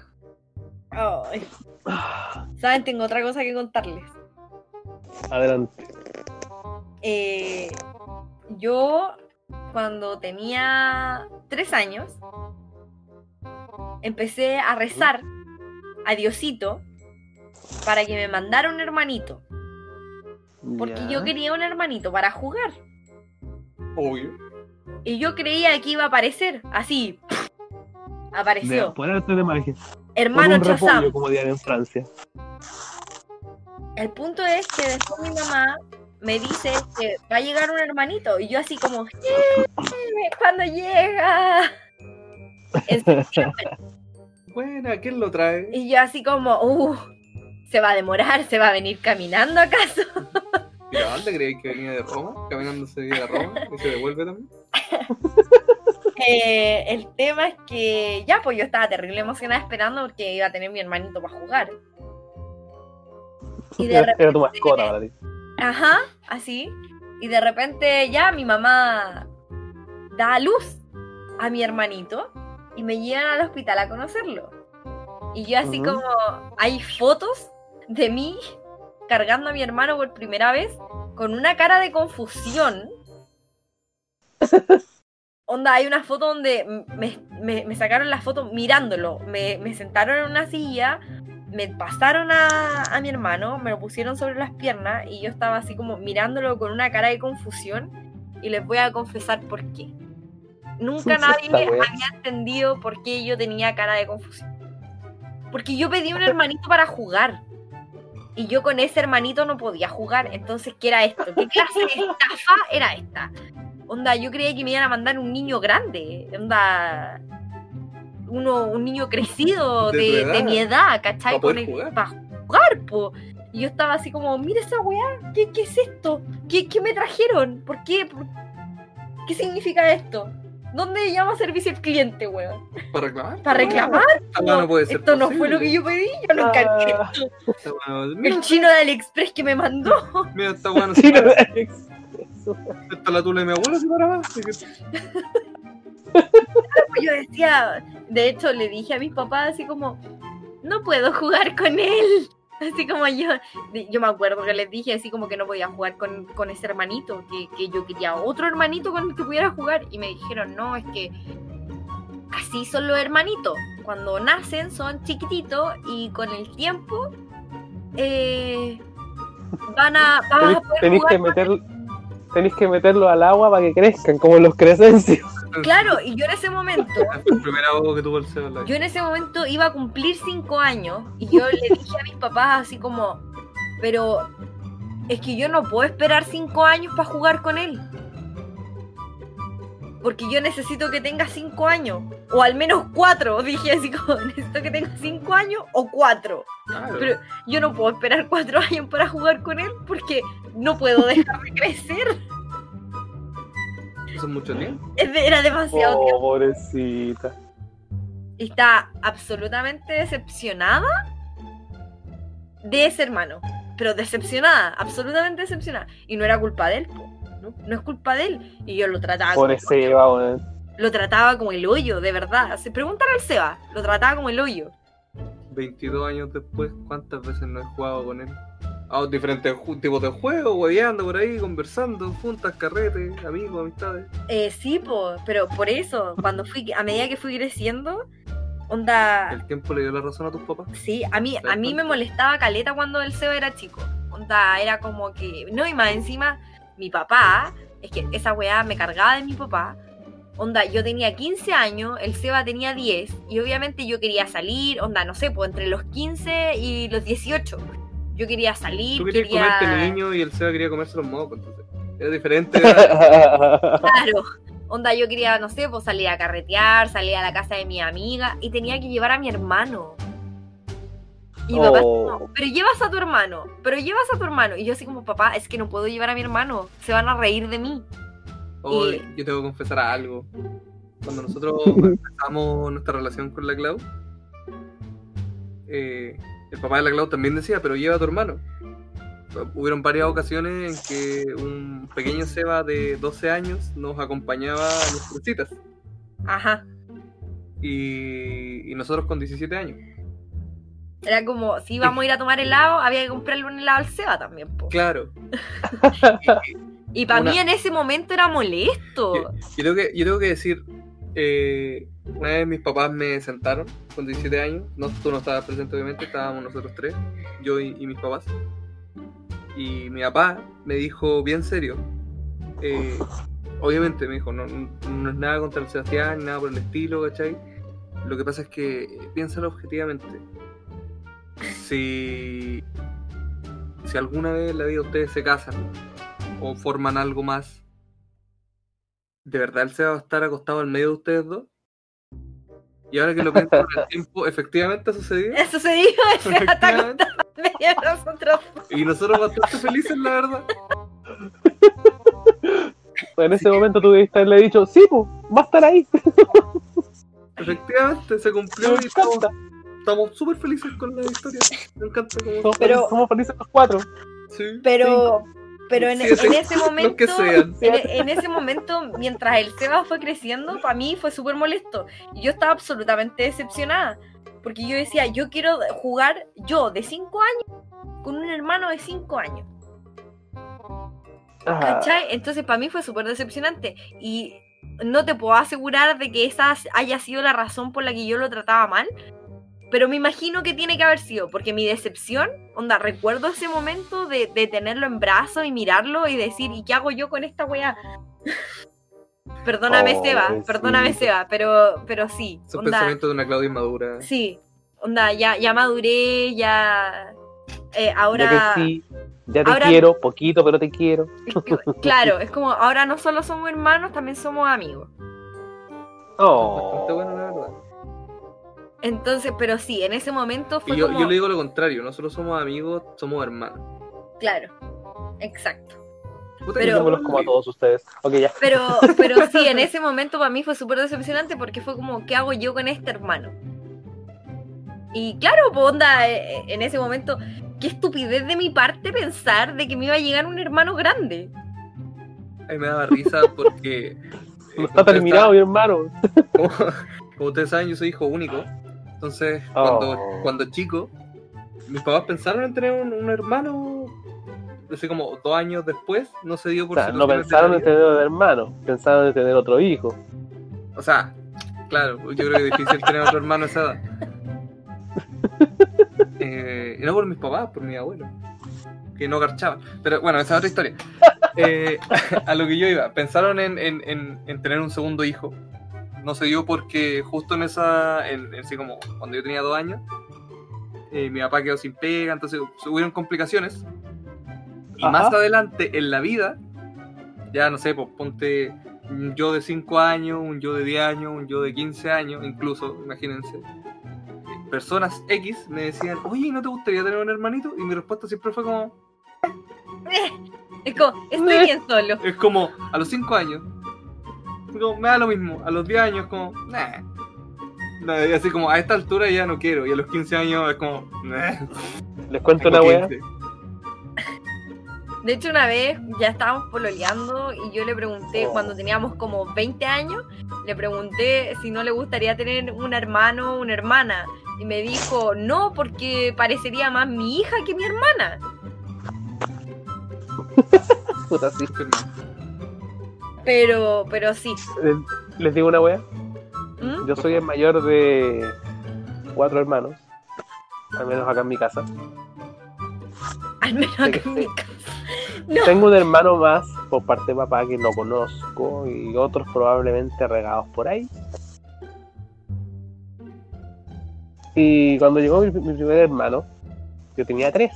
[SPEAKER 3] Ay. ¿Saben? Tengo otra cosa que contarles.
[SPEAKER 1] Adelante.
[SPEAKER 3] Eh, yo, cuando tenía tres años, empecé a rezar a Diosito para que me mandara un hermanito. Porque yo quería un hermanito para jugar.
[SPEAKER 2] Obvio.
[SPEAKER 3] Y yo creía que iba a aparecer. Así. Apareció.
[SPEAKER 1] Por arte de magia. Por
[SPEAKER 3] Hermano
[SPEAKER 1] un
[SPEAKER 3] Chazam.
[SPEAKER 1] repollo, como dirían en
[SPEAKER 3] [LAUGHS]
[SPEAKER 1] Francia.
[SPEAKER 3] El punto es que después mi mamá me dice que va a llegar un hermanito. Y yo así como, "Sí, ¿cuándo llega?
[SPEAKER 1] [LAUGHS]
[SPEAKER 3] En septiembre.
[SPEAKER 2] Bueno, ¿a quién lo trae?
[SPEAKER 3] Y yo así como, uh, se va a demorar, se va a venir caminando acaso. [LAUGHS]
[SPEAKER 2] ¿Y la banda creéis que venía de Roma? Caminándose de Roma y se devuelve también.
[SPEAKER 3] Eh, el tema es que ya, pues yo estaba terrible emocionada esperando porque iba a tener mi hermanito para jugar. Y de
[SPEAKER 1] Era, [LAUGHS] era tu
[SPEAKER 3] repente-
[SPEAKER 1] mascota para ti.
[SPEAKER 3] Ajá, así. Y de repente ya mi mamá da a luz a mi hermanito y me llevan al hospital a conocerlo. Y yo así
[SPEAKER 1] Ujú.
[SPEAKER 3] como hay fotos de mí cargando a mi hermano por primera vez con una cara de confusión. Onda, hay una foto donde m- me, me- me sacaron la foto mirándolo. Me, me sentaron en una silla, me pasaron a, a mi hermano, me lo pusieron sobre las piernas y yo estaba así como mirándolo con una cara de confusión. Y les voy a confesar por qué. Nunca nadie
[SPEAKER 1] Esta
[SPEAKER 3] me
[SPEAKER 1] wea.
[SPEAKER 3] había entendido por qué yo tenía cara de confusión. Porque yo pedí un hermanito para jugar. Y yo con ese hermanito no podía jugar. Entonces, ¿qué era esto? ¿Qué clase de estafa era esta? Onda, yo creía que me iban a mandar un niño grande. Onda. Uno, un niño crecido
[SPEAKER 2] De
[SPEAKER 3] de,
[SPEAKER 2] tu edad.
[SPEAKER 3] de mi edad, ¿cachai?
[SPEAKER 2] Pa' poder
[SPEAKER 3] Con el-
[SPEAKER 2] jugar.
[SPEAKER 3] pa' jugar, po. Y yo estaba así como, mira esa weá, ¿qué, qué es esto? ¿Qué, qué me trajeron? ¿Por qué? ¿Por- ¿Qué significa esto? ¿Dónde llamo a servicio al cliente, weón?
[SPEAKER 2] ¿Para reclamar?
[SPEAKER 3] Para reclamar.
[SPEAKER 2] Esta weá ah, no puede ser
[SPEAKER 3] Esto no fue
[SPEAKER 2] posible.
[SPEAKER 3] lo que yo pedí, yo no caché.
[SPEAKER 1] Ah.
[SPEAKER 3] esto.
[SPEAKER 2] Esta weá no- Mira,
[SPEAKER 3] El chino de AliExpress que me mandó.
[SPEAKER 2] mira, esta weá no
[SPEAKER 1] Sí,
[SPEAKER 2] se
[SPEAKER 1] no,
[SPEAKER 2] para.
[SPEAKER 1] es- eso.
[SPEAKER 2] Esta la tula de mi abuelo se para más. Así que-
[SPEAKER 3] Yo decía, de hecho, le dije a mis papás así como, no puedo jugar con él. [LAUGHS] Así como yo, de- yo me acuerdo que les dije así como que no podía jugar con, con ese hermanito, que, que yo quería otro hermanito con el que pudiera jugar. Y me dijeron, no, es que así son los hermanitos. Cuando nacen son chiquititos y con el tiempo eh, van a, vas
[SPEAKER 1] Tenéis- Tenéis
[SPEAKER 3] a poder jugar
[SPEAKER 1] que meter, tenéis que meterlo al agua para que crezcan, como los
[SPEAKER 3] [LAUGHS]
[SPEAKER 1] crecencios.
[SPEAKER 3] Claro, y yo en ese momento,
[SPEAKER 2] Fue el primer ahogo que tuvo el Seba en la vida.
[SPEAKER 3] yo en ese momento iba a cumplir cinco años y yo le dije a mis papás así como, pero es que yo no puedo esperar cinco años para jugar con él. Porque yo necesito que tenga cinco años, o al menos cuatro, [LAUGHS] dije así como, necesito que tenga cinco años o cuatro.
[SPEAKER 2] Claro.
[SPEAKER 3] Pero yo no puedo esperar cuatro años para jugar con él porque no puedo dejar de crecer.
[SPEAKER 2] Eso es mucho tiempo.
[SPEAKER 3] Es de- Era demasiado tiempo.
[SPEAKER 1] Oh, pobrecita.
[SPEAKER 3] está absolutamente decepcionada de ese hermano. Pero decepcionada, absolutamente decepcionada. Y no era culpa de él, po, ¿no? No es culpa de él. Y yo lo trataba, como,
[SPEAKER 1] Pobre Seba, weón. [LAUGHS]
[SPEAKER 3] lo trataba como el hoyo, de verdad. Se preguntan al Seba, lo trataba como el hoyo.
[SPEAKER 2] 22 años después, ¿cuántas veces no he jugado con él? A diferentes ju- tipos de juegos, hueveando por ahí, conversando, juntas, carretes, amigos, amistades.
[SPEAKER 3] Eh, sí, po, pero por eso, cuando fui, a medida que fui creciendo, onda,
[SPEAKER 2] El tiempo le dio la razón a tus papás.
[SPEAKER 3] Sí, a mí,
[SPEAKER 2] ¿Te
[SPEAKER 3] a
[SPEAKER 2] das
[SPEAKER 3] mí me
[SPEAKER 2] cuenta?
[SPEAKER 3] molestaba Caleta cuando el Seba era chico. Onda, era como que. No, y más encima, mi papá, es que esa weá me cargaba de mi papá. Onda, yo tenía 15 años, el Seba tenía 10, y obviamente yo quería salir, onda, no sé, pues entre los 15 y los 18. Yo quería salir,
[SPEAKER 2] Tú querías
[SPEAKER 3] quería.
[SPEAKER 2] comerte niño y el Seba quería comerse los mocos, entonces. Era diferente. era-
[SPEAKER 3] Claro. Onda, yo quería, no sé, pues salir a carretear, salir a la casa de mi amiga y tenía que llevar a mi hermano. Y mi papá,
[SPEAKER 1] Oh.
[SPEAKER 3] no, pero llevas a tu hermano, pero llevas a tu hermano. Y yo así como, papá, es que no puedo llevar a mi hermano, se van a reír de mí.
[SPEAKER 2] Oh,
[SPEAKER 3] Y-
[SPEAKER 2] yo tengo que confesar algo. Cuando nosotros empezamos nuestra relación con la Clau, eh, el papá de la Clau también decía, pero lleva a tu hermano. Hubieron varias ocasiones en que un pequeño Seba de 12 años nos acompañaba a nuestras citas.
[SPEAKER 3] Ajá.
[SPEAKER 2] Y, y nosotros con 17 años.
[SPEAKER 3] Era como, si íbamos a ir a tomar helado, había que comprarle un helado al Seba también. po.
[SPEAKER 2] Claro.
[SPEAKER 3] Y para
[SPEAKER 2] Una-
[SPEAKER 3] mí en ese momento era molesto.
[SPEAKER 2] Yo tengo que, yo tengo que decir, eh, una vez mis papás me sentaron con 17 años, no, tú no estabas presente obviamente, estábamos nosotros tres, yo y, y mis papás. Y mi papá me dijo bien serio, eh, obviamente me dijo, no, no- no es nada contra el Sebastián, nada por el estilo, ¿cachai? Lo que pasa es que eh, piénsalo objetivamente. Si, si alguna vez en la vida ustedes se casan o forman algo más, ¿De verdad él se va a estar acostado al medio de ustedes dos? Y ahora que lo pienso con el tiempo, efectivamente ha
[SPEAKER 3] [LAUGHS]
[SPEAKER 2] sucedido.
[SPEAKER 3] Eso se dijo, ese ataque
[SPEAKER 2] Efectivamente.
[SPEAKER 3] de nosotros.
[SPEAKER 2] Y nosotros bastante felices, la verdad.
[SPEAKER 1] en ese momento tú debiste haberle dicho, sí, pues, va a estar ahí.
[SPEAKER 2] Efectivamente, se cumplió
[SPEAKER 1] Me
[SPEAKER 2] y estamos
[SPEAKER 1] encanta.
[SPEAKER 2] estamos súper felices con la historia. Me encanta cómo...
[SPEAKER 1] Somos,
[SPEAKER 3] Pero-
[SPEAKER 1] somos felices los cuatro.
[SPEAKER 2] Sí.
[SPEAKER 3] Pero, pero en, e-,
[SPEAKER 2] Siete,
[SPEAKER 3] en ese momento,
[SPEAKER 2] Lo que sean.
[SPEAKER 3] en, e-, en ese momento, mientras el Seba fue creciendo, para mí fue súper molesto. Y yo estaba absolutamente decepcionada. Porque yo decía, yo quiero jugar yo de 5 años con un hermano de 5 años.
[SPEAKER 1] Ah,
[SPEAKER 3] ¿Cachai? Entonces para mí fue súper decepcionante. Y no te puedo asegurar de que esa haya sido la razón por la que yo lo trataba mal. Pero me imagino que tiene que haber sido, porque mi decepción, onda, recuerdo ese momento de, de tenerlo en brazos y mirarlo y decir, ¿y qué hago yo con esta weá? [LAUGHS] perdóname,
[SPEAKER 1] Oh,
[SPEAKER 3] Seba,
[SPEAKER 1] pobrecito.
[SPEAKER 3] perdóname, Seba, pero, pero sí.
[SPEAKER 2] Es un
[SPEAKER 3] Onda,
[SPEAKER 2] pensamiento de una Claudia inmadura.
[SPEAKER 3] sí, onda, ya, ya maduré, ya. eh, ahora.
[SPEAKER 1] Ya que sí, ya te
[SPEAKER 3] ahora-
[SPEAKER 1] quiero, poquito, pero te quiero.
[SPEAKER 2] [LAUGHS]
[SPEAKER 3] Claro, es como ahora no solo somos hermanos, también somos amigos.
[SPEAKER 1] Oh.
[SPEAKER 2] Bastante bueno, la verdad.
[SPEAKER 3] Entonces, pero sí, en ese momento fue
[SPEAKER 2] Y yo,
[SPEAKER 3] como...
[SPEAKER 2] yo le digo lo contrario, nosotros somos amigos, somos hermanos.
[SPEAKER 3] Claro, exacto.
[SPEAKER 2] Puta,
[SPEAKER 3] Pero-
[SPEAKER 2] yo
[SPEAKER 1] Digámoslos como a todos ustedes. Ok, ya.
[SPEAKER 3] Pero, pero sí,
[SPEAKER 2] [LAUGHS]
[SPEAKER 3] en ese momento para mí fue súper decepcionante porque fue como, ¿qué hago yo con este hermano? Y claro, pues onda, eh, eh, en ese momento, qué estupidez de mi parte pensar de que me iba a llegar un hermano grande. [LAUGHS]
[SPEAKER 2] A mí me daba risa
[SPEAKER 1] [LAUGHS]
[SPEAKER 2] porque... eh,
[SPEAKER 1] No está terminado, mi hermano.
[SPEAKER 2] como, [LAUGHS] como ustedes saben, yo soy hijo único. Entonces,
[SPEAKER 1] Oh.
[SPEAKER 2] cuando, cuando chico, mis papás pensaron en tener un, un hermano, no sé, como dos años después, no se dio
[SPEAKER 1] O
[SPEAKER 2] por
[SPEAKER 1] sea, no
[SPEAKER 2] situaciones de
[SPEAKER 1] pensaron
[SPEAKER 2] la
[SPEAKER 1] en
[SPEAKER 2] vida.
[SPEAKER 1] tener un hermano, pensaron en tener otro hijo.
[SPEAKER 2] O sea, claro, yo creo que es difícil tener otro hermano a esa edad. Eh, y no por mis papás, por mi abuelo, que no garchaban. Pero bueno, esa es otra historia. Eh, a lo que yo iba, pensaron en, en- en- en tener un segundo hijo. No se dio porque justo en esa, en, en sí, como cuando yo tenía dos años, eh, mi papá quedó sin pega, entonces hubieron complicaciones. Y
[SPEAKER 1] Ajá.
[SPEAKER 2] más adelante en la vida, ya no sé, pues ponte un yo de 5 años, un yo de 10 años, un yo de 15 años, incluso, imagínense. Personas X me decían, oye, ¿no te gustaría tener un hermanito? Y mi respuesta siempre fue como,
[SPEAKER 3] Es como, estoy bien solo.
[SPEAKER 2] es como, a los 5 años. Fue como, me da lo mismo, a los 10 años como, nah. Nah, y así como, a esta altura ya no quiero. Y a los 15 años es como, nah.
[SPEAKER 1] Les cuento
[SPEAKER 2] tengo
[SPEAKER 1] una wea.
[SPEAKER 2] 15.
[SPEAKER 3] De hecho, una vez ya estábamos pololeando y yo le pregunté,
[SPEAKER 1] Oh.
[SPEAKER 3] cuando teníamos como 20 años, le pregunté si no le gustaría tener un hermano o una hermana. Y me dijo, no, porque parecería más mi hija que mi hermana.
[SPEAKER 1] Puta, sí.
[SPEAKER 3] Pero, pero sí.
[SPEAKER 1] Les, Eh, les digo una wea.
[SPEAKER 3] ¿Mm?
[SPEAKER 1] Yo soy el mayor de cuatro hermanos. Al menos acá en mi casa.
[SPEAKER 3] Al menos acá
[SPEAKER 2] [LAUGHS]
[SPEAKER 3] en mi
[SPEAKER 1] Sí.
[SPEAKER 3] casa. No.
[SPEAKER 1] Tengo un hermano más por parte de papá que no conozco y otros probablemente regados por ahí. Y cuando llegó mi, mi primer hermano, yo tenía tres.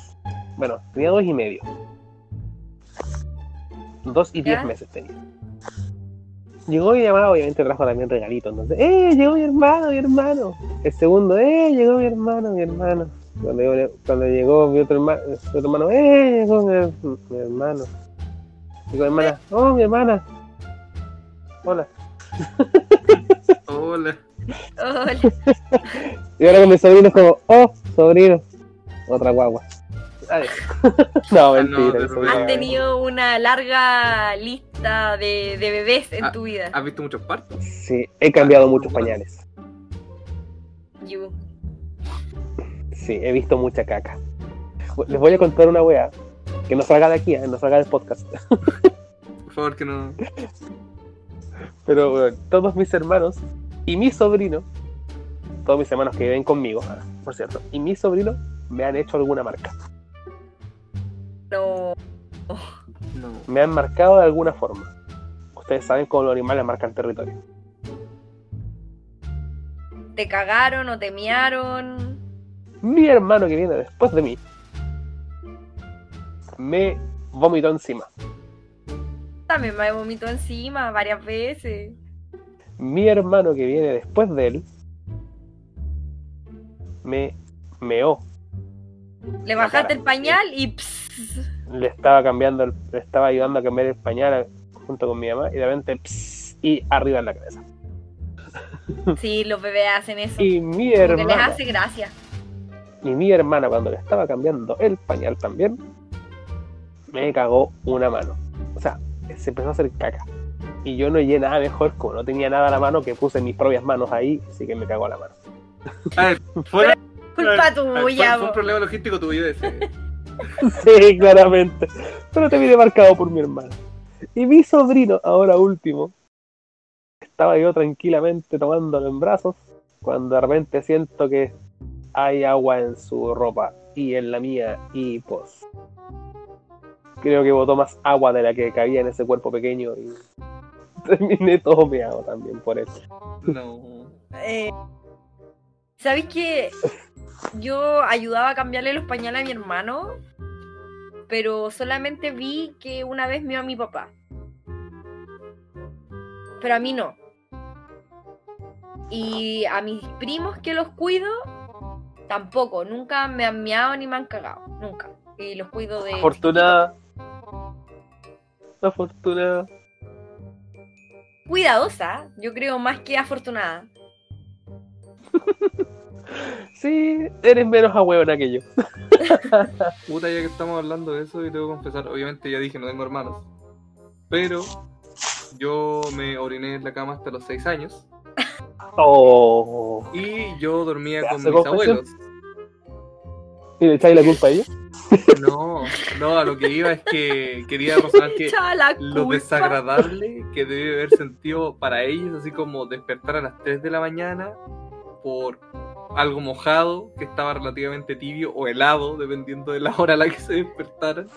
[SPEAKER 1] Bueno, tenía dos y medio. Dos y diez
[SPEAKER 3] ¿Ya?
[SPEAKER 1] meses tenía. Llegó mi hermano, obviamente trajo también regalito. Entonces, ¡eh! Llegó mi hermano, mi hermano. El segundo, ¡eh! Llegó mi hermano, mi hermano. Cuando, llegó- cuando llegó mi otro hermano, otro hermano, ¡eh! Llegó mi, her- mi hermano. Digo, hermana, ¡oh, mi hermana! Hola.
[SPEAKER 2] Hola.
[SPEAKER 3] Hola.
[SPEAKER 1] Y ahora con mis sobrinos como, ¡oh, sobrino! Otra guagua.
[SPEAKER 2] [LAUGHS]
[SPEAKER 1] Ay. no,
[SPEAKER 2] Ah, no,
[SPEAKER 1] mentira.
[SPEAKER 2] de
[SPEAKER 1] mi sobrino-
[SPEAKER 2] verdad.
[SPEAKER 3] Has tenido una larga lista de, de bebés en
[SPEAKER 2] Ah,
[SPEAKER 3] tu vida.
[SPEAKER 2] ¿Has visto muchos partos?
[SPEAKER 1] Sí, he cambiado muchos pañales.
[SPEAKER 3] You.
[SPEAKER 1] Sí, he visto mucha caca. Les voy a contar una wea que no salga de aquí, ¿eh? no salga del podcast. [LAUGHS]
[SPEAKER 2] Por favor, que no.
[SPEAKER 1] Pero bueno, todos mis hermanos y mi sobrino, todos mis hermanos que viven conmigo, ah, por cierto, y mi sobrino me han hecho alguna marca.
[SPEAKER 3] No.
[SPEAKER 2] No.
[SPEAKER 1] Me han marcado de alguna forma. Ustedes saben cómo los animales marcan territorio.
[SPEAKER 3] Te cagaron o te miaron.
[SPEAKER 1] Mi hermano que viene después de mí me vomitó encima.
[SPEAKER 3] También me vomitó encima varias veces.
[SPEAKER 1] Mi hermano que viene después de él me meó.
[SPEAKER 3] Le
[SPEAKER 1] La
[SPEAKER 3] bajaste
[SPEAKER 1] cara.
[SPEAKER 3] el pañal y pss,
[SPEAKER 1] le estaba cambiando, el- le estaba ayudando a cambiar el pañal junto con mi mamá y de repente pss, y arriba en la cabeza.
[SPEAKER 3] Sí, los bebés hacen eso.
[SPEAKER 1] Y mi
[SPEAKER 3] Como que les
[SPEAKER 1] hermana,
[SPEAKER 3] hace gracia.
[SPEAKER 1] y mi hermana cuando le estaba cambiando el pañal también, me cagó una mano. O sea, se empezó a hacer caca. Y yo no llegué nada mejor, como no tenía nada a la mano, que puse mis propias manos ahí, así que me cagó la mano.
[SPEAKER 2] A ver, fuera.
[SPEAKER 3] Culpa
[SPEAKER 2] a ver, fue,
[SPEAKER 3] tuya.
[SPEAKER 2] fue un
[SPEAKER 3] po.
[SPEAKER 2] problema logístico tuyo ese.
[SPEAKER 1] Sí, claramente. Pero te viene marcado por mi hermano. Y mi sobrino, ahora último, estaba yo tranquilamente tomándolo en brazos cuando de repente siento que hay agua en su ropa y en la mía y pues creo que botó más agua de la que cabía en ese cuerpo pequeño y [LAUGHS] terminé todo meado también por eso.
[SPEAKER 2] No.
[SPEAKER 3] Eh, ¿Sabéis que yo ayudaba a cambiarle los pañales a mi hermano? Pero solamente vi que una vez vio a mi papá. Pero a mí no. Y a mis primos que los cuido, tampoco. Nunca me han miado ni me han cagado. Nunca. Y los cuido de.
[SPEAKER 1] Afortunada. Afortunada.
[SPEAKER 3] Cuidadosa, yo creo más que afortunada.
[SPEAKER 1] Sí, eres menos ahueona que yo.
[SPEAKER 2] Puta, ya que estamos hablando de eso, y tengo que confesar, obviamente ya dije, no tengo hermanos. Pero yo me oriné en la cama hasta los 6 años
[SPEAKER 1] Oh.
[SPEAKER 2] y yo dormía
[SPEAKER 1] ¿Te
[SPEAKER 2] con
[SPEAKER 1] hace
[SPEAKER 2] mis
[SPEAKER 1] confesión?
[SPEAKER 2] abuelos.
[SPEAKER 1] [LAUGHS] ¿Y le echáis la culpa a ellos?
[SPEAKER 2] No, no, a lo que iba es que quería mostrar que
[SPEAKER 3] Echa la
[SPEAKER 2] lo
[SPEAKER 3] culpa.
[SPEAKER 2] desagradable que debe haber sentido para ellos, así como despertar a las 3 de la mañana por algo mojado que estaba relativamente tibio o helado, dependiendo de la hora a la que se despertaran.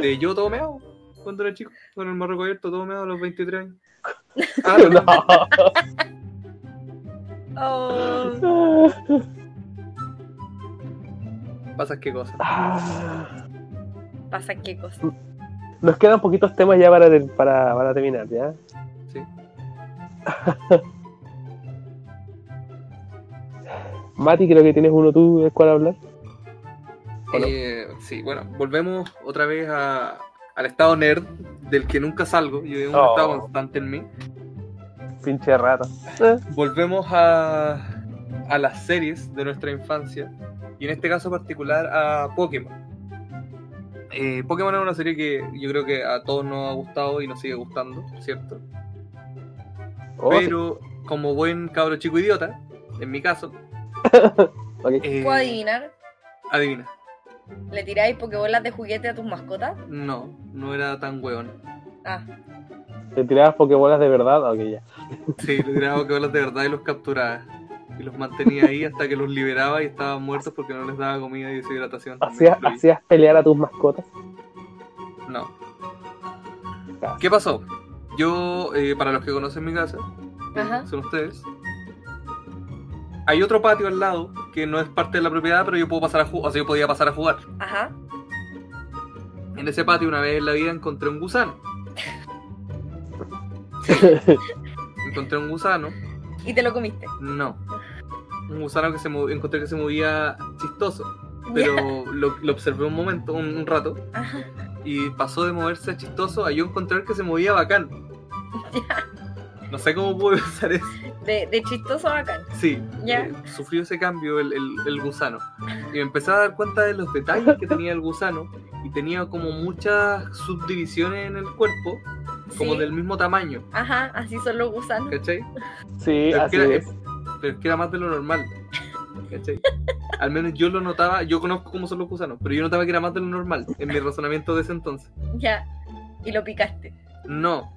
[SPEAKER 2] De yo todo meado cuando era chico, con el morro cubierto todo meado a los 23 años. Ah, no,
[SPEAKER 3] Oh.
[SPEAKER 1] No.
[SPEAKER 2] pasas qué cosas.
[SPEAKER 1] Ah.
[SPEAKER 3] pasan qué cosas.
[SPEAKER 1] Nos quedan poquitos temas ya para, ter- para, para terminar, ¿ya?
[SPEAKER 2] Sí.
[SPEAKER 1] [LAUGHS] Mati, creo que tienes uno tú del cual hablar. Hola.
[SPEAKER 2] Eh, sí, bueno, volvemos otra vez a- al estado nerd del que nunca salgo, yo es un
[SPEAKER 1] Oh.
[SPEAKER 2] estado constante en mí.
[SPEAKER 1] Pinche rata.
[SPEAKER 2] volvemos a, a las series de nuestra infancia y en este caso particular a Pokémon. Eh, Pokémon es una serie que yo creo que a todos nos ha gustado y nos sigue gustando, ¿cierto?
[SPEAKER 1] Oh,
[SPEAKER 2] Pero como buen cabro chico idiota, en mi caso,
[SPEAKER 1] Ok.
[SPEAKER 2] Eh,
[SPEAKER 3] ¿Puedo adivinar?
[SPEAKER 2] adivina.
[SPEAKER 3] ¿Le tiráis pokebolas de juguete a tus mascotas?
[SPEAKER 2] No, no era tan hueón.
[SPEAKER 3] Ah,
[SPEAKER 1] ¿Te tirabas pokebolas de verdad? Ok, ya.
[SPEAKER 2] Sí, le tiraba que de verdad y los capturaba. Y los mantenía ahí hasta que los liberaba y estaban muertos porque no les daba comida y deshidratación. también
[SPEAKER 1] ¿Hacías,
[SPEAKER 2] incluía.
[SPEAKER 1] hacías pelear a tus mascotas?
[SPEAKER 2] No. ¿Qué pasó? Yo, eh, para los que conocen mi casa, eh,
[SPEAKER 3] Ajá.
[SPEAKER 2] son ustedes. Hay otro patio al lado que no es parte de la propiedad, pero yo puedo pasar a jugar. O sea, yo podía pasar a jugar.
[SPEAKER 3] ajá.
[SPEAKER 2] En ese patio una vez en la vida encontré un gusano. Encontré un gusano.
[SPEAKER 3] Y te lo comiste.
[SPEAKER 2] No. Un gusano que se mo- encontré que se movía chistoso.
[SPEAKER 3] [LAUGHS] Ya.
[SPEAKER 2] Pero lo, lo observé un momento, un, un rato,
[SPEAKER 3] Ajá.
[SPEAKER 2] y pasó de moverse a chistoso a yo encontrar que se movía
[SPEAKER 3] [LAUGHS]
[SPEAKER 2] bacán. No sé cómo pude pensar eso.
[SPEAKER 3] De, de chistoso bacán.
[SPEAKER 2] Sí,
[SPEAKER 3] Ya.
[SPEAKER 2] eh, sufrió ese cambio el, el- el gusano. Y me empecé a dar cuenta de los detalles que tenía el gusano. Y tenía como muchas subdivisiones en el cuerpo, como
[SPEAKER 3] Sí.
[SPEAKER 2] del mismo tamaño,
[SPEAKER 3] Ajá, así son los gusanos.
[SPEAKER 2] ¿cachai?
[SPEAKER 1] Sí,
[SPEAKER 2] Pero es
[SPEAKER 1] así
[SPEAKER 2] que era-
[SPEAKER 1] es.
[SPEAKER 2] Pero es que era más de lo normal, ¿cachai? Al menos yo lo notaba, yo conozco cómo son los gusanos, pero yo notaba que era más de lo normal en mi razonamiento de ese entonces.
[SPEAKER 3] Ya. Y lo picaste.
[SPEAKER 2] No,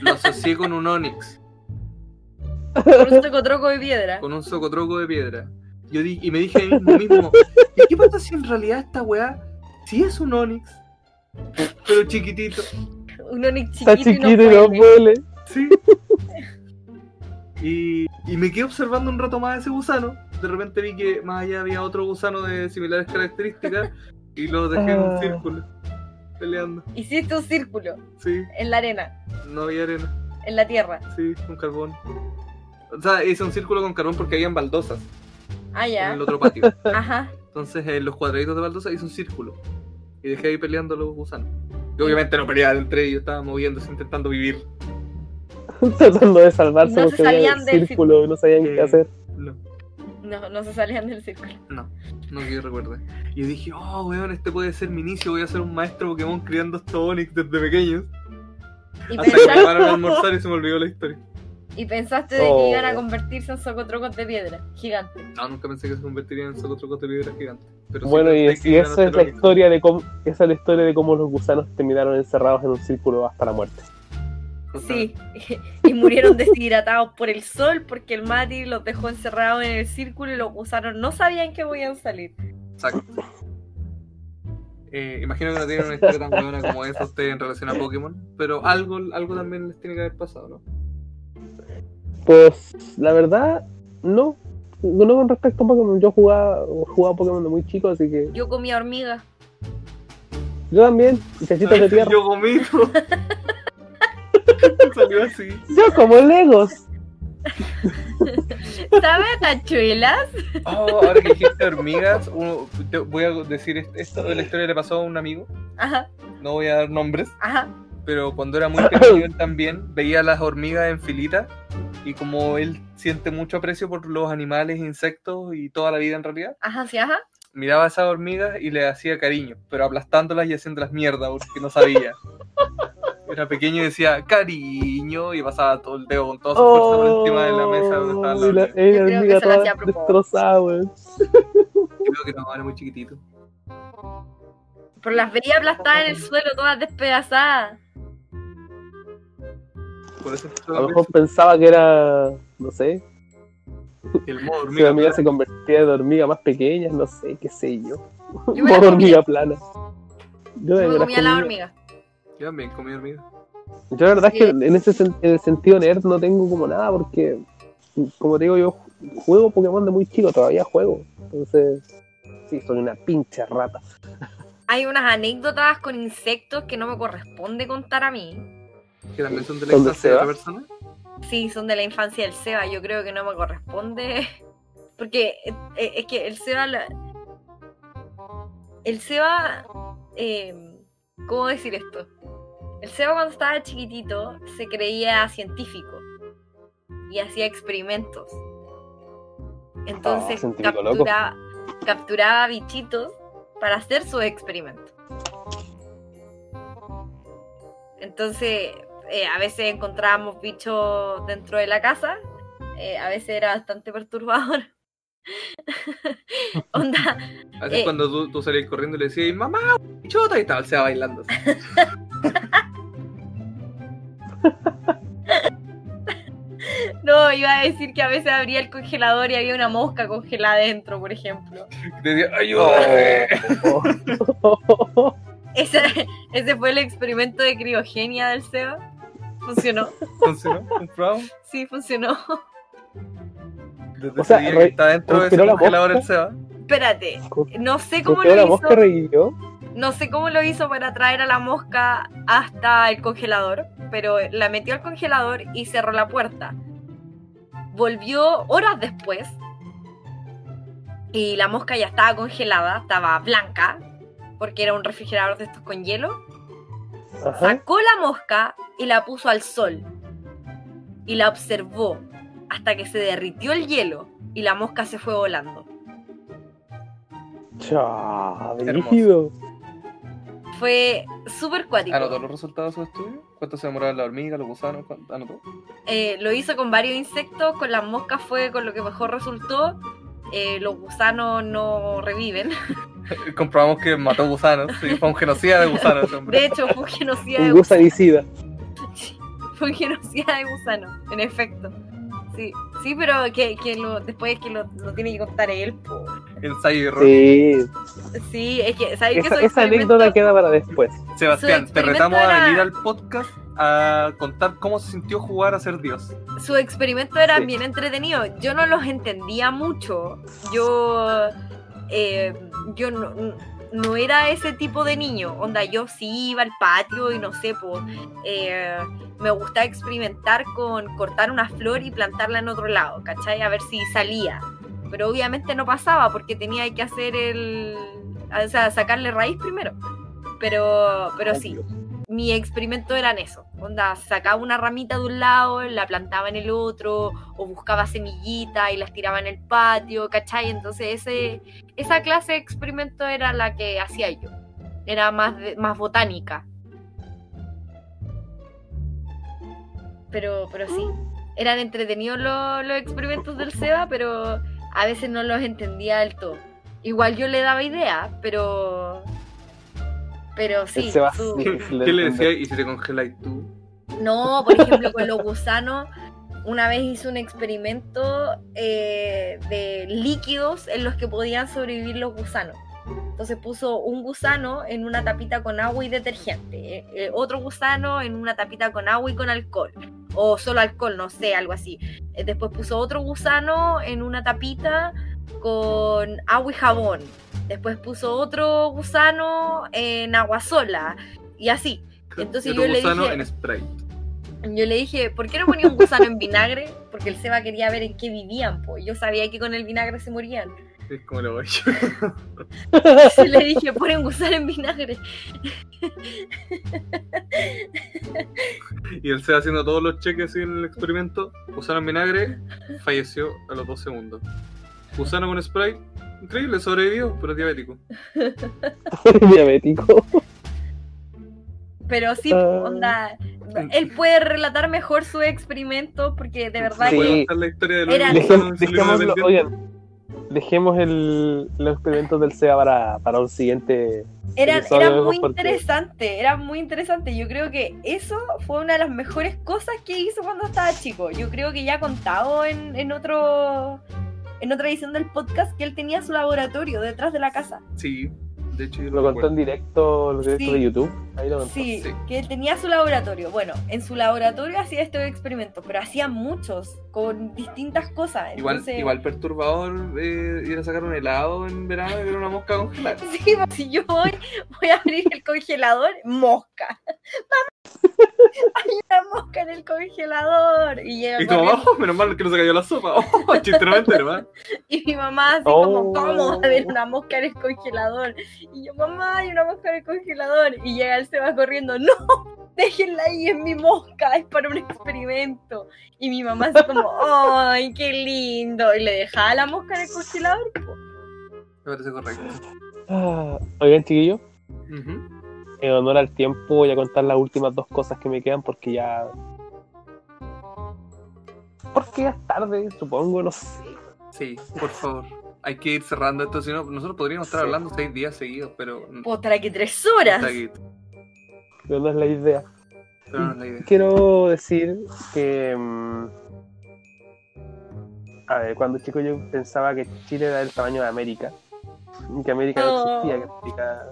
[SPEAKER 2] lo asocié con un onix,
[SPEAKER 3] Con un tocotroco de piedra.
[SPEAKER 2] con un socotroco de piedra. Yo di- y me dije a mí mismo, mismo, ¿y qué pasa si en realidad esta weá sí es un onix? Pero chiquitito,
[SPEAKER 3] Un onix chiquito.
[SPEAKER 1] Está chiquito
[SPEAKER 3] y no vuelve.
[SPEAKER 1] huele.
[SPEAKER 2] sí. Y, y me quedé observando un rato más ese gusano. De repente vi que más allá había otro gusano de similares características y lo dejé en un
[SPEAKER 1] Ah.
[SPEAKER 2] círculo, peleando.
[SPEAKER 3] Hiciste un círculo
[SPEAKER 2] Sí,
[SPEAKER 3] en la arena,
[SPEAKER 2] no había arena,
[SPEAKER 3] en la tierra.
[SPEAKER 2] sí, un carbón. O sea, hice un círculo con carbón porque habían baldosas
[SPEAKER 3] Ah,
[SPEAKER 2] en
[SPEAKER 3] ya.
[SPEAKER 2] el otro patio.
[SPEAKER 3] Ajá.
[SPEAKER 2] Entonces en los cuadraditos de baldosa hice un círculo. Y dejé ahí peleando a los gusanos. Y obviamente no peleaban entre ellos, estaban moviéndose, intentando vivir.
[SPEAKER 1] [LAUGHS] Tratando de salvarse
[SPEAKER 3] No se
[SPEAKER 1] porque había
[SPEAKER 3] salían
[SPEAKER 1] el
[SPEAKER 3] del
[SPEAKER 1] círculo y no sabían
[SPEAKER 2] Sí.
[SPEAKER 1] qué hacer.
[SPEAKER 2] No,
[SPEAKER 3] No, no se salían del círculo.
[SPEAKER 2] no que yo recuerde. Y yo dije, oh weón, este puede ser mi inicio, voy a ser un maestro Pokémon criando estos Onix desde pequeños.
[SPEAKER 3] Y,
[SPEAKER 2] Hasta que me
[SPEAKER 3] pensaste,
[SPEAKER 2] llevaron a almorzar y se me olvidó la historia.
[SPEAKER 3] y pensaste de que
[SPEAKER 1] Oh.
[SPEAKER 3] iban a convertirse en socotrocos de piedra. Gigante.
[SPEAKER 2] No, nunca pensé que se convertiría en solo trocos de piedra gigante. Pero Pues sí
[SPEAKER 1] Bueno, y,
[SPEAKER 2] pensé que
[SPEAKER 1] y
[SPEAKER 2] iban a
[SPEAKER 1] eso es
[SPEAKER 2] hacer
[SPEAKER 1] la
[SPEAKER 2] Onix.
[SPEAKER 1] historia de cómo, esa es la historia de cómo los gusanos terminaron encerrados en un círculo hasta la muerte.
[SPEAKER 3] Sí. [LAUGHS] Y murieron deshidratados por el sol porque el Mati los dejó encerrados en el círculo y los gusanos no sabían que podían salir.
[SPEAKER 2] Exacto. Eh, imagino que no tienen una historia tan buena como esa usted en relación a Pokémon, pero algo, algo también les tiene que haber pasado, ¿no?
[SPEAKER 1] Pues la verdad, no. No con respecto a Pokémon. Yo jugaba, jugaba Pokémon de muy chico, así que
[SPEAKER 3] Yo comía hormigas.
[SPEAKER 1] yo también. y Cachitos de tierra.
[SPEAKER 2] [LAUGHS] Yo
[SPEAKER 1] [LAUGHS]
[SPEAKER 2] gomito. [LAUGHS] Salió así.
[SPEAKER 1] Yo como Legos.
[SPEAKER 3] ¿Sabes tachuelas?
[SPEAKER 2] Oh, ahora que dijiste hormigas, uno- te- voy a decir est- esto de la historia le pasó a un amigo.
[SPEAKER 3] Ajá,
[SPEAKER 2] No voy a dar nombres,
[SPEAKER 3] ajá.
[SPEAKER 2] pero cuando era muy
[SPEAKER 1] [COUGHS]
[SPEAKER 2] pequeño él también veía las hormigas en filita y como él siente mucho aprecio por los animales, insectos y toda la vida en realidad,
[SPEAKER 3] Ajá, sí, ajá.
[SPEAKER 2] miraba a esas hormigas y le hacía cariño, pero aplastándolas y haciéndolas mierda porque no sabía. Era pequeño y decía cariño y pasaba todo el dedo con toda su fuerza por encima de la mesa donde estaban las
[SPEAKER 1] Oh, y la-
[SPEAKER 2] hormigas.
[SPEAKER 1] y la
[SPEAKER 3] Yo creo que
[SPEAKER 1] hormiga
[SPEAKER 3] se la
[SPEAKER 1] toda
[SPEAKER 3] hacía a propósito.
[SPEAKER 1] destrozada, weón.
[SPEAKER 2] Creo que no, era muy chiquitito.
[SPEAKER 3] Pero las veía aplastadas en el suelo, todas despedazadas.
[SPEAKER 2] Por eso
[SPEAKER 1] A lo mejor pensaba que era, no sé,
[SPEAKER 2] el
[SPEAKER 1] si
[SPEAKER 2] modo
[SPEAKER 1] la
[SPEAKER 2] hormiga.
[SPEAKER 1] hormiga se convertía en hormiga más pequeña, no sé, qué sé yo.
[SPEAKER 3] Yo
[SPEAKER 1] [LAUGHS]
[SPEAKER 3] me las
[SPEAKER 1] Modo
[SPEAKER 3] comía,
[SPEAKER 1] hormiga plana. Yo
[SPEAKER 3] yo me
[SPEAKER 1] las
[SPEAKER 3] comía las
[SPEAKER 1] comía-
[SPEAKER 3] hormigas.
[SPEAKER 2] Yo también comí hormiga.
[SPEAKER 1] Yo la verdad es que
[SPEAKER 3] Sí.
[SPEAKER 1] en ese sen- en el sentido nerd no tengo como nada porque, como te digo, yo juego Pokémon de muy chico, todavía juego. Entonces, sí, soy una pinche rata.
[SPEAKER 3] Hay unas anécdotas con insectos que no me corresponde contar a mí.
[SPEAKER 2] Que también son de la
[SPEAKER 1] ¿Dónde
[SPEAKER 2] infancia
[SPEAKER 1] se
[SPEAKER 2] de
[SPEAKER 1] va?
[SPEAKER 2] otra persona.
[SPEAKER 3] Sí, son de la infancia del Seba, yo creo que no me corresponde. Porque eh, eh, es que el Seba... la- El Seba... eh, ¿Cómo decir esto? El Seba cuando estaba chiquitito se creía científico y hacía experimentos. Entonces
[SPEAKER 1] científico loco.
[SPEAKER 3] captura- capturaba bichitos para hacer sus experimentos. Entonces, eh, a veces encontrábamos bichos dentro de la casa, eh, a veces era bastante perturbador. Onda,
[SPEAKER 2] Así
[SPEAKER 3] Eh.
[SPEAKER 2] cuando tú, tú salías corriendo y le decías, mamá, chota, y estaba el Seba bailando. así.
[SPEAKER 3] no, iba a decir que a veces abría el congelador y había una mosca congelada adentro, por ejemplo.
[SPEAKER 2] Y te decía, ayúdame.
[SPEAKER 1] Oh, [LAUGHS]
[SPEAKER 3] Ese, ese fue el experimento de criogenia del Seba. Funcionó.
[SPEAKER 2] Funcionó, comprobado.
[SPEAKER 3] Sí, funcionó.
[SPEAKER 2] Desde
[SPEAKER 1] O
[SPEAKER 2] ese
[SPEAKER 1] sea,
[SPEAKER 2] día
[SPEAKER 1] re-
[SPEAKER 2] que está dentro de ese
[SPEAKER 1] ¿respiró la
[SPEAKER 2] congelador el
[SPEAKER 1] mosca?
[SPEAKER 2] Seba.
[SPEAKER 3] Espérate, no sé [LAUGHS] cómo
[SPEAKER 1] Golpeó la
[SPEAKER 3] lo hizo.
[SPEAKER 1] mosca reguilló.
[SPEAKER 3] No sé cómo lo hizo para traer a la mosca hasta el congelador, pero la metió al congelador y cerró la puerta. Volvió horas después y la mosca ya estaba congelada, estaba blanca, porque era un refrigerador de estos con hielo.
[SPEAKER 1] Ajá.
[SPEAKER 3] Sacó la mosca y la puso al sol y la observó hasta que se derritió el hielo y la mosca se fue volando.
[SPEAKER 1] Chá,
[SPEAKER 2] Hermoso.
[SPEAKER 1] brígido.
[SPEAKER 3] Fue súper cuático.
[SPEAKER 2] Anotó los resultados de su estudio. ¿Cuánto se demoraba la hormiga, los gusanos? cuánto- Anotó.
[SPEAKER 3] Eh, lo hizo con varios insectos, con las moscas fue con lo que mejor resultó. Eh, los gusanos no reviven. [LAUGHS]
[SPEAKER 2] Eh, Comprobamos que mató gusanos. sí, fue un genocida de gusanos ese hombre.
[SPEAKER 3] De hecho, fue un genocida de
[SPEAKER 1] Un
[SPEAKER 3] gusanos.
[SPEAKER 1] gusanicida.
[SPEAKER 3] [LAUGHS] Fue un genocida de gusanos, en efecto. Sí, sí pero que, que lo, después es que lo, lo tiene que contar él. po.
[SPEAKER 2] Ensayo y error.
[SPEAKER 1] Sí,
[SPEAKER 3] Sí, es que, ¿sabes que
[SPEAKER 1] esa,
[SPEAKER 3] su
[SPEAKER 1] esa
[SPEAKER 3] experimento-
[SPEAKER 1] anécdota queda para después.
[SPEAKER 2] Sebastián,
[SPEAKER 3] Su
[SPEAKER 2] te
[SPEAKER 3] experimento
[SPEAKER 2] retamos a
[SPEAKER 3] era-
[SPEAKER 2] venir al podcast a contar cómo se sintió jugar a ser Dios.
[SPEAKER 3] sus experimentos eran
[SPEAKER 1] Sí.
[SPEAKER 3] bien entretenidos. Yo no los entendía mucho. Yo, eh, yo no, no era ese tipo de niño. Onda, yo sí iba al patio y no sé, po, eh, me gustaba experimentar con cortar una flor y plantarla en otro lado, ¿cachai? A ver si salía. Pero obviamente no pasaba porque tenía que hacer el... O sea, sacarle raíz primero. Pero,
[SPEAKER 1] [LAUGHS]
[SPEAKER 3] pero sí, mi experimento eran eso. Onda, sacaba una ramita de un lado, la plantaba en el otro, o buscaba semillitas y las tiraba en el patio, ¿cachai? Entonces ese, esa clase de experimento era la que hacía yo. Era más, de- más botánica. Pero, pero sí, eran entretenidos lo- los experimentos del SEBA, pero a veces no los entendía del todo. Igual yo le daba ideas, pero... Pero sí.
[SPEAKER 1] El Seba es
[SPEAKER 3] su-
[SPEAKER 2] ¿Qué,
[SPEAKER 1] difícil de
[SPEAKER 2] qué le
[SPEAKER 1] entender.
[SPEAKER 2] decía? ¿Y si te congeláis tú?
[SPEAKER 3] no, por ejemplo, con los gusanos, una vez hice un experimento eh, de líquidos en los que podían sobrevivir los gusanos. Entonces puso un gusano en una tapita con agua y detergente, eh, eh, otro gusano en una tapita con agua y con alcohol, o solo alcohol, no sé, algo así. Eh, Después puso otro gusano en una tapita con agua y jabón. Después puso otro gusano en agua sola y así. Entonces
[SPEAKER 2] Y
[SPEAKER 3] yo
[SPEAKER 2] otro
[SPEAKER 3] le
[SPEAKER 2] gusano
[SPEAKER 3] dije-
[SPEAKER 2] en spray.
[SPEAKER 3] Yo le dije, ¿por qué no ponía un gusano en vinagre? Porque el Seba quería ver en qué vivían, po. Yo sabía que con el vinagre se morían.
[SPEAKER 2] Es como lo voy.
[SPEAKER 3] Yo le dije, pon un gusano en vinagre.
[SPEAKER 2] [LAUGHS] Y él se va haciendo todos los cheques así en el experimento. Gusano en vinagre falleció a los dos segundos. Gusano con spray, increíble, sobrevivió, pero es diabético.
[SPEAKER 1] Diabético.
[SPEAKER 3] Pero sí,
[SPEAKER 1] Ah.
[SPEAKER 3] onda, él puede relatar mejor su experimento porque de verdad
[SPEAKER 1] Sí.
[SPEAKER 2] Voy a
[SPEAKER 3] que...
[SPEAKER 2] contar la historia de
[SPEAKER 3] Era-
[SPEAKER 2] los
[SPEAKER 1] Dejemos,
[SPEAKER 2] gusanos en celular
[SPEAKER 1] dejémoslo,
[SPEAKER 2] dependiente.
[SPEAKER 1] oigan, dejemos el, los experimentos del SEA para, para un siguiente.
[SPEAKER 3] Era,
[SPEAKER 1] Sí, sabe
[SPEAKER 3] era
[SPEAKER 1] algo
[SPEAKER 3] muy
[SPEAKER 1] porque-
[SPEAKER 3] interesante, era muy interesante. Yo creo que eso fue una de las mejores cosas que hizo cuando estaba chico. Yo creo que ya ha contado en, en otro... En otra edición del podcast que él tenía su laboratorio detrás de la casa.
[SPEAKER 2] Sí, de hecho yo
[SPEAKER 1] Lo contó en
[SPEAKER 2] recuerdo.
[SPEAKER 1] directo, lo directo
[SPEAKER 3] Sí.
[SPEAKER 1] de YouTube. Ahí lo contó.
[SPEAKER 3] Sí,
[SPEAKER 2] Sí.
[SPEAKER 3] que él tenía su laboratorio. Bueno, en su laboratorio hacía estos experimentos, pero hacía muchos con distintas cosas.
[SPEAKER 2] Igual,
[SPEAKER 3] Entonces,
[SPEAKER 2] igual perturbador eh, ir a sacar un helado en verano y ver una mosca congelada.
[SPEAKER 3] [LAUGHS] Sí, pues, si yo voy, voy a abrir el congelador, mosca. [LAUGHS] Mamá, hay una mosca en el congelador. Y, llega
[SPEAKER 2] Y tu mamá,
[SPEAKER 3] corriendo,
[SPEAKER 2] "Oh, menos mal que no se cayó la sopa. [LAUGHS] Oh, chisteramente, hermano.
[SPEAKER 3] y mi mamá así
[SPEAKER 1] Oh.
[SPEAKER 3] como, ¿cómo va a haber una mosca en el congelador? Y yo, mamá, hay una mosca en el congelador. Y llega el Seba corriendo, no, déjenla ahí, es mi mosca, es para un experimento. Y mi mamá así como, ay, qué lindo. Y le dejaba la mosca en el congelador. po.
[SPEAKER 2] Me parece correcto.
[SPEAKER 1] Ah, oigan, chiquillos,
[SPEAKER 2] Ujú.
[SPEAKER 1] en honor al tiempo voy a contar las últimas dos cosas que me quedan porque ya. Porque ya es tarde, supongo, no sé.
[SPEAKER 2] Sí, por favor. Hay que ir cerrando esto, si no, nosotros podríamos estar
[SPEAKER 1] Sí.
[SPEAKER 2] hablando seis días seguidos, pero...
[SPEAKER 3] Otra que tres horas.
[SPEAKER 2] Está aquí,
[SPEAKER 1] No es la idea.
[SPEAKER 2] pero no es la idea.
[SPEAKER 1] Quiero decir que. mm, a ver, cuando chico yo pensaba que Chile era del tamaño de América. y Que América no
[SPEAKER 3] Oh.
[SPEAKER 1] existía, que América-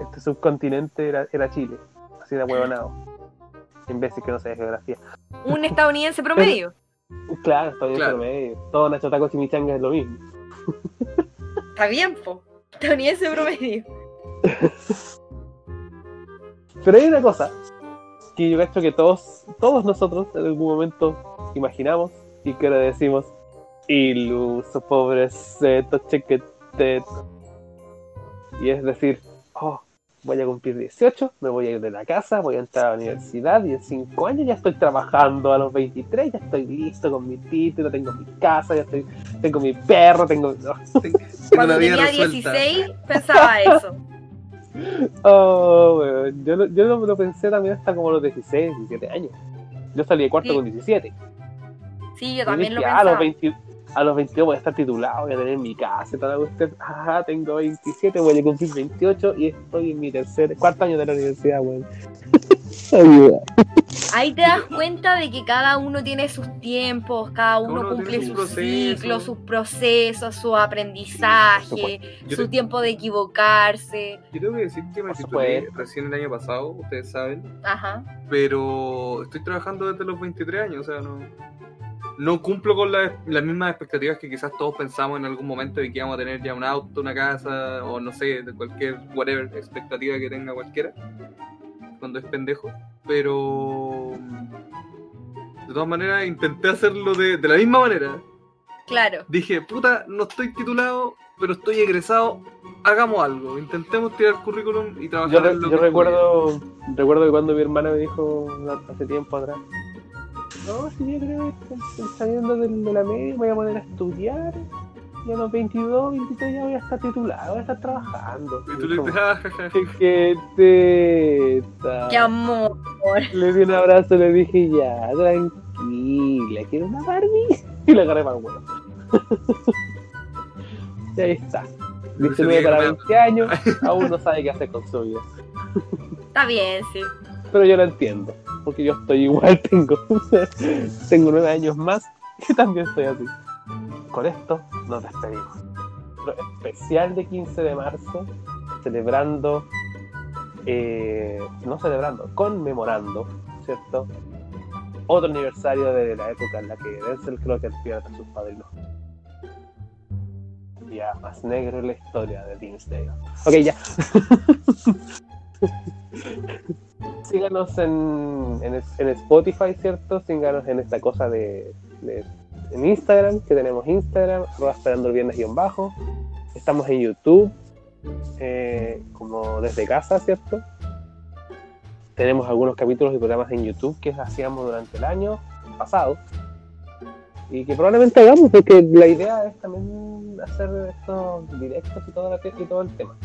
[SPEAKER 1] Este subcontinente era, era Chile. Así de huevonado. Imbécil que no sé de geografía.
[SPEAKER 3] Un estadounidense promedio.
[SPEAKER 1] Claro, estoy en
[SPEAKER 2] Claro.
[SPEAKER 1] promedio. Todo Nacho Taco Chimichanga es lo mismo.
[SPEAKER 3] Está bien, po. Estadounidense promedio.
[SPEAKER 1] Pero hay una cosa que yo creo que todos, todos nosotros en algún momento imaginamos y que le decimos iluso, pobrecito, chequeteto. Y es decir, oh, voy a cumplir 18, me voy a ir de la casa, voy a entrar a la universidad y en 5 años ya estoy trabajando, a los 23 ya estoy listo con mi título, tengo mi casa, ya estoy, tengo mi perro, tengo...
[SPEAKER 2] Tengo la
[SPEAKER 3] Cuando
[SPEAKER 2] vida
[SPEAKER 3] tenía
[SPEAKER 2] resuelta.
[SPEAKER 3] 16 pensaba eso.
[SPEAKER 1] Oh, weón, yo, lo- yo lo, lo pensé también hasta como los 16, 17 años. Yo salí de cuarto
[SPEAKER 3] Sí.
[SPEAKER 1] con 17.
[SPEAKER 3] Sí, yo
[SPEAKER 1] Yo
[SPEAKER 3] también lo
[SPEAKER 1] dije, "Ah, a los,
[SPEAKER 3] pensaba.
[SPEAKER 1] 20 a los 22 voy a estar titulado, voy a tener mi casa, y tal, usted, ajá, Ah, tengo 27, voy a cumplir 28 y estoy en mi tercer, cuarto año de la universidad, weón. Ayuda.
[SPEAKER 3] Ahí te das cuenta de que cada uno tiene sus tiempos, cada uno,
[SPEAKER 2] uno
[SPEAKER 3] cumple
[SPEAKER 2] tiene su
[SPEAKER 3] sus
[SPEAKER 2] proceso.
[SPEAKER 3] ciclos, sus procesos, su
[SPEAKER 1] Por
[SPEAKER 3] aprendizaje,
[SPEAKER 2] Yo
[SPEAKER 3] su
[SPEAKER 2] te-
[SPEAKER 3] tiempo de equivocarse.
[SPEAKER 2] Yo tengo que decir que me
[SPEAKER 1] Por
[SPEAKER 2] titulé
[SPEAKER 1] supuesto.
[SPEAKER 2] recién el año pasado, ustedes saben,
[SPEAKER 3] Ajá.
[SPEAKER 2] pero estoy trabajando desde los 23 años, o sea, no, no cumplo con las- las mismas expectativas que quizás todos pensamos en algún momento de que íbamos a tener ya un auto, una casa, o no sé, de cualquier, whatever, expectativa que tenga cualquiera, cuando es pendejo, pero... De todas maneras, intenté hacerlo de, de la misma manera.
[SPEAKER 3] Claro.
[SPEAKER 2] Dije, puta, no estoy titulado, pero estoy egresado, hagamos algo, intentemos tirar currículum y trabajar
[SPEAKER 1] Yo, re-
[SPEAKER 2] en lo
[SPEAKER 1] yo
[SPEAKER 2] que
[SPEAKER 1] recuerdo, recuerdo que cuando mi hermana me dijo hace tiempo atrás, no, si yo creo que estoy saliendo del- de, la media me voy a poner a estudiar y a los 22, 23 ya voy a estar titulado, voy a estar trabajando.
[SPEAKER 2] estudié. Y tú le dices, "Ah, ja, ja, ja".
[SPEAKER 1] Chiqueteta.
[SPEAKER 3] Qué amor.
[SPEAKER 1] Le di un abrazo, le dije ya, tranquila, quiero una Barbie. [LAUGHS] Y la agarré para el huevo. y ahí está.
[SPEAKER 2] Pero ese
[SPEAKER 1] 19
[SPEAKER 2] día
[SPEAKER 1] para
[SPEAKER 2] me-
[SPEAKER 1] 20
[SPEAKER 2] [LAUGHS]
[SPEAKER 1] años, aún no sabe qué hacer con su vida.
[SPEAKER 3] Está bien, sí.
[SPEAKER 1] Pero yo lo entiendo, porque yo estoy igual, [LAUGHS] tengo, tengo 9 años más y también estoy así. Con esto nos despedimos. Nuestro especial de 15 de marzo, celebrando, eh, no celebrando, conmemorando, ¿cierto? Otro aniversario de la época en la que Denzel Crocker pierde a sus padrinos. Ya, más negro en la historia de Dinsdale. Ok, ya. síganos en, en, en Spotify, ¿cierto? Síganos en esta cosa de, de- en Instagram, que tenemos Instagram, arroba esperando el viernes guión bajo. Estamos en YouTube, eh, como desde casa, ¿cierto? Tenemos algunos capítulos y programas en YouTube que hacíamos durante el año pasado. Y que probablemente hagamos, porque la idea es también hacer estos directos y todo, la- y todo el tema.